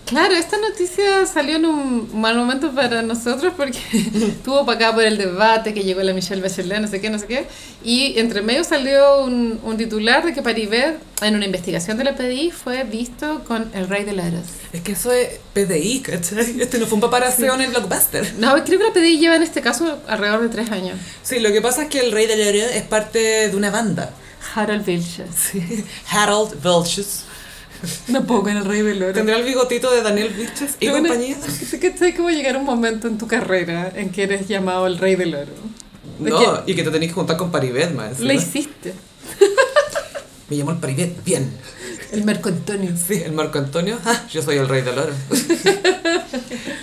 Claro, esta noticia salió en un mal momento para nosotros porque estuvo para acá por el debate que llegó la Michelle Bachelet, no sé qué, no sé qué. Y entre medio salió un, un titular de que Paribet, en una investigación de la PDI, fue visto con el rey de Laros. Es que eso es PDI, ¿cachai? Este no fue un paparazón en el blockbuster. No, creo que la PDI lleva en este caso alrededor de tres años. Sí, lo que pasa es que el Rey del Oro es parte de una banda. Harold Vilches. Harold Vilches. No puedo con el rey del oro. Tendrá el bigotito de Daniel Vilches y compañía. ¿Qué que sé cómo llegar un momento en tu carrera en que eres llamado el rey del oro? ¿De No, qué? y que te tenés que juntar con Paribet, más. Lo hiciste. Me llamó el Paribet, bien. El Marco Antonio. Sí, el Marco Antonio. Ah, yo soy el rey del oro.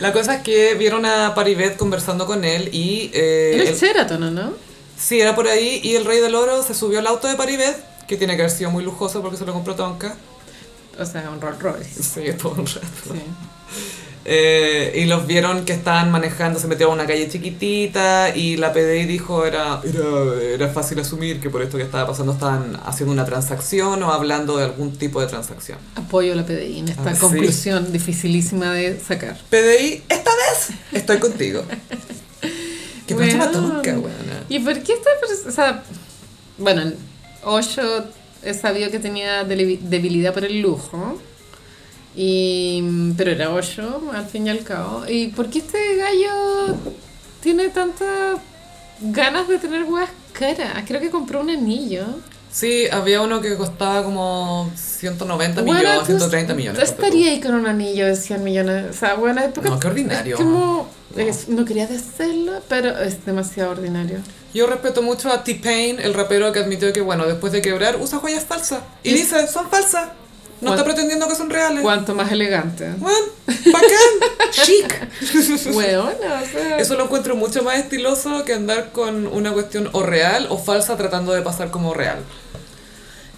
La cosa es que vieron a Paribet conversando con él y... eh, Era el él- Sheraton, ¿o ¿no? sí, era por ahí y el rey del oro se subió al auto de Paribet, que tiene que haber sido muy lujoso porque se lo compró Tonka. O sea, un Rolls Royce. Sí, todo un rato. Sí. Eh, y los vieron que estaban manejando, se metieron a una calle chiquitita y la PDI dijo era, era, era fácil asumir que por esto que estaba pasando estaban haciendo una transacción o hablando de algún tipo de transacción. Apoyo la PDI en esta Ah, sí. conclusión dificilísima de sacar. PDI, esta vez estoy contigo. Qué Weón. pancha matonca, weona. ¿Y por qué esta persona? O sea, bueno, el Osho es sabido que tenía deli- debilidad por el lujo. Y, pero era Osho, al fin y al cabo. ¿Y por qué este gallo tiene tantas ganas de tener huevas caras? Creo que compró un anillo. Sí, había uno que costaba como 190 Bueno, millones, tú- 130 Yo millones. ponte tú. estaría ahí con un anillo de 100 millones. O sea, bueno, es porque- No, qué ordinario. Es como. No. es- no quería decirlo, pero es demasiado ordinario. Yo respeto mucho a T-Pain, el rapero que admitió que, bueno, después de quebrar, usa joyas falsas. Y Y- dice, son falsas. No Bueno. está pretendiendo que son reales. Cuanto más elegante. Bueno, bacán, chic. Weona, o sea. Eso lo encuentro mucho más estiloso que andar con una cuestión o real o falsa tratando de pasar como real.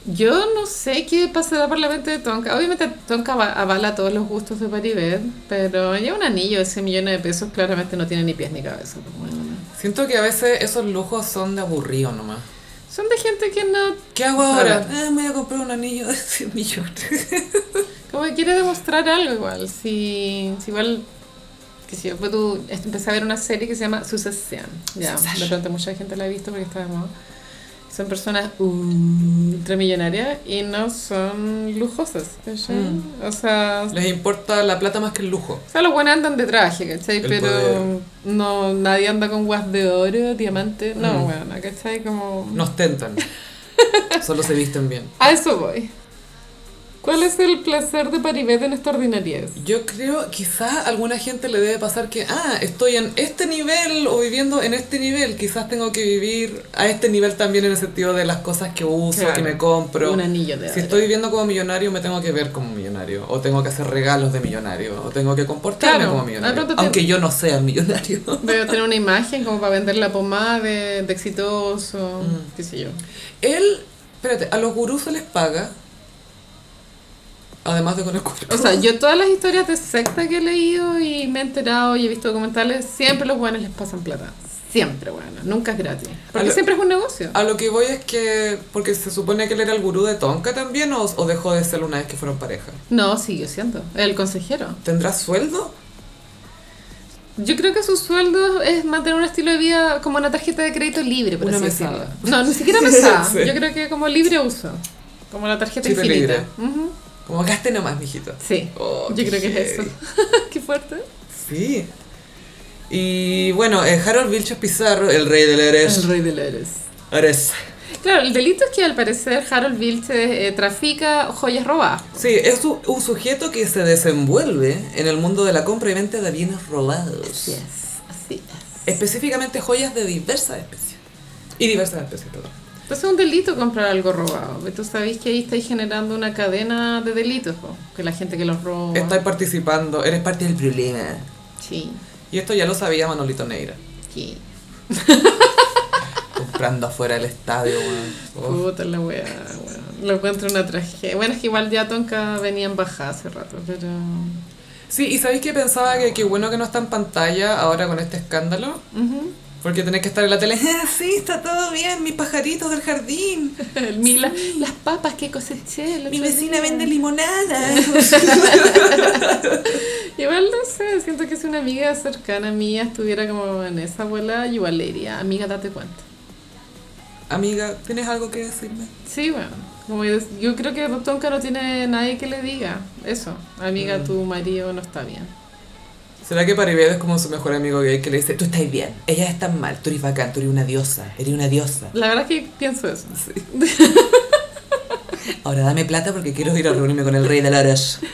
Yo no sé qué pasará por la mente de Tonka. Obviamente Tonka ava- avala todos los gustos de Paribet, pero ya un anillo de 100 millones de pesos claramente no tiene ni pies ni cabeza. pues, weona. Siento que a veces esos lujos son de aburrido nomás. Son de gente que no. ¿Qué hago ahora? Claro. Ah, me voy a comprar un anillo de 100 millones. Como que quiere demostrar algo igual. Si, si igual, que si yo, pues tú est- empecé a ver una serie que se llama Succession. Ya, Succession. de pronto mucha gente la ha visto porque está de moda. Son personas uh, ultramillonarias y no son lujosas. ¿cachai? Mm. O sea, Les importa la plata más que el lujo. o sea, los buenos andan de traje, ¿cachai? El Pero poder. no, nadie anda con guas de oro, diamante. No, Mm. bueno, ¿cachai? Como... No ostentan. Solo se visten bien. A eso voy. ¿Cuál es el placer de Paribet en esta ordinariedad? Yo creo, quizás alguna gente le debe pasar que, ah, estoy en este nivel o viviendo en este nivel, quizás tengo que vivir a este nivel también en el sentido de las cosas que uso, Claro. que me compro. un anillo de si oro. estoy viviendo como millonario, me tengo que ver como millonario, o tengo que hacer regalos de millonario, o tengo que comportarme Claro, como de millonario, pronto te- aunque yo no sea millonario. Debe tener una imagen como para vender la pomada de, de exitoso, Mm. qué sé yo. Él, espérate, a los gurús se les paga, además de con el cuerpo. O sea, yo todas las historias de secta que he leído y me he enterado y he visto documentales, siempre los buenos les pasan plata. Siempre, bueno, nunca es gratis. Porque lo- siempre es un negocio. A lo que voy es que, porque se supone que él era el gurú de Tonka también, o, o dejó de serlo una vez que fueron pareja. No, siguió siendo. El consejero. ¿Tendrá sueldo? Yo creo que su sueldo es mantener un estilo de vida como una tarjeta de crédito libre, por Una así mesada. decirlo. No, ni siquiera mesada. Sí. Yo creo que como libre uso. Como la tarjeta Chile infinita. libre. Ujú. Como gaste nomás, mijito. Sí. Oh, Yo creo que es heavy. eso. qué fuerte. Sí. Y bueno, eh, Harold Vilches Pizarro, el rey del Eres, rey del Eres. Eres Claro, el delito es que al parecer Harold Vilches eh, trafica joyas robadas. Sí, es un, un sujeto que se desenvuelve en el mundo de la compra y venta de bienes robados. Así es, así es. Específicamente joyas de diversas especies. Y diversas especies, perdón. Entonces es un delito comprar algo robado. Tú sabéis que ahí estáis generando una cadena de delitos, po, que la gente que los roba. Estás participando, eres parte del problema. Sí, Y esto ya lo sabía Manolito Neira. sí. Comprando afuera del estadio, weón. Oh. Puta la wea, weón. Lo encuentro una tragedia. Bueno, es que igual ya Tonka venía en bajada hace rato, pero. Sí, y sabéis que pensaba que qué bueno que no está en pantalla ahora con este escándalo. Ujú. Porque tenés que estar en la tele. "Ah, sí, está todo bien, mis pajaritos del jardín. El Mila- las papas que coseché. el Mi otro vecina día. vende limonada. Igual no sé, siento que si una amiga cercana mía estuviera como en esa abuela, igual le diría, amiga, date cuenta. Amiga, ¿tienes algo que decirme? Sí, bueno. Como yo, yo creo que Tonka no tiene nadie que le diga eso. Amiga, Mm. tu marido no está bien. ¿Será que Paribet es como su mejor amigo gay que le dice, tú estás bien, ellas están mal, tú eres bacán, tú eres una diosa, eres una diosa. La verdad es que pienso eso. Ahora dame plata porque quiero ir a reunirme con el rey de la Oroz.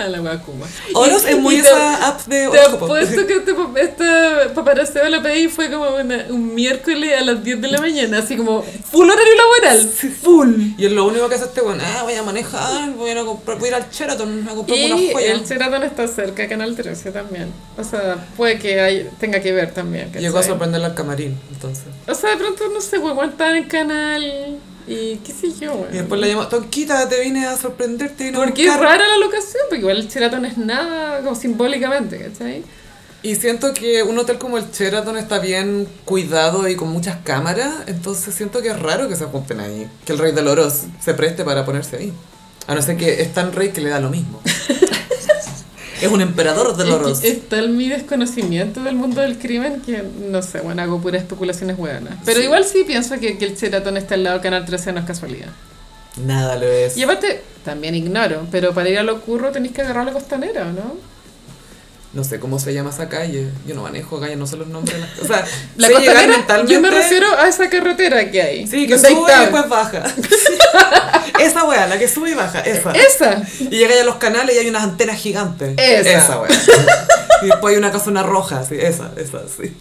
la wea Kuma. Oros Y- es muy y te- esa app de Te horóscopo. apuesto que este, pap- este paparazzo de la PDI fue como una- un miércoles a las 10 de la mañana, así como full horario laboral, full. Y es lo único que hace este bueno, ah, voy a manejar, voy a ir, a comprar, voy a ir al Sheraton a comprar una Y joya. el Sheraton está cerca, Canal 13 también. O sea, puede que hay- tenga que ver también. ¿cachai? Llegó a sorprenderla al camarín, entonces. O sea, de pronto no sé, pues aguantar el canal y qué sé yo, Y bueno. después la llamó, Tonquita, te vine a sorprenderte. Vine a Porque es buscar". rara la locación, porque igual el Sheraton es nada como simbólicamente, ¿cachai? Y siento que un hotel como el Sheraton está bien cuidado y con muchas cámaras, entonces siento que es raro que se junten ahí, que el rey de loros se preste para ponerse ahí. A no ser que es tan rey que le da lo mismo. es un emperador de loros. Es, es tal mi desconocimiento del mundo del crimen que no sé, bueno, hago puras especulaciones buenas. Pero Sí. igual sí pienso que, que el Sheraton está al lado de Canal 13 no es casualidad. Nada lo es. Y aparte, también ignoro, pero para ir a lo curro tenéis que agarrar la costanera, ¿o ¿no? No sé cómo se llama esa calle. Yo no manejo calle, no sé los nombres de las O sea, La sé llegar costanera, yo me mentalmente- refiero a esa carretera que hay. Sí, que donde hay sube y tab. después baja. esa wea, la que sube y baja, esa. Esa. Y llega ya a los canales y hay unas antenas gigantes. Esa. Esa, weón. y después hay una casa, una roja, sí, esa, esa, sí.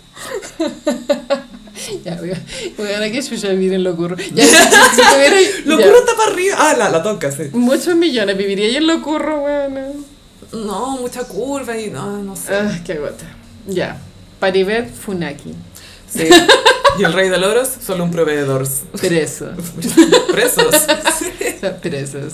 Ya, weón, weón, que yo ya miren lo curro. Ya, si, si tuviera... Lo ya. curro está para arriba. Ah, la, la toca, sí. Muchos millones, viviría yo en lo curro, weón. No, mucha curva y no, no sé. Ah, qué gota. Ya. Paribet Funaki. Sí. Y el rey de loros, solo un proveedor. Preso. Presos. Presos.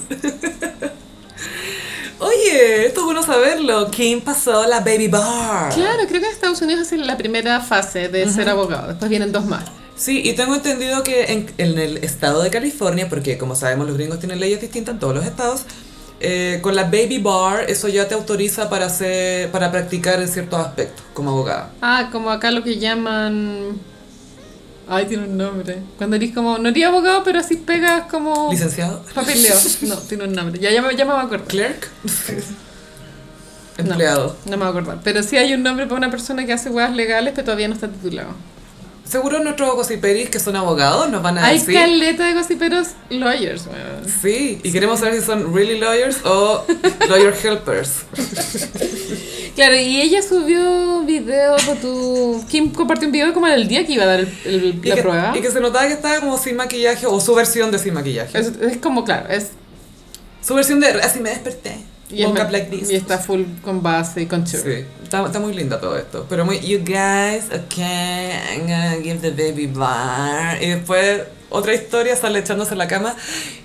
Oye, esto es bueno saberlo. ¿Quién pasó la baby bar? Claro, creo que en Estados Unidos hacen la primera fase de ser abogado. Después vienen dos más. Sí, y tengo entendido que en, en el estado de California, porque como sabemos los gringos tienen leyes distintas en todos los estados, eh, con la baby bar eso ya te autoriza para hacer, para practicar en ciertos aspectos como abogada. Ah, como acá lo que llaman. Ay, tiene un nombre. Cuando eres como. No eres abogado, pero así pegas Oh. como. Licenciado, Papeleo. No, tiene un nombre. Ya, ya, me, ya me voy a acordar. clerk, empleado. No me voy a acordar. Pero sí hay un nombre para una persona que hace huevas legales, pero todavía no está titulado. Seguro nuestros gossiperis que son abogados nos van a hay decir. caleta de gossiperos lawyers, weón. Sí, y queremos saber si son really lawyers o lawyer helpers. Claro, y ella subió videos con tu... Kim compartió un video como del día que iba a dar el- el- Y la que, prueba. y que se notaba que estaba como sin maquillaje o su versión de sin maquillaje. Es, es como, claro, es... Su versión de así me desperté. Y, es Woke ma- up like this. y está full con base y con churro. Sí, está, está muy linda todo esto. Pero muy, you guys, okay, I'm gonna give the baby bar. Y después otra historia sale echándose en la cama.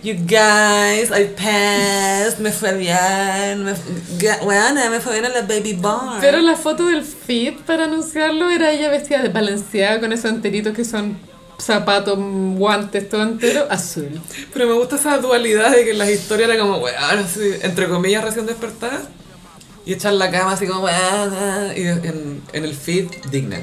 You guys, I passed, me fue bien. Me, fu- bueno, me fue bien a la baby bar. Pero la foto del feed para anunciarlo era ella vestida de balanceada con esos enteritos que son zapatos, guantes, todo entero, azul. Pero me gusta esa dualidad de que en las historias era como, weón, así, entre comillas, recién despertada. Y echar la cama así como, weón, ah", y en, en el feed, digna.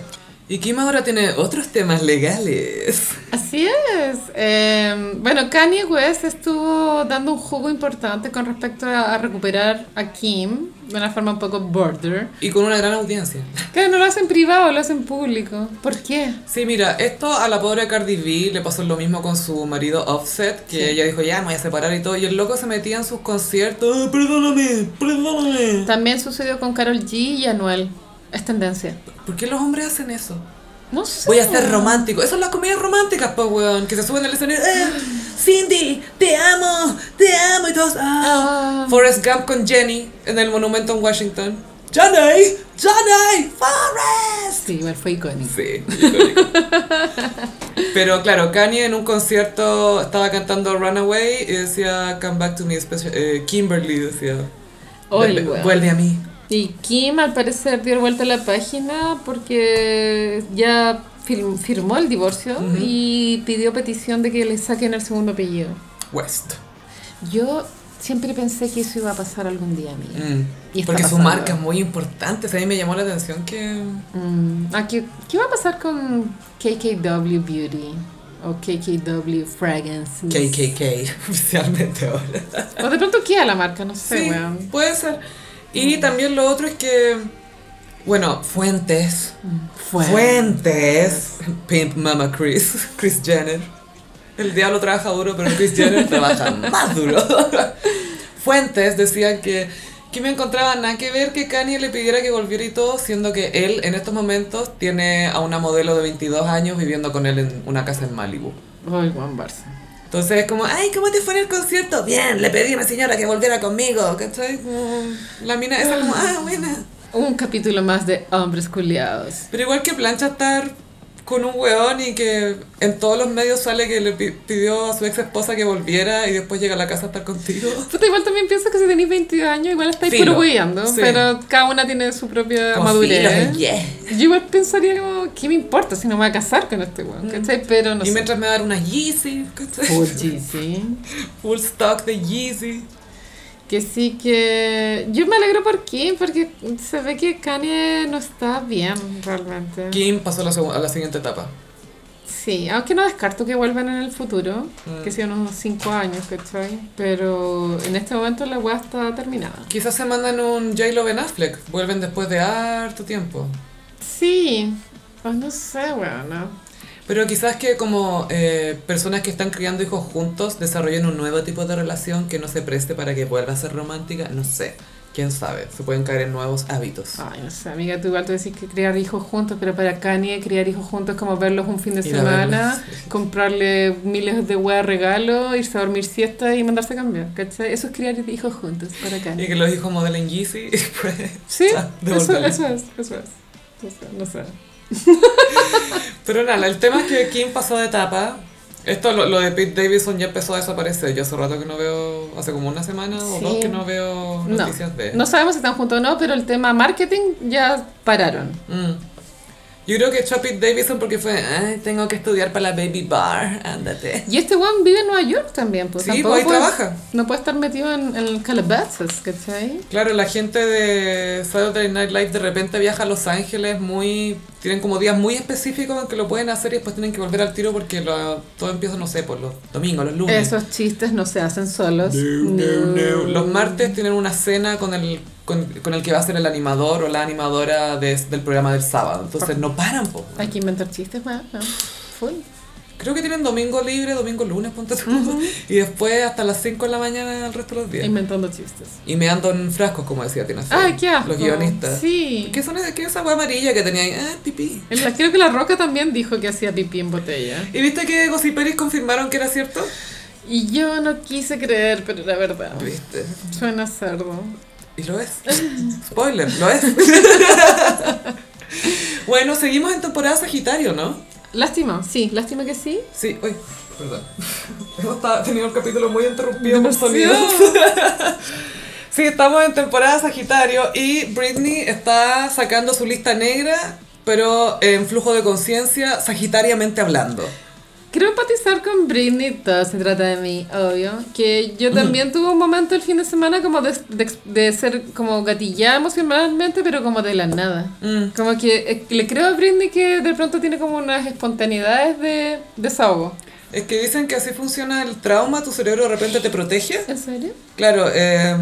Y Kim ahora tiene otros temas legales. Así es. Eh, bueno, Kanye West estuvo dando un jugo importante con respecto a, a recuperar a Kim de una forma un poco border. Y con una gran audiencia. Claro, no lo hacen privado, lo hacen público. ¿Por qué? Sí, mira, esto a la pobre Cardi B le pasó lo mismo con su marido Offset, que ella dijo, ya, me voy a separar y todo. Y el loco se metía en sus conciertos, "Ah, perdóname, perdóname. También sucedió con Carol G y Anuel. Es tendencia. ¿Por qué los hombres hacen eso? No sé. Voy a ser romántico. Esas son las comedias románticas, pues, weón. Que se suben al escenario. "Ah, Cindy, te amo, te amo. Y todos. Ah. Ah. Forrest Gump con Jenny en el monumento en Washington. Johnny, Johnny, Forrest. Sí, igual fue icónico. Sí, icónico. Pero claro, Kanye en un concierto estaba cantando Runaway y decía Come Back to Me, especia- eh, Kimberly decía. Oy, "Vuelve- weón. Vuelve a mí. Y Kim al parecer dio vuelta a la página porque ya fir- firmó el divorcio y pidió petición de que le saquen el segundo apellido. West. Yo siempre pensé que eso iba a pasar algún día, amiga. Mm. Y está Porque su pasando. marca es muy importante. O sea, a mí me llamó la atención que. Mm, ah, ¿qué, qué va a pasar con KKW Beauty? O KKW Fragrance. KKK, oficialmente ahora. O de pronto queda la marca, no sé, Sí, weón. puede ser. Y también lo otro es que. Bueno, Fuentes. Fuentes. Pimp Mama Chris. Chris Jenner. El diablo trabaja duro, pero Chris Jenner trabaja más duro. Fuentes decían que que me encontraba nada que ver que Kanye le pidiera que volviera y todo, siendo que él en estos momentos tiene a una modelo de 22 años viviendo con él en una casa en Malibu. Oh, el Juan Barça. Entonces es como, ay, ¿cómo te fue en el concierto? Bien, le pedí a una señora que volviera conmigo, ¿cachai? Como, la mina esa como, ah, buena. Un capítulo más de Hombres Culeados. Pero igual que plancha estar con un weón y que en todos los medios sale que le pi- pidió a su ex esposa que volviera y después llega a la casa a estar contigo. Puta, igual también pienso que si tenéis 22 años, igual estáis Filo, puro hueando, sí. pero cada una tiene su propia Como madurez. filo, yeah. Yo igual pensaría como, ¿qué me importa si no me voy a casar con este weón? ¿Cachai? Pero no Mm. y sé. mientras me va a dar una Yeezy, ¿cachai? Full Jeezy. Full stock de Yeezy. Que sí que... Yo me alegro por Kim, porque se ve que Kanye no está bien realmente. Kim pasó a la, segu- a la siguiente etapa. Sí, aunque no descarto que vuelvan en el futuro, Mm. que sean unos 5 años, ¿cachai? Pero en este momento la weá está terminada. Quizás se mandan un J-Lo Ben Affleck. Vuelven después de harto tiempo. Sí, pues no sé, weón, Pero quizás que como eh, personas que están criando hijos juntos desarrollen un nuevo tipo de relación que no se preste para que vuelva a ser romántica, no sé. Quién sabe, se pueden caer en nuevos hábitos. Ay, no sé, amiga, tú igual tú decís que criar hijos juntos, pero para Kanye criar hijos juntos es como verlos un fin de Ir a semana, verlos, sí. comprarle miles de huevas regalo, irse a dormir siesta y mandarse a cambiar, ¿cachai? Eso es criar hijos juntos para Y Kanye. que los hijos modelen Yeezy y pues. Sí, ya, eso, devolverlo. eso es, eso es. No sé, no sé. Pero nada, el tema es que Kim pasó de etapa. Esto, lo, lo de Pete Davidson ya empezó a desaparecer. Yo hace rato que no veo, hace como una semana o Sí. dos que no veo No, noticias de. no sabemos si están juntos o no, pero el tema marketing ya pararon. Mm. Yo creo que echó a Pete Davidson porque fue, "Ay, tengo que estudiar para la baby bar, ándate. Y este one vive en Nueva York también, pues Sí, tampoco pues, ahí puede- trabaja. No puede estar metido en, en calabazas, ¿cachai? Claro, la gente de Saturday Night Live de repente viaja a Los Ángeles muy... Tienen como días muy específicos en que lo pueden hacer y después tienen que volver al tiro porque lo- todo empieza, no sé, por los domingos, los lunes. Esos chistes no se hacen solos. No. Los martes tienen una cena con el, con, con el que va a ser el animador o la animadora de- del programa del sábado. Entonces no paran, po. Hay que inventar chistes, weón. ¿no? Full. Creo que tienen domingo libre, domingo, lunes, ponte tú. Y después hasta las 5 de la mañana el resto de los días. Inventando chistes. Y me ando en frascos, como decía Tina Fey, Ay, qué asco. Los guionistas. Sí. ¿Qué, son, esas- qué es esa agua amarilla que tenía ahí? Ah, pipí. El- creo que La Roca también dijo que hacía pipí en botella. ¿Y viste que Gossiperis confirmaron que era cierto? Y yo no quise creer, pero era verdad. Ah, Viste. Suena cerdo. Y lo es. Spoiler, lo es. bueno, seguimos en temporada Sagitario, ¿no? Lástima, sí, lástima que sí. Sí, uy, perdón. Hemos estado- tenido un capítulo muy interrumpido por sonidos. Sí, estamos en temporada Sagitario y Britney está sacando su lista negra, pero en flujo de conciencia, sagitariamente hablando. Quiero empatizar con Britney, todo se trata de mí, obvio. Que yo también tuve un momento el fin de semana como de, de- de ser como gatillada emocionalmente, pero como de la nada. Mm. Como que eh, le creo a Britney que de pronto tiene como unas espontaneidades de desahogo. Es que dicen que así funciona el trauma, tu cerebro de repente te protege. ¿En serio? Claro, eh,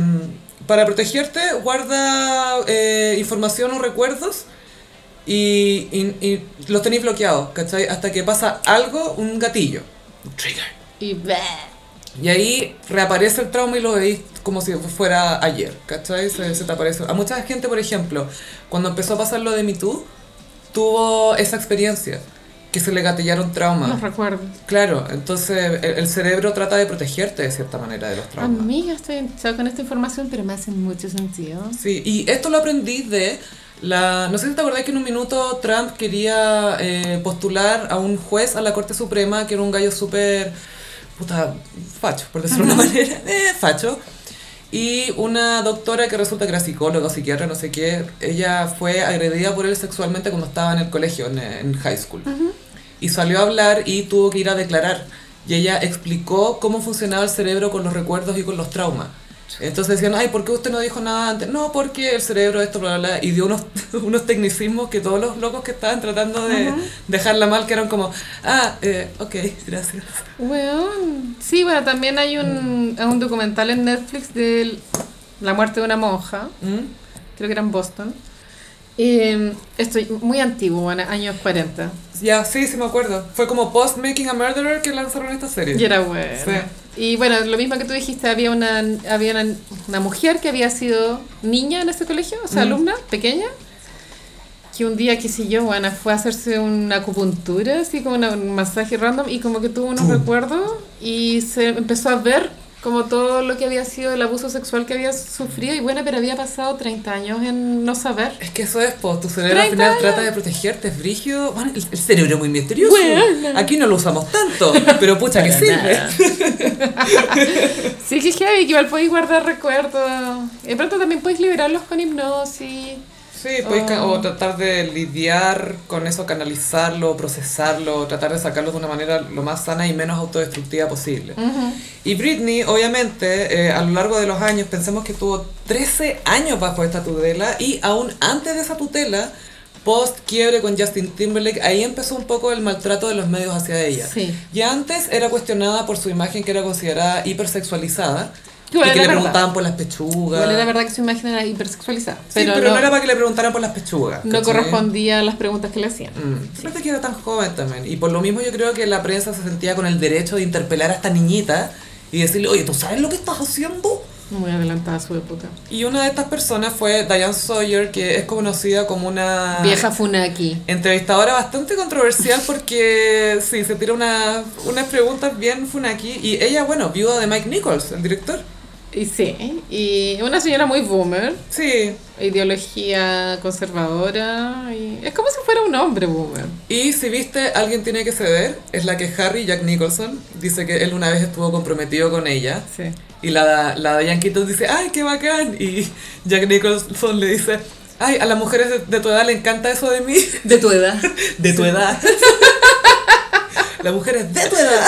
para protegerte guarda eh, información o recuerdos y, y- y los tenéis bloqueados, ¿cachai? Hasta que pasa algo, un gatillo, un trigger. Y Y ahí reaparece el trauma y lo veis como si fuera ayer, ¿cachai? Se, se te aparece. A mucha gente, por ejemplo, cuando empezó a pasar lo de Me Too, tuvo esa experiencia, que se le gatillaron traumas. no recuerdo. Claro, entonces el, el cerebro trata de protegerte de cierta manera de los traumas. Amiga, estoy enchado con esta información, pero me hace mucho sentido. Sí, y esto lo aprendí de la... No sé si te acordás que en un minuto Trump quería eh, postular a un juez a la Corte Suprema, que era un gallo súper... Puta, facho, por decirlo de una manera. eh, facho. Y una doctora que resulta que era psicóloga o psiquiatra, no sé qué, ella fue agredida por él sexualmente cuando estaba en el colegio, en, en high school. Y salió a hablar y tuvo que ir a declarar. Y ella explicó cómo funcionaba el cerebro con los recuerdos y con los traumas. Entonces decían, ay, ¿por qué usted no dijo nada antes? No, porque el cerebro esto, bla, bla, bla. Y dio unos, unos tecnicismos que todos los locos que estaban tratando de dejarla mal, que eran como, ah, eh, ok, gracias. Weón. Sí, bueno, también hay un, un documental en Netflix de la muerte de una monja, ¿Mm? creo que era en Boston. Eh, estoy muy antiguo, bueno, años 40. Ya, sí, sí me acuerdo. Fue como post Making a Murderer que lanzaron esta serie. Y era bueno. Y bueno, lo mismo que tú dijiste, había una había una, una mujer que había sido niña en ese colegio, o sea, Mm. alumna pequeña, que un día, qué sé yo, bueno, fue a hacerse una acupuntura, así como una- un masaje random, y como que tuvo unos recuerdos y se empezó a ver como todo lo que había sido el abuso sexual que había sufrido, y bueno, pero había pasado 30 años en no saber. Es que eso es, po, tu cerebro al 30 final años. trata de protegerte, es brígido. Bueno, el, el cerebro es muy misterioso. Bueno. Aquí no lo usamos tanto, pero pucha que sirve. Sí, que es heavy, que igual podéis guardar recuerdos. De pronto también podéis liberarlos con hipnosis. Sí, podéis ca- Oh. o tratar de lidiar con eso, canalizarlo, procesarlo, tratar de sacarlo de una manera lo más sana y menos autodestructiva posible. Y Britney, obviamente, eh, a lo largo de los años, pensemos que tuvo 13 años bajo esta tutela y aún antes de esa tutela, post quiebre con Justin Timberlake, ahí empezó un poco el maltrato de los medios hacia ella. Sí. Y antes era cuestionada por su imagen que era considerada hipersexualizada. Y Igual que era le verdad. preguntaban por las pechugas. Igual era verdad que su imagen era hipersexualizada, Sí, pero, pero, no, no era para que le preguntaran por las pechugas. no ¿cachai? correspondía a las preguntas que le hacían. Mm. Aparte que era tan joven también. Y por lo mismo yo creo que la prensa se sentía con el derecho de interpelar a esta niñita y decirle, oye, ¿tú sabes lo que estás haciendo? Muy adelantada su época. Y una de estas personas fue Diane Sawyer, que es conocida como una Vieja Funaki. entrevistadora bastante controversial porque sí, se tira una- unas preguntas bien funaki. Y ella, bueno, viuda de Mike Nichols, el director. Y sí, y una señora muy boomer, Sí. ideología conservadora. Y es como si fuera un hombre boomer. Y si viste Alguien tiene que ceder, es la que Harry Jack Nicholson dice que él una vez estuvo comprometido con ella. Sí. Y la, la de Yanquitos dice, ¡ay, qué bacán! Y Jack Nicholson le dice, ¡ay, a las mujeres de, de tu edad le encanta eso de mí! De tu edad. De tu edad. las mujeres de tu edad.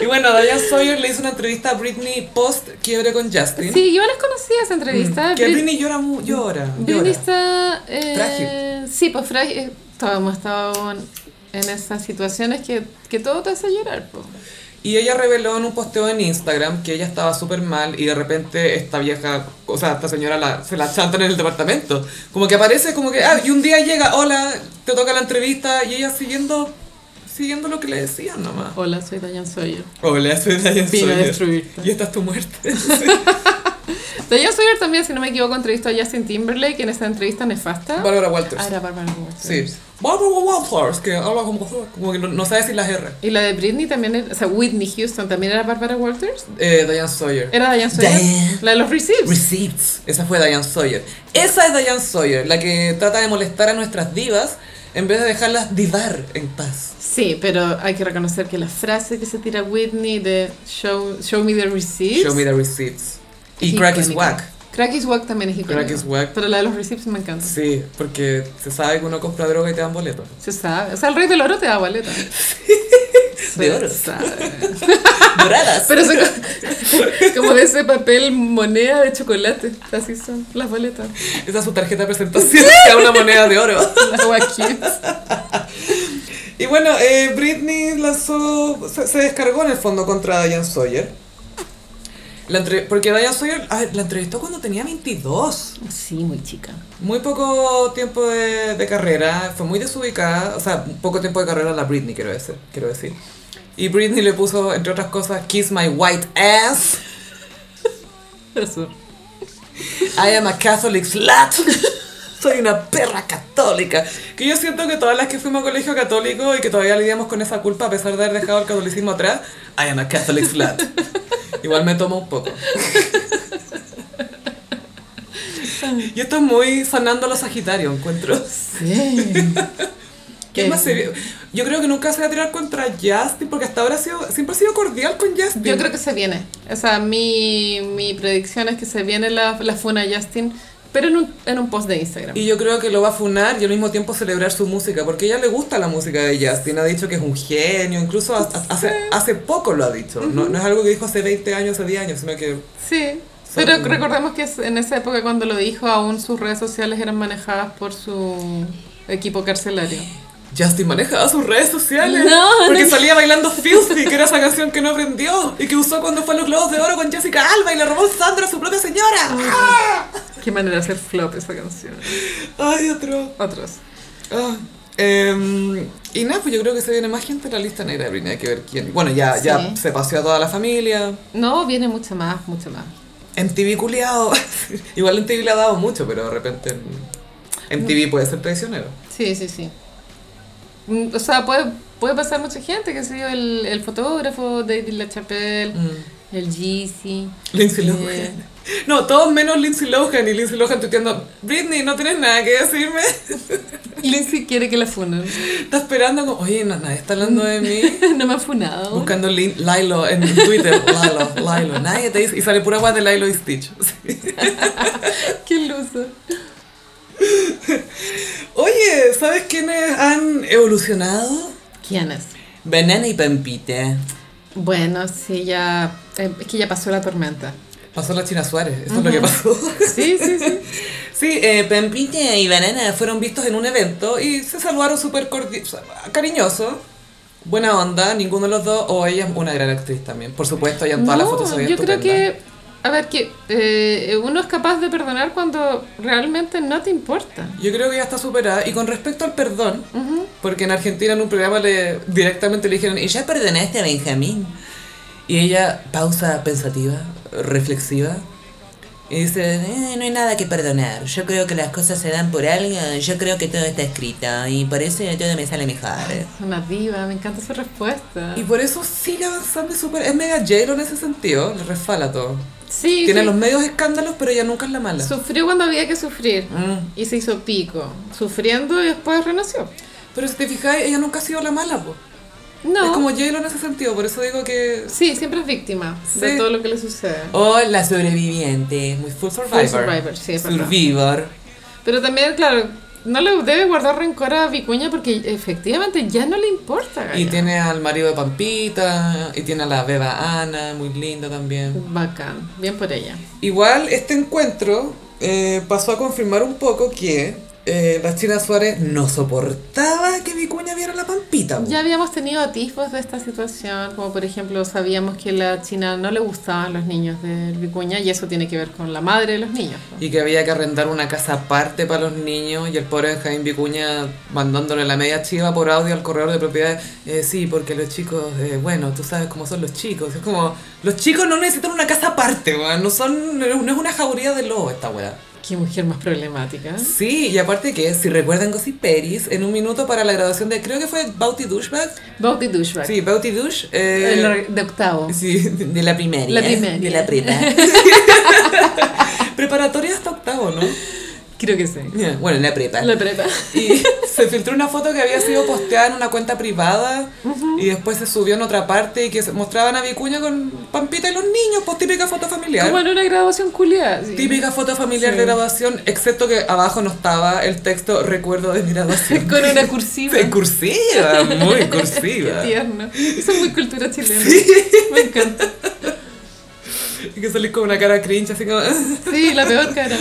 y bueno, Diane Sawyer le hizo una entrevista a Britney post quiebre con Justin. Sí, yo les conocí esa entrevista. Mm. Que Brit- Britney llora, mu- llora, llora. Britney está... eh, Frágil. Sí, pues frágil. eh, Todos hemos estado en, en esas situaciones que, que todo te hace llorar. po. Y ella reveló en un posteo en Instagram que ella estaba súper mal y de repente esta vieja, o sea, esta señora la- se la chantan en el departamento. Como que aparece, como que, ah, y un día llega, hola, te toca la entrevista y ella siguiendo, siguiendo lo que le decían nomás. Oh, Hola, soy Diane Sawyer. Hola, soy Diane Vine a Sawyer. destruirte. Y esta es tu muerte. Diane Sawyer también, si no me equivoco, entrevistó a Justin Timberlake en esa entrevista nefasta. Bárbara Ah, Walters. era Bárbara Walters. Sí. Barbara Walters, que habla como, como que no, no sabe si las R. Y la de Britney también, era- o sea, Whitney Houston también era Bárbara Walters. Eh, Diane Sawyer. Era Diane Sawyer. Diane. La de los Receipts. Receipts. Esa fue Diane Sawyer. Esa es Diane Sawyer, la que trata de molestar a nuestras divas en vez de dejarlas divar en paz. Sí, pero hay que reconocer que la frase que se tira Whitney de Show, show me the receipts. Show me the receipts. Y Es crack is icónica. whack. Crack is Wack también es icónica. Crack is Wack. Pero la de los receipts me encanta. Sí, porque se sabe que uno compra droga y te dan boletos. Se sabe. O sea, el rey del oro te da boleta. Se de oro. sabe. Doradas. Pero son co- como de ese papel moneda de chocolate. Así son las boletas. Esa es su tarjeta de presentación, sea una moneda de oro. Las guaquis. Y bueno, eh, Britney lanzó, se, se descargó en el fondo contra Diane Sawyer. La entre- porque Diane Sawyer a ver, la entrevistó cuando tenía 22. Sí, muy chica. Muy poco tiempo de, de carrera, fue muy desubicada, o sea, poco tiempo de carrera la Britney, quiero decir. Quiero decir. Y Britney le puso, entre otras cosas, Kiss My White Ass, Eso. I am a Catholic slut. Soy una perra católica. Que yo siento que todas las que fuimos a colegio católico y que todavía lidiamos con esa culpa a pesar de haber dejado el catolicismo atrás, I am a Catholic slut. Igual me tomo un poco. Y esto es muy sanando a los Sagitarios, encuentro. Sí. ¿Qué más Em. sería? Yo creo que nunca se va a tirar contra Justin porque hasta ahora ha sido, siempre ha sido cordial con Justin. Yo creo que se viene. O sea, mi, mi predicción es que se viene la, la funa Justin, pero en un, en un post de Instagram. Y yo creo que lo va a funar y al mismo tiempo celebrar su música, porque a ella le gusta la música de Justin, ha dicho que es un genio, incluso ha- ha- hace, hace poco lo ha dicho, no, no es algo que dijo hace 20 años, hace 10 años, sino que... Sí, Son- pero recordemos que es- en esa época cuando lo dijo, aún sus redes sociales eran manejadas por su equipo carcelario. Justin manejaba sus redes sociales No, porque no. salía bailando Filthy, que era esa canción que no aprendió y que usó cuando fue a los Globos de Oro con Jessica Alba y le robó el Sandra a su propia señora. ¡Ah! Qué manera de hacer flop esa canción. Ay, otro. Otros. Ah, em, y nada, pues yo creo que se viene más gente en la lista negra de Britney, hay que ver quién. Bueno, ya, ya Sí. se paseó a toda la familia. No, viene mucho más, mucho más. MTV culiado. Igual MTV le ha dado mucho, pero de repente en- MTV puede ser traicionero. Sí, sí, sí. Mm, O sea, puede, puede pasar mucha gente, que sé yo, el, el fotógrafo, David LaChapelle, el Jeezy. Mm. Lindsay eh, Lohan. No, todos menos Lindsay Lohan y Lindsay Lohan tuiteando, Britney, no tienes nada que decirme. Lindsay quiere que la funen. Está esperando como, oye, no, nadie está hablando de mí. no me ha funado. Buscando Lin- Lilo en Twitter. Lilo, Lilo. Nadie te dice. Y sale pura guay de Lilo y Stitch. Sí. Qué luso. Oye, ¿sabes quiénes han evolucionado? ¿Quién es? Banana y Pampita. Bueno, sí, ya. eh, es que ya pasó la tormenta. Pasó la China Suárez. Eso es lo que pasó. Sí, sí, sí. Sí, eh, Pampita y Banana fueron vistos en un evento y se saludaron súper cordi- o sea, cariñoso. Buena onda, ninguno de los dos, o ella es una gran actriz también. Por supuesto, ella en todas las No, fotos se veía yo creo estupenda. que. A ver, que eh, uno es capaz de perdonar cuando realmente no te importa. Yo creo que ya está superada. Y con respecto al perdón, porque en Argentina en un programa le directamente le dijeron, ¿y ya perdonaste a este Benjamín? Y ella, pausa pensativa, reflexiva, y dice, "Eh, no hay nada que perdonar. Yo creo que las cosas se dan por algo, yo creo que todo está escrito y por eso todo me sale mejor. Es una diva, me encanta su respuesta. Y por eso sigue avanzando y súper. Es mega J-Lo en ese sentido, le resfala todo. Sí, Tiene sí, los medios escándalos, pero ella nunca es la mala. sufrió cuando había que sufrir. Mm. Y se hizo pico, sufriendo y después renació. Pero si te fijáis, ella nunca ha sido la mala, po. No, Es como J-Lo en ese sentido, por eso digo que. sí, siempre es víctima Sí. de todo lo que le sucede. O la sobreviviente, muy full survivor. survivor, sí, es verdad. Survivor. Pero también, claro, no le debe guardar rencor a Vicuña porque efectivamente ya no le importa. Y gallo. tiene al marido de Pampita, y tiene a la beba Ana, muy linda también. Bacán, bien por ella. Igual este encuentro eh, pasó a confirmar un poco que eh, la China Suárez no soportaba que Vicuña viera a la Pampita. po. Ya habíamos tenido atisbos de esta situación, como por ejemplo sabíamos que a la China no le gustaban los niños de Vicuña y eso tiene que ver con la madre de los niños. ¿no? Y que había que arrendar una casa aparte para los niños y el pobre Jaime Vicuña mandándole la media chiva por audio al corredor de propiedades. eh, sí, porque los chicos, eh, bueno, tú sabes cómo son los chicos. Es como, los chicos no necesitan una casa aparte, weón. No, son, no es una jauría de lobo esta weá. Qué mujer más problemática. Sí, y aparte que, si recuerdan Gossip Peris, en un minuto para la graduación de, creo que fue Bauti Douchebag. Bauti Dushback. Sí, Bauti Douche. El eh, or- de octavo. Sí, de la primaria. La primaria. De la prepa. Preparatoria hasta octavo, ¿no? Creo que sí. Ya, Bueno, en la prepa. La prepa. Y se filtró una foto que había sido posteada en una cuenta privada y después se subió en otra parte y que se- mostraban a Vicuña con Pampita y los niños, pues típica foto familiar. Como en una graduación culiada. sí. Típica foto familiar Sí. de graduación, excepto que abajo no estaba el texto recuerdo de mi graduación. Con una cursiva. Sí, cursiva, muy cursiva. Qué tierno. Eso es muy cultura chilena. Me encanta. Y que salís con una cara cringe, así como... Sí, la peor cara.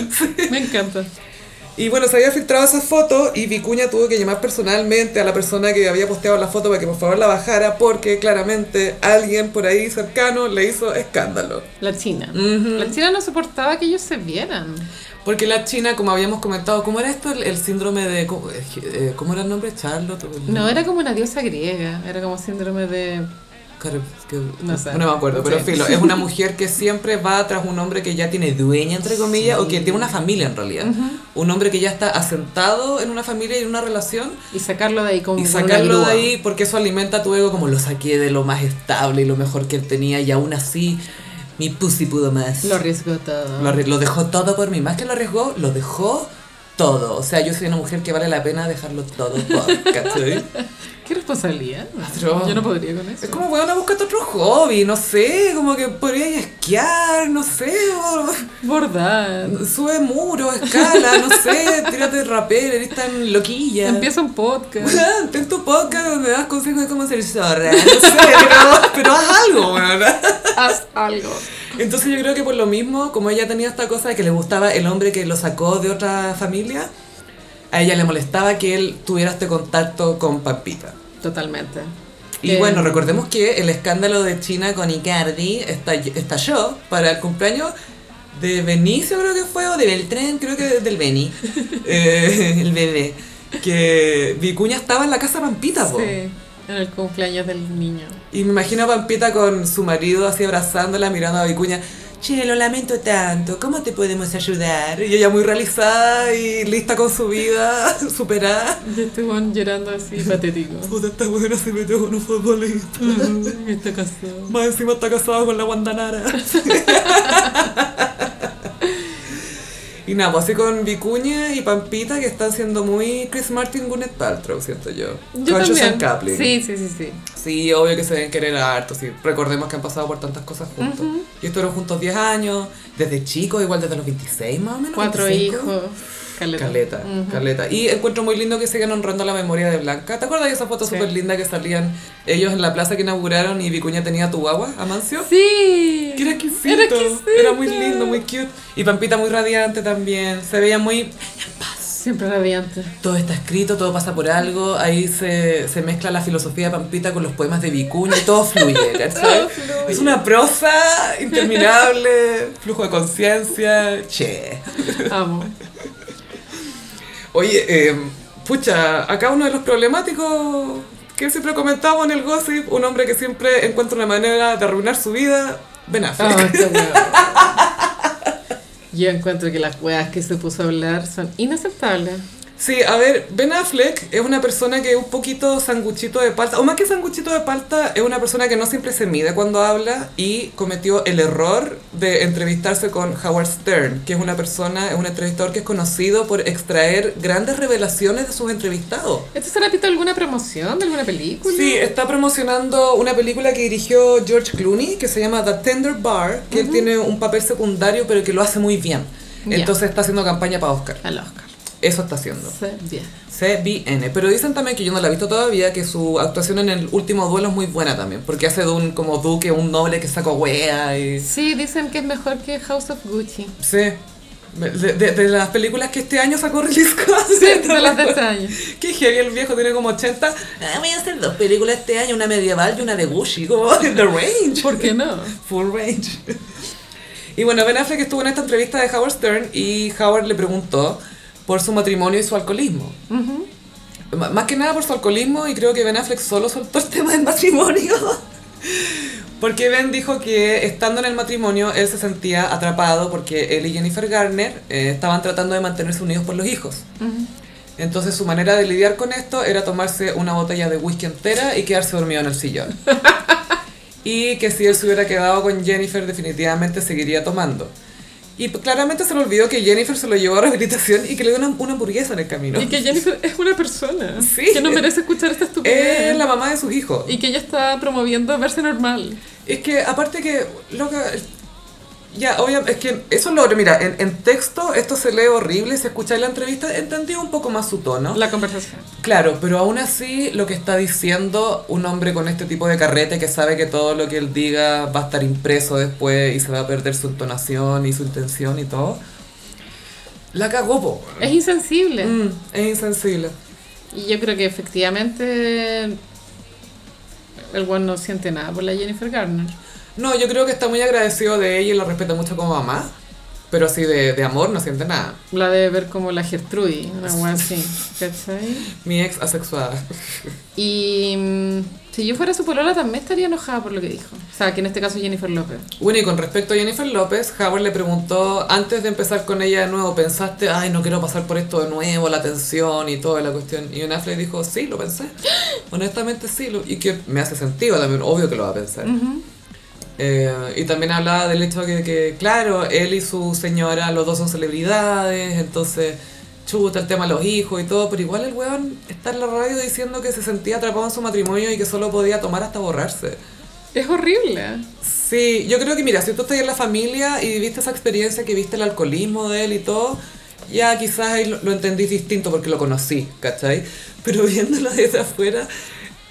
Me encanta. Y bueno, se había filtrado esa foto y Vicuña tuvo que llamar personalmente a la persona que había posteado la foto para que por favor la bajara porque claramente alguien por ahí cercano le hizo escándalo. La China. La China no soportaba que ellos se vieran. Porque la China, como habíamos comentado, ¿cómo era esto? El, el síndrome de... ¿cómo, eh, cómo era el nombre? Charlotte. No, era como una diosa griega. Era como síndrome de. Claro, que- No sé. me acuerdo, pero Sí. filo, es una mujer que siempre va tras un hombre que ya tiene dueña, entre comillas, o que tiene una familia en realidad. Un hombre que ya está asentado en una familia y en una relación, Y sacarlo de ahí como. y con una sacarlo de grúa. ahí porque eso alimenta tu ego como lo saqué de lo más estable y lo mejor que él tenía y aún así mi pussy pudo más. Lo arriesgó todo. Lo arri- lo dejó todo por mí, más que lo arriesgó, lo dejó todo. O sea, yo soy una mujer que vale la pena dejarlo todo por, ¿cachai? ¿Qué responsabilidad? Atroz. Yo no podría con eso. Es como, weón, buscarte otro hobby, no sé, como que podrías esquiar, no sé, o- Bordar. sube muros, escala, no sé, tírate rapel, eres tan loquilla. Empieza un podcast. Weón, ten tu podcast donde das consejos de cómo ser zorra, no sé, pero, pero haz algo, weón. Haz algo. Entonces yo creo que por lo mismo, como ella tenía esta cosa de que le gustaba el hombre que lo sacó de otra familia, a ella le molestaba que él tuviera este contacto con Pampita. Totalmente. Y Eh, bueno, recordemos que el escándalo de China con Icardi estall- estalló para el cumpleaños de Benicio, creo que fue, o de Beltrán, creo que del Beni, eh, el bebé. Que Vicuña estaba en la casa de Pampita, po. Sí, en el cumpleaños del niño. Y me imagino a Pampita con su marido así abrazándola, mirando a Vicuña. Che, lo lamento tanto, ¿cómo te podemos ayudar? Y ella muy realizada y lista con su vida, superada. Y este weón llorando así, patético. Puta, esta buena se metió con un futbolista. Mm, Está casado. Más encima está casado con la Guandanara. y nada, pues así con Vicuña y Pampita que están siendo muy Chris Martin Gwyneth Paltrow, siento yo. Yo Con Susan también. Kaplan. Sí, sí, sí, sí. Sí, obvio que se deben querer harto, sí. Recordemos que han pasado por tantas cosas juntos. Y estuvieron juntos 10 años, desde chicos, igual desde los 26 más o menos. Cuatro 25. hijos. Caleta. Caleta, caleta. Y encuentro muy lindo que sigan honrando la memoria de Blanca. ¿Te acuerdas de esa foto Sí. súper linda que salían ellos en la plaza que inauguraron y Vicuña tenía tu guagua, Amancio? Sí. Que Era exquisito. Era Era, exquisito. muy lindo, muy cute. Y Pampita muy radiante también. Se veía muy... Siempre radiante. Todo está escrito, todo pasa por algo. Ahí se, se mezcla la filosofía de Pampita con los poemas de Vicuña y todo fluye, ¿cachai? Todo fluye. Es una prosa interminable, flujo de conciencia. Che. Amo. Oye, eh, pucha, acá uno de los problemáticos que siempre comentamos en el gossip, un hombre que siempre encuentra una manera de arruinar su vida, Ben Affleck. Ah, esta weón. Yo encuentro que las weas que se puso a hablar son inaceptables. Sí, a ver, Ben Affleck es una persona que es un poquito sanguchito de palta, o más que sanguchito de palta, es una persona que no siempre se mide cuando habla y cometió el error de entrevistarse con Howard Stern, que es una persona, es un entrevistador que es conocido por extraer grandes revelaciones de sus entrevistados. ¿Esto será pito alguna promoción de alguna película? Sí, está promocionando una película que dirigió George Clooney que se llama The Tender Bar, que él tiene un papel secundario pero que lo hace muy bien. Ya. Entonces está haciendo campaña para Oscar. Al Oscar. Eso está haciendo. Se viene. CBN. Pero dicen también que yo no la he visto todavía, que su actuación en el último duelo es muy buena también, porque hace de un como duque, un noble que sacó wea y... Sí, dicen que es mejor que House of Gucci. Sí. De, de- de las películas que este año sacó Ridley Scott. Sí, de las de este año. Que heavy el viejo, tiene como 80. Ah, voy a hacer dos películas este año, una medieval y una de Gucci, como The Range. ¿Por qué no? Full range. Y bueno, Ben Affleck estuvo en esta entrevista de Howard Stern y Howard le preguntó por su matrimonio y su alcoholismo. M- Más que nada por su alcoholismo y creo que Ben Affleck solo soltó el tema del matrimonio. Porque Ben dijo que estando en el matrimonio él se sentía atrapado porque él y Jennifer Garner eh, estaban tratando de mantenerse unidos por los hijos. Entonces su manera de lidiar con esto era tomarse una botella de whisky entera y quedarse dormido en el sillón. Y que si él se hubiera quedado con Jennifer definitivamente seguiría tomando. Y p- claramente se le olvidó que Jennifer se lo llevó a rehabilitación y que le dio una, una hamburguesa en el camino. Y que Jennifer es una persona Sí. que no merece escuchar esta estupidez. Es la mamá de sus hijos. Y que ella está promoviendo verse normal. Es que aparte que, loca, ya, obviamente, es que eso lo, mira, en, en texto esto se lee horrible, se escucha en la entrevista, entendí un poco más su tono. La conversación. Claro, pero aún así lo que está diciendo un hombre con este tipo de carrete que sabe que todo lo que él diga va a estar impreso después y se va a perder su entonación y su intención y todo, la cagó, po. Es insensible. Mm, es insensible. Y yo creo que efectivamente el one no siente nada por la Jennifer Garner. No, yo creo que está muy agradecido de ella y la respeta mucho como mamá, pero así de, de amor no siente nada. La de ver como la Gertrude, una wea así, ¿cachai? Mi ex asexuada. Y mm, si yo fuera su polola también estaría enojada por lo que dijo. O sea, que en este caso Jennifer López. Bueno, y con respecto a Jennifer López, Howard le preguntó, antes de empezar con ella de nuevo, ¿pensaste, ay, no quiero pasar por esto de nuevo, la tensión y toda la cuestión? Y Ben Affleck dijo, sí, lo pensé. Honestamente, sí. lo- y que me hace sentido también, obvio que lo va a pensar. Eh, y también hablaba del hecho de que, que, claro, él y su señora, los dos son celebridades, entonces chuta el tema de los hijos y todo, pero igual el weón está en la radio diciendo que se sentía atrapado en su matrimonio y que solo podía tomar hasta borrarse. Es horrible. Sí, yo creo que mira, si tú estás en la familia y viste esa experiencia que viste el alcoholismo de él y todo, ya quizás ahí lo, lo entendís distinto porque lo conocí, ¿cachai? Pero viéndolo desde afuera,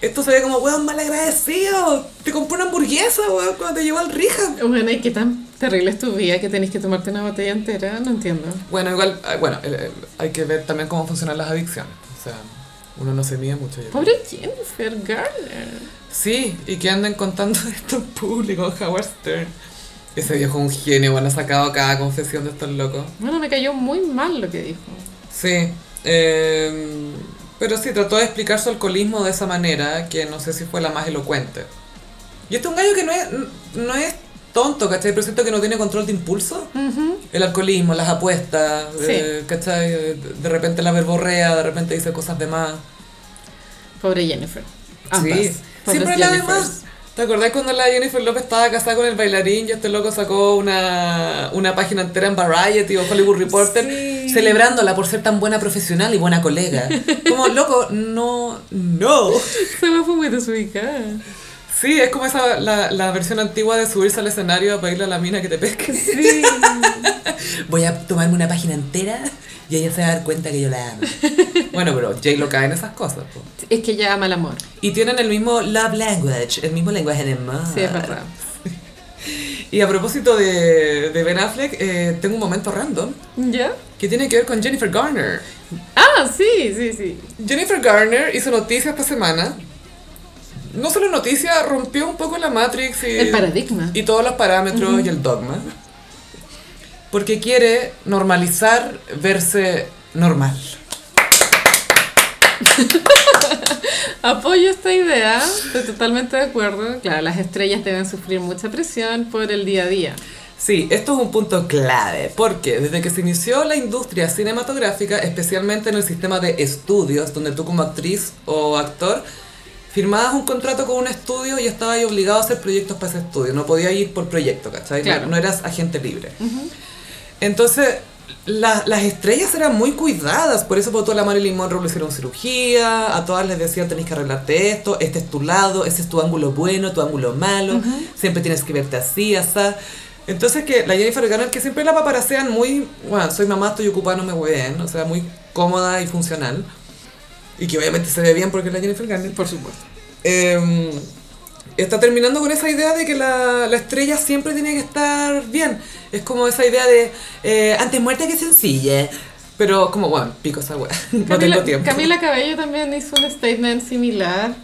esto se ve como, weón, mal agradecido, te compró una hamburguesa, weón, cuando te llevó al Rija. Bueno, y qué tan terrible es tu vida que tenés que tomarte una botella entera, no entiendo. Bueno, igual, eh, bueno, el- el- hay que ver también cómo funcionan las adicciones, o sea, uno no se mide mucho. yo creo. Pobre Jennifer Garner. Sí, y que anden contando esto en público, Howard Stern. Ese viejo es un genio, bueno, ha sacado cada confesión de estos locos. Bueno, me cayó muy mal lo que dijo. Sí. eh, pero sí, trató de explicar su alcoholismo de esa manera, que no sé si fue la más elocuente. Y este es un gallo que no es, no es tonto, ¿cachai? Pero siento que no tiene control de impulso. El alcoholismo, las apuestas, ¿Mm? Sí. eh, ¿cachai? De repente la verborrea, de repente dice cosas de más. Pobre Jennifer. Sí, siempre la de más. ¿Te acordás cuando la Jennifer López estaba casada con el bailarín y este loco sacó una, una página entera en Variety o Hollywood Reporter Sí. celebrándola por ser tan buena profesional y buena colega? Como, loco, no, no. Se me fue muy desubicada. Sí, es como esa, la, la versión antigua de subirse al escenario a pedirle a la mina que te pesque. Sí. Voy a tomarme una página entera y ella se va a dar cuenta que yo la amo. bueno, pero J-Lo cae en esas cosas. po. es que ella ama el amor. Y tienen el mismo love language, el mismo lenguaje de amor. Sí, es verdad. Y a propósito de, de Ben Affleck, eh, tengo un momento random ¿Ya? que tiene que ver con Jennifer Garner. Ah, sí, sí, sí. Jennifer Garner hizo noticia esta semana. No solo noticia, rompió un poco la Matrix y, El paradigma. y todos los parámetros y el dogma. Porque quiere normalizar verse normal. Apoyo esta idea, estoy totalmente de acuerdo. Claro, las estrellas deben sufrir mucha presión por el día a día. Sí, esto es un punto clave, porque desde que se inició la industria cinematográfica, especialmente en el sistema de estudios, donde tú como actriz o actor firmabas un contrato con un estudio y estabas ahí obligado a hacer proyectos para ese estudio, no podías ir por proyecto, ¿cachai? No- Claro. No, eras agente libre. Entonces, la- las estrellas eran muy cuidadas, por eso por toda la Marilyn Monroe le hicieron cirugía, a todas les decían tenés que arreglarte esto, este es tu lado, ese es tu ángulo bueno, tu ángulo malo, siempre tienes que verte así, asá. Entonces que la Jennifer Garner, que siempre la paparacean muy, bueno, soy mamá, estoy ocupada, no me hueven, o sea, muy cómoda y funcional. Y que obviamente se ve bien porque es la Jennifer Garner. Por supuesto. Eh, está terminando con esa idea de que la, la estrella siempre tiene que estar bien. Es como esa idea de eh, antes muerta que sencilla. Pero como, bueno, pico esa weá. No tengo tiempo. Camila Cabello también hizo un statement similar.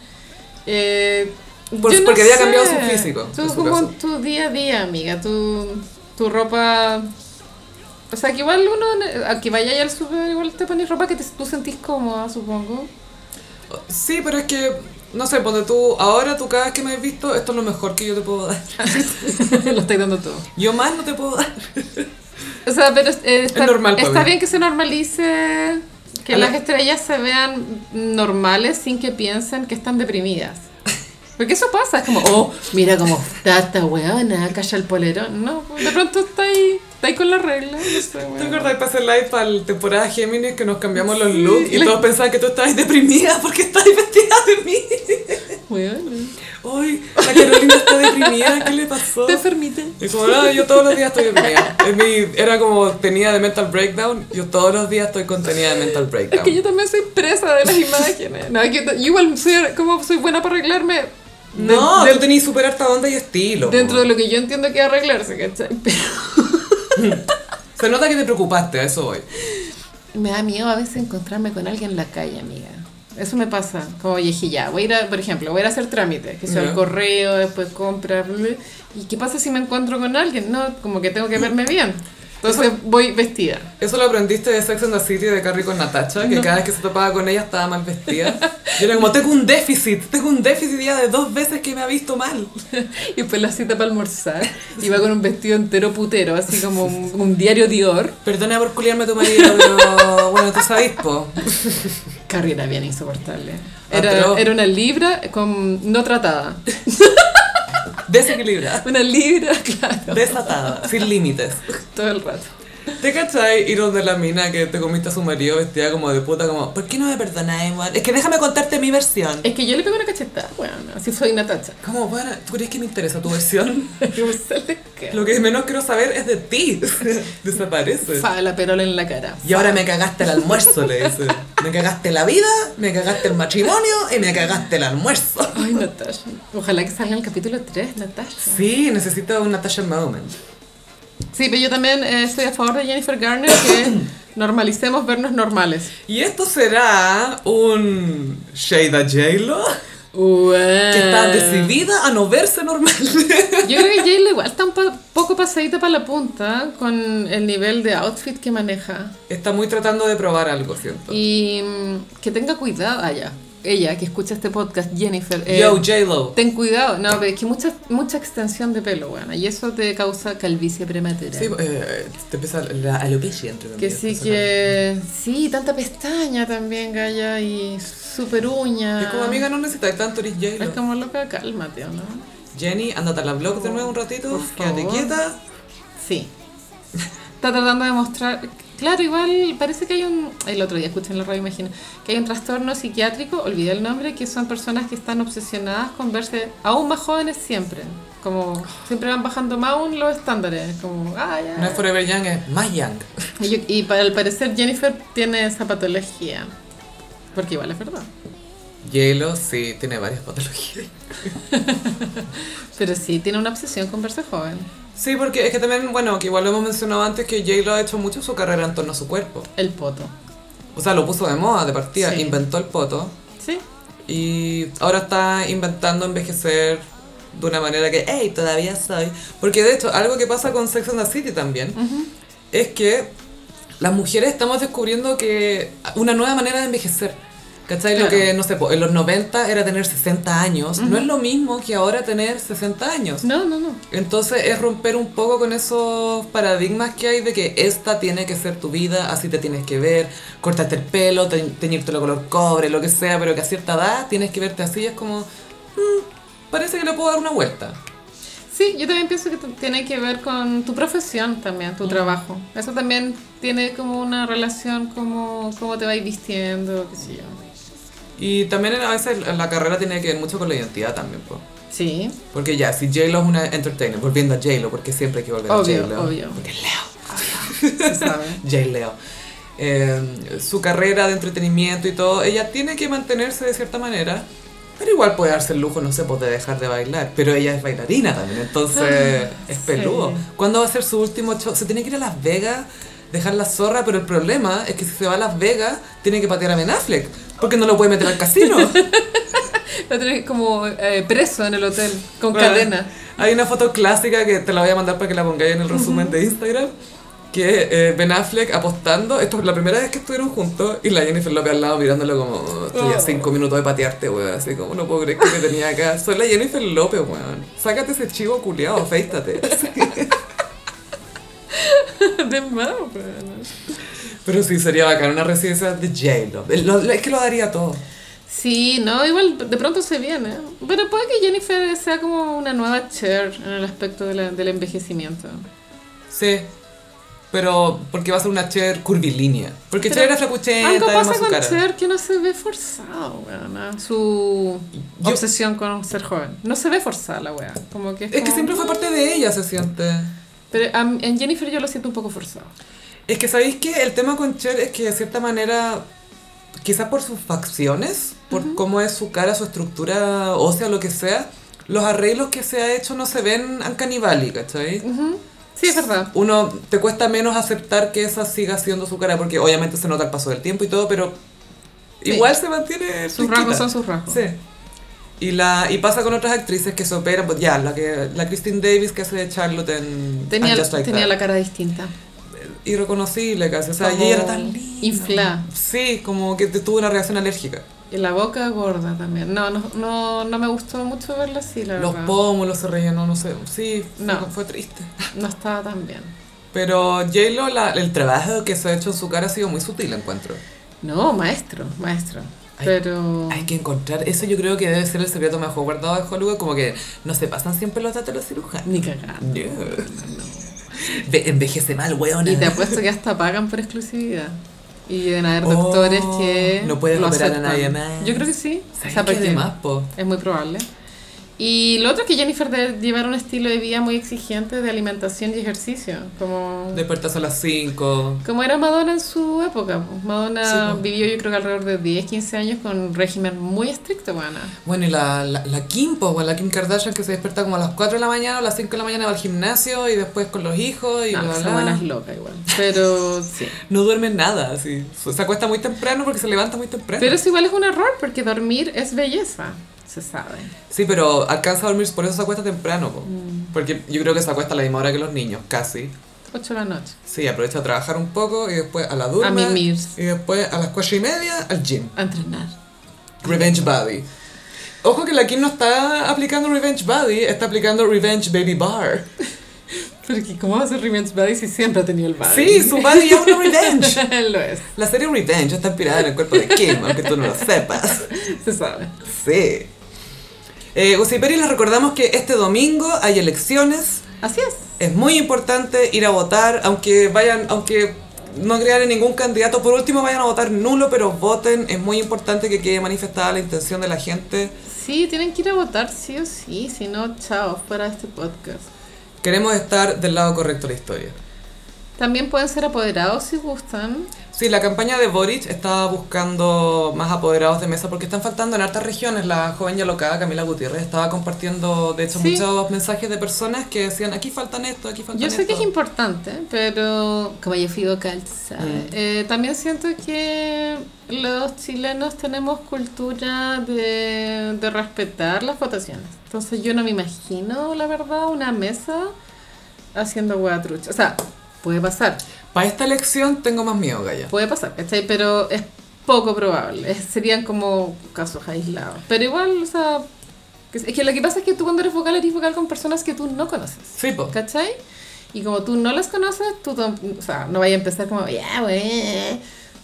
Eh, Por- yo no Pues porque había sé. cambiado su físico, en Tú, su como caso. tu día a día, amiga, tu, tu ropa. O sea, que igual uno, aunque vaya ahí al super, igual te pones ropa que te- tú sentís cómoda, supongo. Sí, pero es que, no sé, ponte tú, ahora tú cada vez que me has visto, esto es lo mejor que yo te puedo dar. Lo estáis dando todo. Yo más no te puedo dar. O sea, pero eh, está, Es normal, está Pablo. bien que se normalice, que A la- las estrellas se vean normales sin que piensen que están deprimidas. Porque eso pasa, es como, oh, mira cómo está esta weona, calla el polerón. No, de pronto está ahí, estáis con la regla. No sé, ¿Te weón. acordás para hacer live para la temporada Géminis que nos cambiamos los Sí, looks y la- todos pensaban que tú estabas deprimida porque estabas vestida de mí? Weón, Hoy la Carolina está deprimida, ¿qué le pasó? Te enfermita. Y como, no, yo todos los días estoy deprimida. Es mi- era como tenía de mental breakdown, yo todos los días estoy contenida de mental Es que breakdown. yo también soy presa de las imágenes. No, es que yo igual soy, como soy buena para arreglarme. No, de- tú tenías súper harta onda y estilo. Dentro de lo que yo entiendo que es arreglarse, ¿cachai? Pero Se nota que te preocupaste, a eso voy. me da miedo a veces encontrarme con alguien en la calle, amiga. Eso me pasa. Como, oye, dije, ya, voy a ir a, por ejemplo, voy a ir a hacer trámites, que sea Ya. el correo, después compras. bla, ¿Y qué pasa si me encuentro con alguien? No, como que tengo que verme bien. Entonces voy vestida. Eso lo aprendiste de Sex and the City de Carrie con Natacha, que cada vez que se topaba con ella estaba mal vestida. Yo era como, tengo un déficit, tengo un déficit ya de dos veces que me ha visto mal. Y después la cita para almorzar. Iba con un vestido entero putero, así como un, un diario Dior. Perdona por culiarme a tu marido, pero bueno, tú sabes, po. Carrie era bien insoportable. Atroz. Era, era una libra con, no tratada. Desequilibrada, Una libra, claro. desatada, sin límites. Todo el rato. ¿Te cachai ir donde la mina que te comiste a su marido vestida como de puta, como, ¿por qué no me perdonáis, weón? Es que déjame contarte mi versión. Es que yo le pego una cachetada, bueno, así soy Natacha. Como, bueno, ¿tú crees que me interesa tu versión? Yo me sale que- Lo que menos quiero saber es de ti. Desaparece. Fa, la perola en la cara. Y ahora me cagaste el almuerzo, le dice. Me cagaste la vida, me cagaste el matrimonio y me cagaste el almuerzo. Ay, Natasha. Ojalá que salga en el capítulo 3, Natasha. Sí, necesito una Natasha Moment. Sí, pero yo también eh, estoy a favor de Jennifer Garner que normalicemos vernos normales. Y esto será un Shada J-Lo que está Eh. decidida a no verse normal. Yo creo que Jayla igual está un pa- poco pasadita para la punta con el nivel de outfit que maneja. Está muy tratando de probar algo, siento. Y mm, que tenga cuidado allá. Ella que escucha este podcast, Jennifer. eh, Yo, J-Lo. ten cuidado. No, pero es que mucha, mucha extensión de pelo, buena. Y eso te causa calvicie prematura. Sí, eh, te empieza la alopecia entre que comillas, sí personal. que... Sí, tanta pestaña también, Gaya, y super uña. Y como amiga no necesitas tanto, eres Es J-Lo. como loca, cálmate, ¿o ¿no? Jenny, andate a la blog de nuevo un ratito, Por quédate favor. quieta. Sí. Está tratando de mostrar. Claro, igual parece que hay un. El otro día escuché en la radio, imagino. Que hay un trastorno psiquiátrico, olvidé el nombre, que son personas que están obsesionadas con verse aún más jóvenes siempre. Como siempre van bajando más aún los estándares. Como, ah, ya. No es Forever Young, es más Young. Y, yo- y para el parecer Jennifer tiene esa patología. Porque igual es verdad. Hielo, sí, tiene varias patologías. Pero sí, tiene una obsesión con verse joven. Sí, porque es que también, bueno, que igual lo hemos mencionado antes, que J-Lo ha hecho mucho su carrera en torno a su cuerpo. El poto. O sea, lo puso de moda de partida, Sí. inventó el poto ¿Sí? y ahora está inventando envejecer de una manera que, hey, todavía soy. Porque de hecho, algo que pasa con Sex and the City también es que las mujeres estamos descubriendo que una nueva manera de envejecer. ¿Cachai? Lo Claro. que, no sé, po, en los 90 era tener 60 años. No es lo mismo que ahora tener 60 años. No, no, no. Entonces es romper un poco con esos paradigmas que hay de que esta tiene que ser tu vida, así te tienes que ver, cortarte el pelo, te- teñírtelo color cobre, lo que sea, pero que a cierta edad tienes que verte así, es como, "Mm, parece que le puedo dar una vuelta. Sí, yo también pienso que t- tiene que ver con tu profesión también, tu trabajo. Eso también tiene como una relación como cómo te vais vistiendo, qué sé yo. Y también a veces la carrera tiene que ver mucho con la identidad también, po. Sí, porque ya, si J-Lo es una entertainer, volviendo a J-Lo, porque siempre hay que volver a obvio, J-Lo. obvio. Porque se sabe. Jay Leo. Eh, su carrera de entretenimiento y todo, ella tiene que mantenerse de cierta manera, pero igual puede darse el lujo, no sé, pues de dejar de bailar. Pero ella es bailarina también, entonces es peludo. sí. ¿Cuándo va a ser su último show? Se tiene que ir a Las Vegas, dejar la zorra, pero el problema es que si se va a Las Vegas, tiene que patear a Ben Affleck, porque no lo puede meter al casino. Lo tenés como eh, preso en el hotel, con Bueno, cadena. Hay una foto clásica que te la voy a mandar para que la pongáis en el resumen de Instagram. Que eh, Ben Affleck apostando, esto es la primera vez que estuvieron juntos y la Jennifer López al lado mirándolo como, "Oh, estoy a Oh. cinco minutos de patearte, weón, así como no puedo creer que te tenía acá. Soy la Jennifer López, weón. Sácate ese chivo culiado, afeístate. De más, bueno. Pero sí, sería bacán una residencia de J-Lo. Lo- lo- Es que lo daría todo. Sí, no, igual de pronto se viene. Pero puede que Jennifer sea como una nueva Cher en el aspecto de la- del envejecimiento. Sí. pero porque va a ser una Cher curvilínea. Porque Cher era flacuchenta, Algo además pasa su con cara. Cher que no se ve forzado, weona. Su Yo- obsesión con ser joven. No se ve forzada la wea. Como que es, Es que como- siempre fue parte de ella, se siente. Pero a mí- en Jennifer yo lo siento un poco forzado. Es que sabéis que el tema con Cher es que de cierta manera, quizás por sus facciones, por cómo es su cara, su estructura ósea, lo que sea, los arreglos que se ha hecho no se ven ancanibali, ¿cachai? Ujú. Sí, es verdad. uno te cuesta menos aceptar que esa siga siendo su cara, porque obviamente se nota el paso del tiempo y todo, pero Sí. igual se mantiene. Sus fresquita. rasgos son sus rasgos. Sí. Y, la, y pasa con otras actrices que se operan, pues ya, la, que, la Christine Davis que hace de Charlotte en Tenía, And Just Like tenía That. la cara distinta. Irreconocible casi, o sea, Como ella era tan linda. inflada. Sí, como que te- tuvo una reacción alérgica. Y la boca gorda también. No, no, no, no me gustó mucho verla así, la Los verdad. pómulos se rellenó, no sé, sí, fue- No. fue triste. No estaba tan bien. Pero J-Lo, la- el trabajo que se ha hecho en su cara ha sido muy sutil, encuentro. No, maestro, maestro. Ay, Pero. Hay que encontrar, eso yo creo que debe ser el secreto mejor guardado de Hollywood, como que no se pasan siempre los datos de los cirujanos. Ni cagar. No. Ve- Envejece mal, weona. Y te apuesto que hasta pagan por exclusividad. Y deben haber doctores Oh, que. no pueden lo operar a aceptan. nadie más. Yo creo que sí. O ¿Sabes sea, qué porque demás, po? Es muy probable. Y lo otro es que Jennifer debe llevar un estilo de vida muy exigente de alimentación y ejercicio. Como. Despertas a las 5. Como era Madonna en su época. pues. Madonna Sí, pues. vivió yo creo que alrededor de 10, 15 años con un régimen muy estricto, buena. Bueno, y la, la, la Kim, po, weón, la Kim Kardashian que se despierta como a las 4 de la mañana o a las 5 de la mañana va al gimnasio y después con los hijos y No, bla, esa bla. buena es loca igual. Pero sí. No duerme nada, así. Se acuesta muy temprano porque se levanta muy temprano. Pero eso igual es un error porque dormir es belleza, se sabe. Sí, pero alcanza a dormir, por eso se acuesta temprano, po. Mm. Porque yo creo que se acuesta a la misma hora que los niños, casi. 8 de la noche. Sí, aprovecha a trabajar un poco y después a la durma. A mimir. Y después a las cuatro y media al gym. A entrenar. Revenge Body. Ojo que la Kim no está aplicando Revenge Body, está aplicando Revenge Baby Bar. Porque ¿cómo va a ser Revenge Body si siempre ha tenido el body? Sí, su body es una revenge. Lo es, La serie Revenge está inspirada en el cuerpo de Kim, aunque tú no lo sepas. se sabe. Sí. Eh, Gucci Peri, les recordamos que este domingo hay elecciones. Así es. Es muy importante ir a votar, aunque vayan, aunque no crean en ningún candidato, por último vayan a votar nulo, pero voten. Es muy importante que quede manifestada la intención de la gente. Sí, tienen que ir a votar sí o sí, si no, chao, fuera de este podcast. Queremos estar del lado correcto de la historia. También pueden ser apoderados si gustan. Sí, la campaña de Boric está buscando más apoderados de mesa porque están faltando en hartas regiones. La joven y alocada Camila Gutiérrez estaba compartiendo, de hecho, Sí. muchos mensajes de personas que decían, aquí faltan esto, aquí faltan Yo esto. sé que es importante, pero como yo fui vocal, ¿sabes? Mm. Eh, también siento que los chilenos tenemos cultura de, de respetar las votaciones. Entonces yo no me imagino, la verdad, una mesa haciendo guatrucha. O sea, puede pasar, Para esta elección tengo más miedo, Gaya. puede pasar, ¿cachai? Pero es poco probable. Es- serían como casos aislados. Pero igual, o sea, que- es que lo que pasa es que tú cuando eres vocal eres vocal con personas que tú no conoces. Sí, po. ¿Cachai? Y como tú no las conoces, tú tam- o sea, no vayas a empezar como, ya, güey.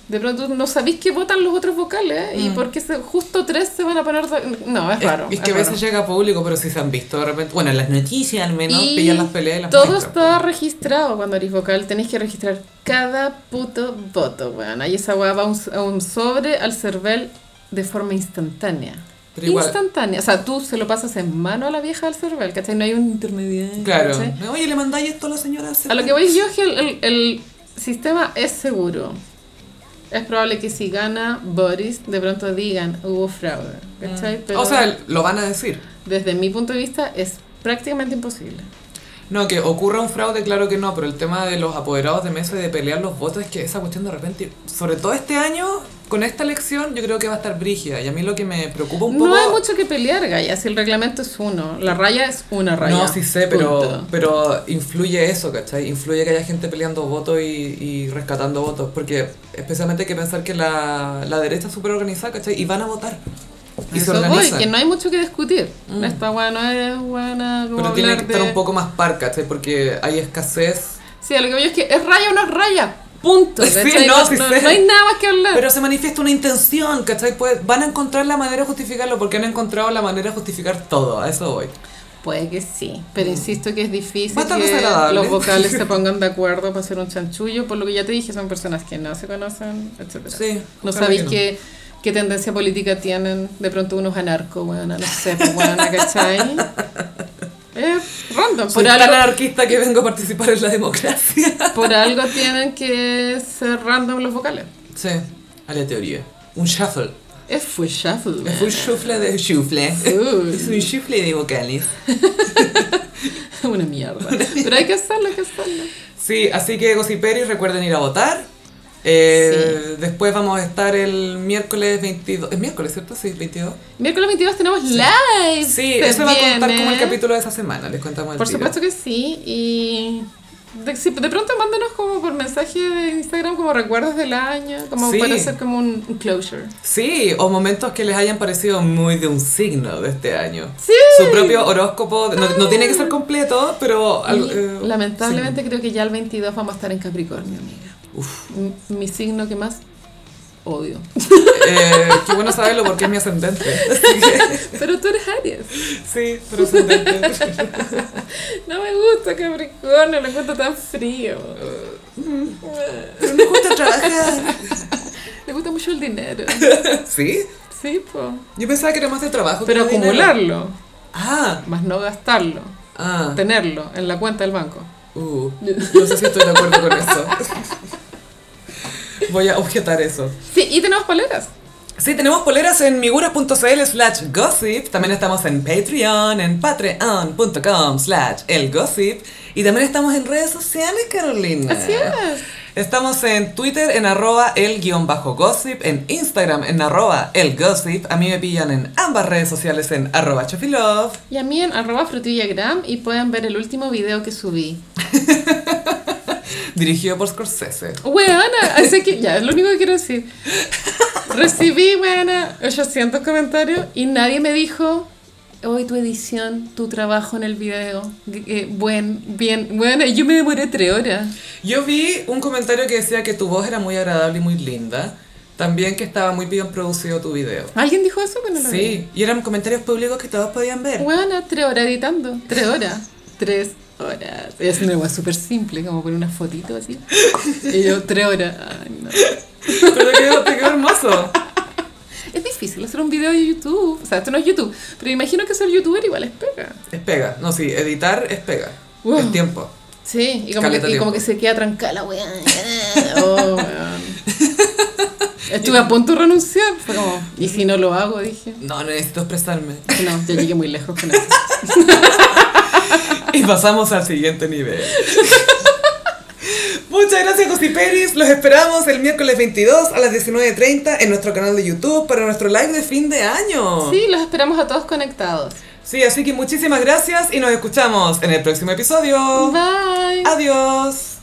De pronto no sabéis que votan los otros vocales y Mm. por qué se- justo tres se van a poner. de- No, es Es- raro. Es, que a raro. veces llega a público, pero si se han visto de repente. Bueno, en las noticias al menos, Y pillan las peleas y las Todo muestran, pues. está registrado cuando eres vocal. Tenés que registrar cada puto voto, weón. Ahí esa weá va a un, a un sobre al cervel de forma instantánea. Pero igual- instantánea. O sea, tú se lo pasas en mano a la vieja del cervel, ¿cachai? No hay un intermediario. pues. Claro. ¿cachai? Oye, le mandáis esto a la señora. A lo que voy yo es que el, el- el sistema es seguro. Es probable que si gana Boris, de pronto digan hubo fraude. ¿cachai? Pero Mm. O sea, lo van a decir. desde mi punto de vista es prácticamente imposible. No, que ocurra un fraude, claro que no, pero el tema de los apoderados de mesa y de pelear los votos es que esa cuestión de repente, sobre todo este año, con esta elección, yo creo que va a estar brígida. Y a mí lo que me preocupa un poco. No hay mucho que pelear, Gaya, si el reglamento es uno. La raya es una raya. No, sí sé, pero, punto. pero influye eso, ¿cachai? Influye que haya gente peleando votos y, y rescatando votos, porque especialmente hay que pensar que la, la derecha es súper organizada, ¿cachai? Y van a votar. Y se Eso voy, organizan. que no hay mucho que discutir. Esta weá no es buena como pero tiene que hablar estar de- un poco más par, ¿cachai? Porque hay escasez. Sí, a lo que voy yo es que es raya o no es raya. Punto. Sí, ¿cachai? no, no, sí no- sé. no hay nada más que hablar. Pero se manifiesta una intención, ¿cachai? Pues van a encontrar la manera de justificarlo, porque han encontrado la manera de justificar todo. A eso voy. Puede que sí. Pero insisto que es difícil Mm. Bastante que desagradable. los vocales se pongan de acuerdo para hacer un chanchullo, por lo que ya te dije, son personas que no se conocen, etcétera. Sí, no claro sabéis que no. qué, qué tendencia política tienen de pronto unos anarco, weón, no sé, pues, weón, ¿cachai? Es random, Soy por tan algo, anarquista que vengo a participar en la democracia. por algo tienen que ser random los vocales. Sí, aleatorio. Un shuffle. Es fue shuffle, weón. Es un shuffle de shuffle. Uy. Es un shuffle de vocales. Una mierda. Pero hay que hacerlo, hay que hacerlo. Sí, así que Gossiperis, recuerden ir a votar. Eh, Después vamos a estar el miércoles 22. ¿Es miércoles, cierto? Sí, 22. Miércoles 22 tenemos live. Sí, se eso va a contar viene. como el capítulo de esa semana. Les contamos el Por tiro. supuesto que sí. Y de, si de pronto mándanos como por mensaje de Instagram como recuerdos del año, como Sí. para hacer como un, un closure. Sí, o momentos que les hayan parecido muy de un signo de este año. Sí. Su propio horóscopo. No, no tiene que ser completo, pero. algo- Y eh, lamentablemente creo que ya el 22 vamos a estar en Capricornio, amiga. sí. Uf. M- Mi signo que más odio. Eh, qué bueno saberlo porque es mi ascendente. Pero tú eres Aries. Sí, pero ascendente. No me gusta Capricornio, lo encuentro tan frío. Pero no gusta trabajar. Le gusta mucho el dinero. ¿Sí? Sí, po. Yo pensaba que era más de trabajo. que Pero de dinero. acumularlo, Ah, más no gastarlo, ah. tenerlo en la cuenta del banco. Uh, no sé si estoy de acuerdo con eso. Voy a objetar eso. Sí, y tenemos paleras. Sí, tenemos poleras en miguras.cl slash gossip. También estamos en Patreon, en patreon.com slash el gossip. Y también estamos en redes sociales, Carolina. Así es. Estamos en Twitter en arroba el guión bajo gossip, en Instagram en arroba el gossip. A mí me pillan en ambas redes sociales en arroba chofilove. Y a mí en arroba frutillagram y pueden ver el último video que subí. Dirigido por Scorsese. Weona, así que ya, es lo único que quiero decir. Recibí, weona, 800 comentarios y nadie me dijo, hoy tu edición, tu trabajo en el video, eh, buen, bien, weona, yo me demoré tres horas. Yo vi un comentario que decía que tu voz era muy agradable y muy linda. También que estaba muy bien producido tu video. ¿Alguien dijo eso? Bueno, lo Sí, y eran comentarios públicos que todos podían ver. Bueno, tres horas editando. Tres horas. Tres horas. Es una hueá súper simple, como poner una fotito así. Y yo, tres horas. Ay, no. Pero te quedó, te quedó hermoso. Es difícil hacer un video de YouTube. O sea, esto no es YouTube. Pero imagino que ser youtuber igual es pega. Es pega. No, sí, editar es pega. Wow. El tiempo. Sí, y como, Caleta que, y como tiempo. que se queda trancada la weá. Oh, weón. Estuve a punto de renunciar. Fue como, y si no lo hago, dije. No, necesito expresarme. No, ya llegué muy lejos con eso. Y pasamos al siguiente nivel. Muchas gracias, Gossiperis. Los esperamos el miércoles 22 a las 19.30 en nuestro canal de YouTube para nuestro live de fin de año. Sí, los esperamos a todos conectados. Sí, así que muchísimas gracias y nos escuchamos en el próximo episodio. Bye. Adiós.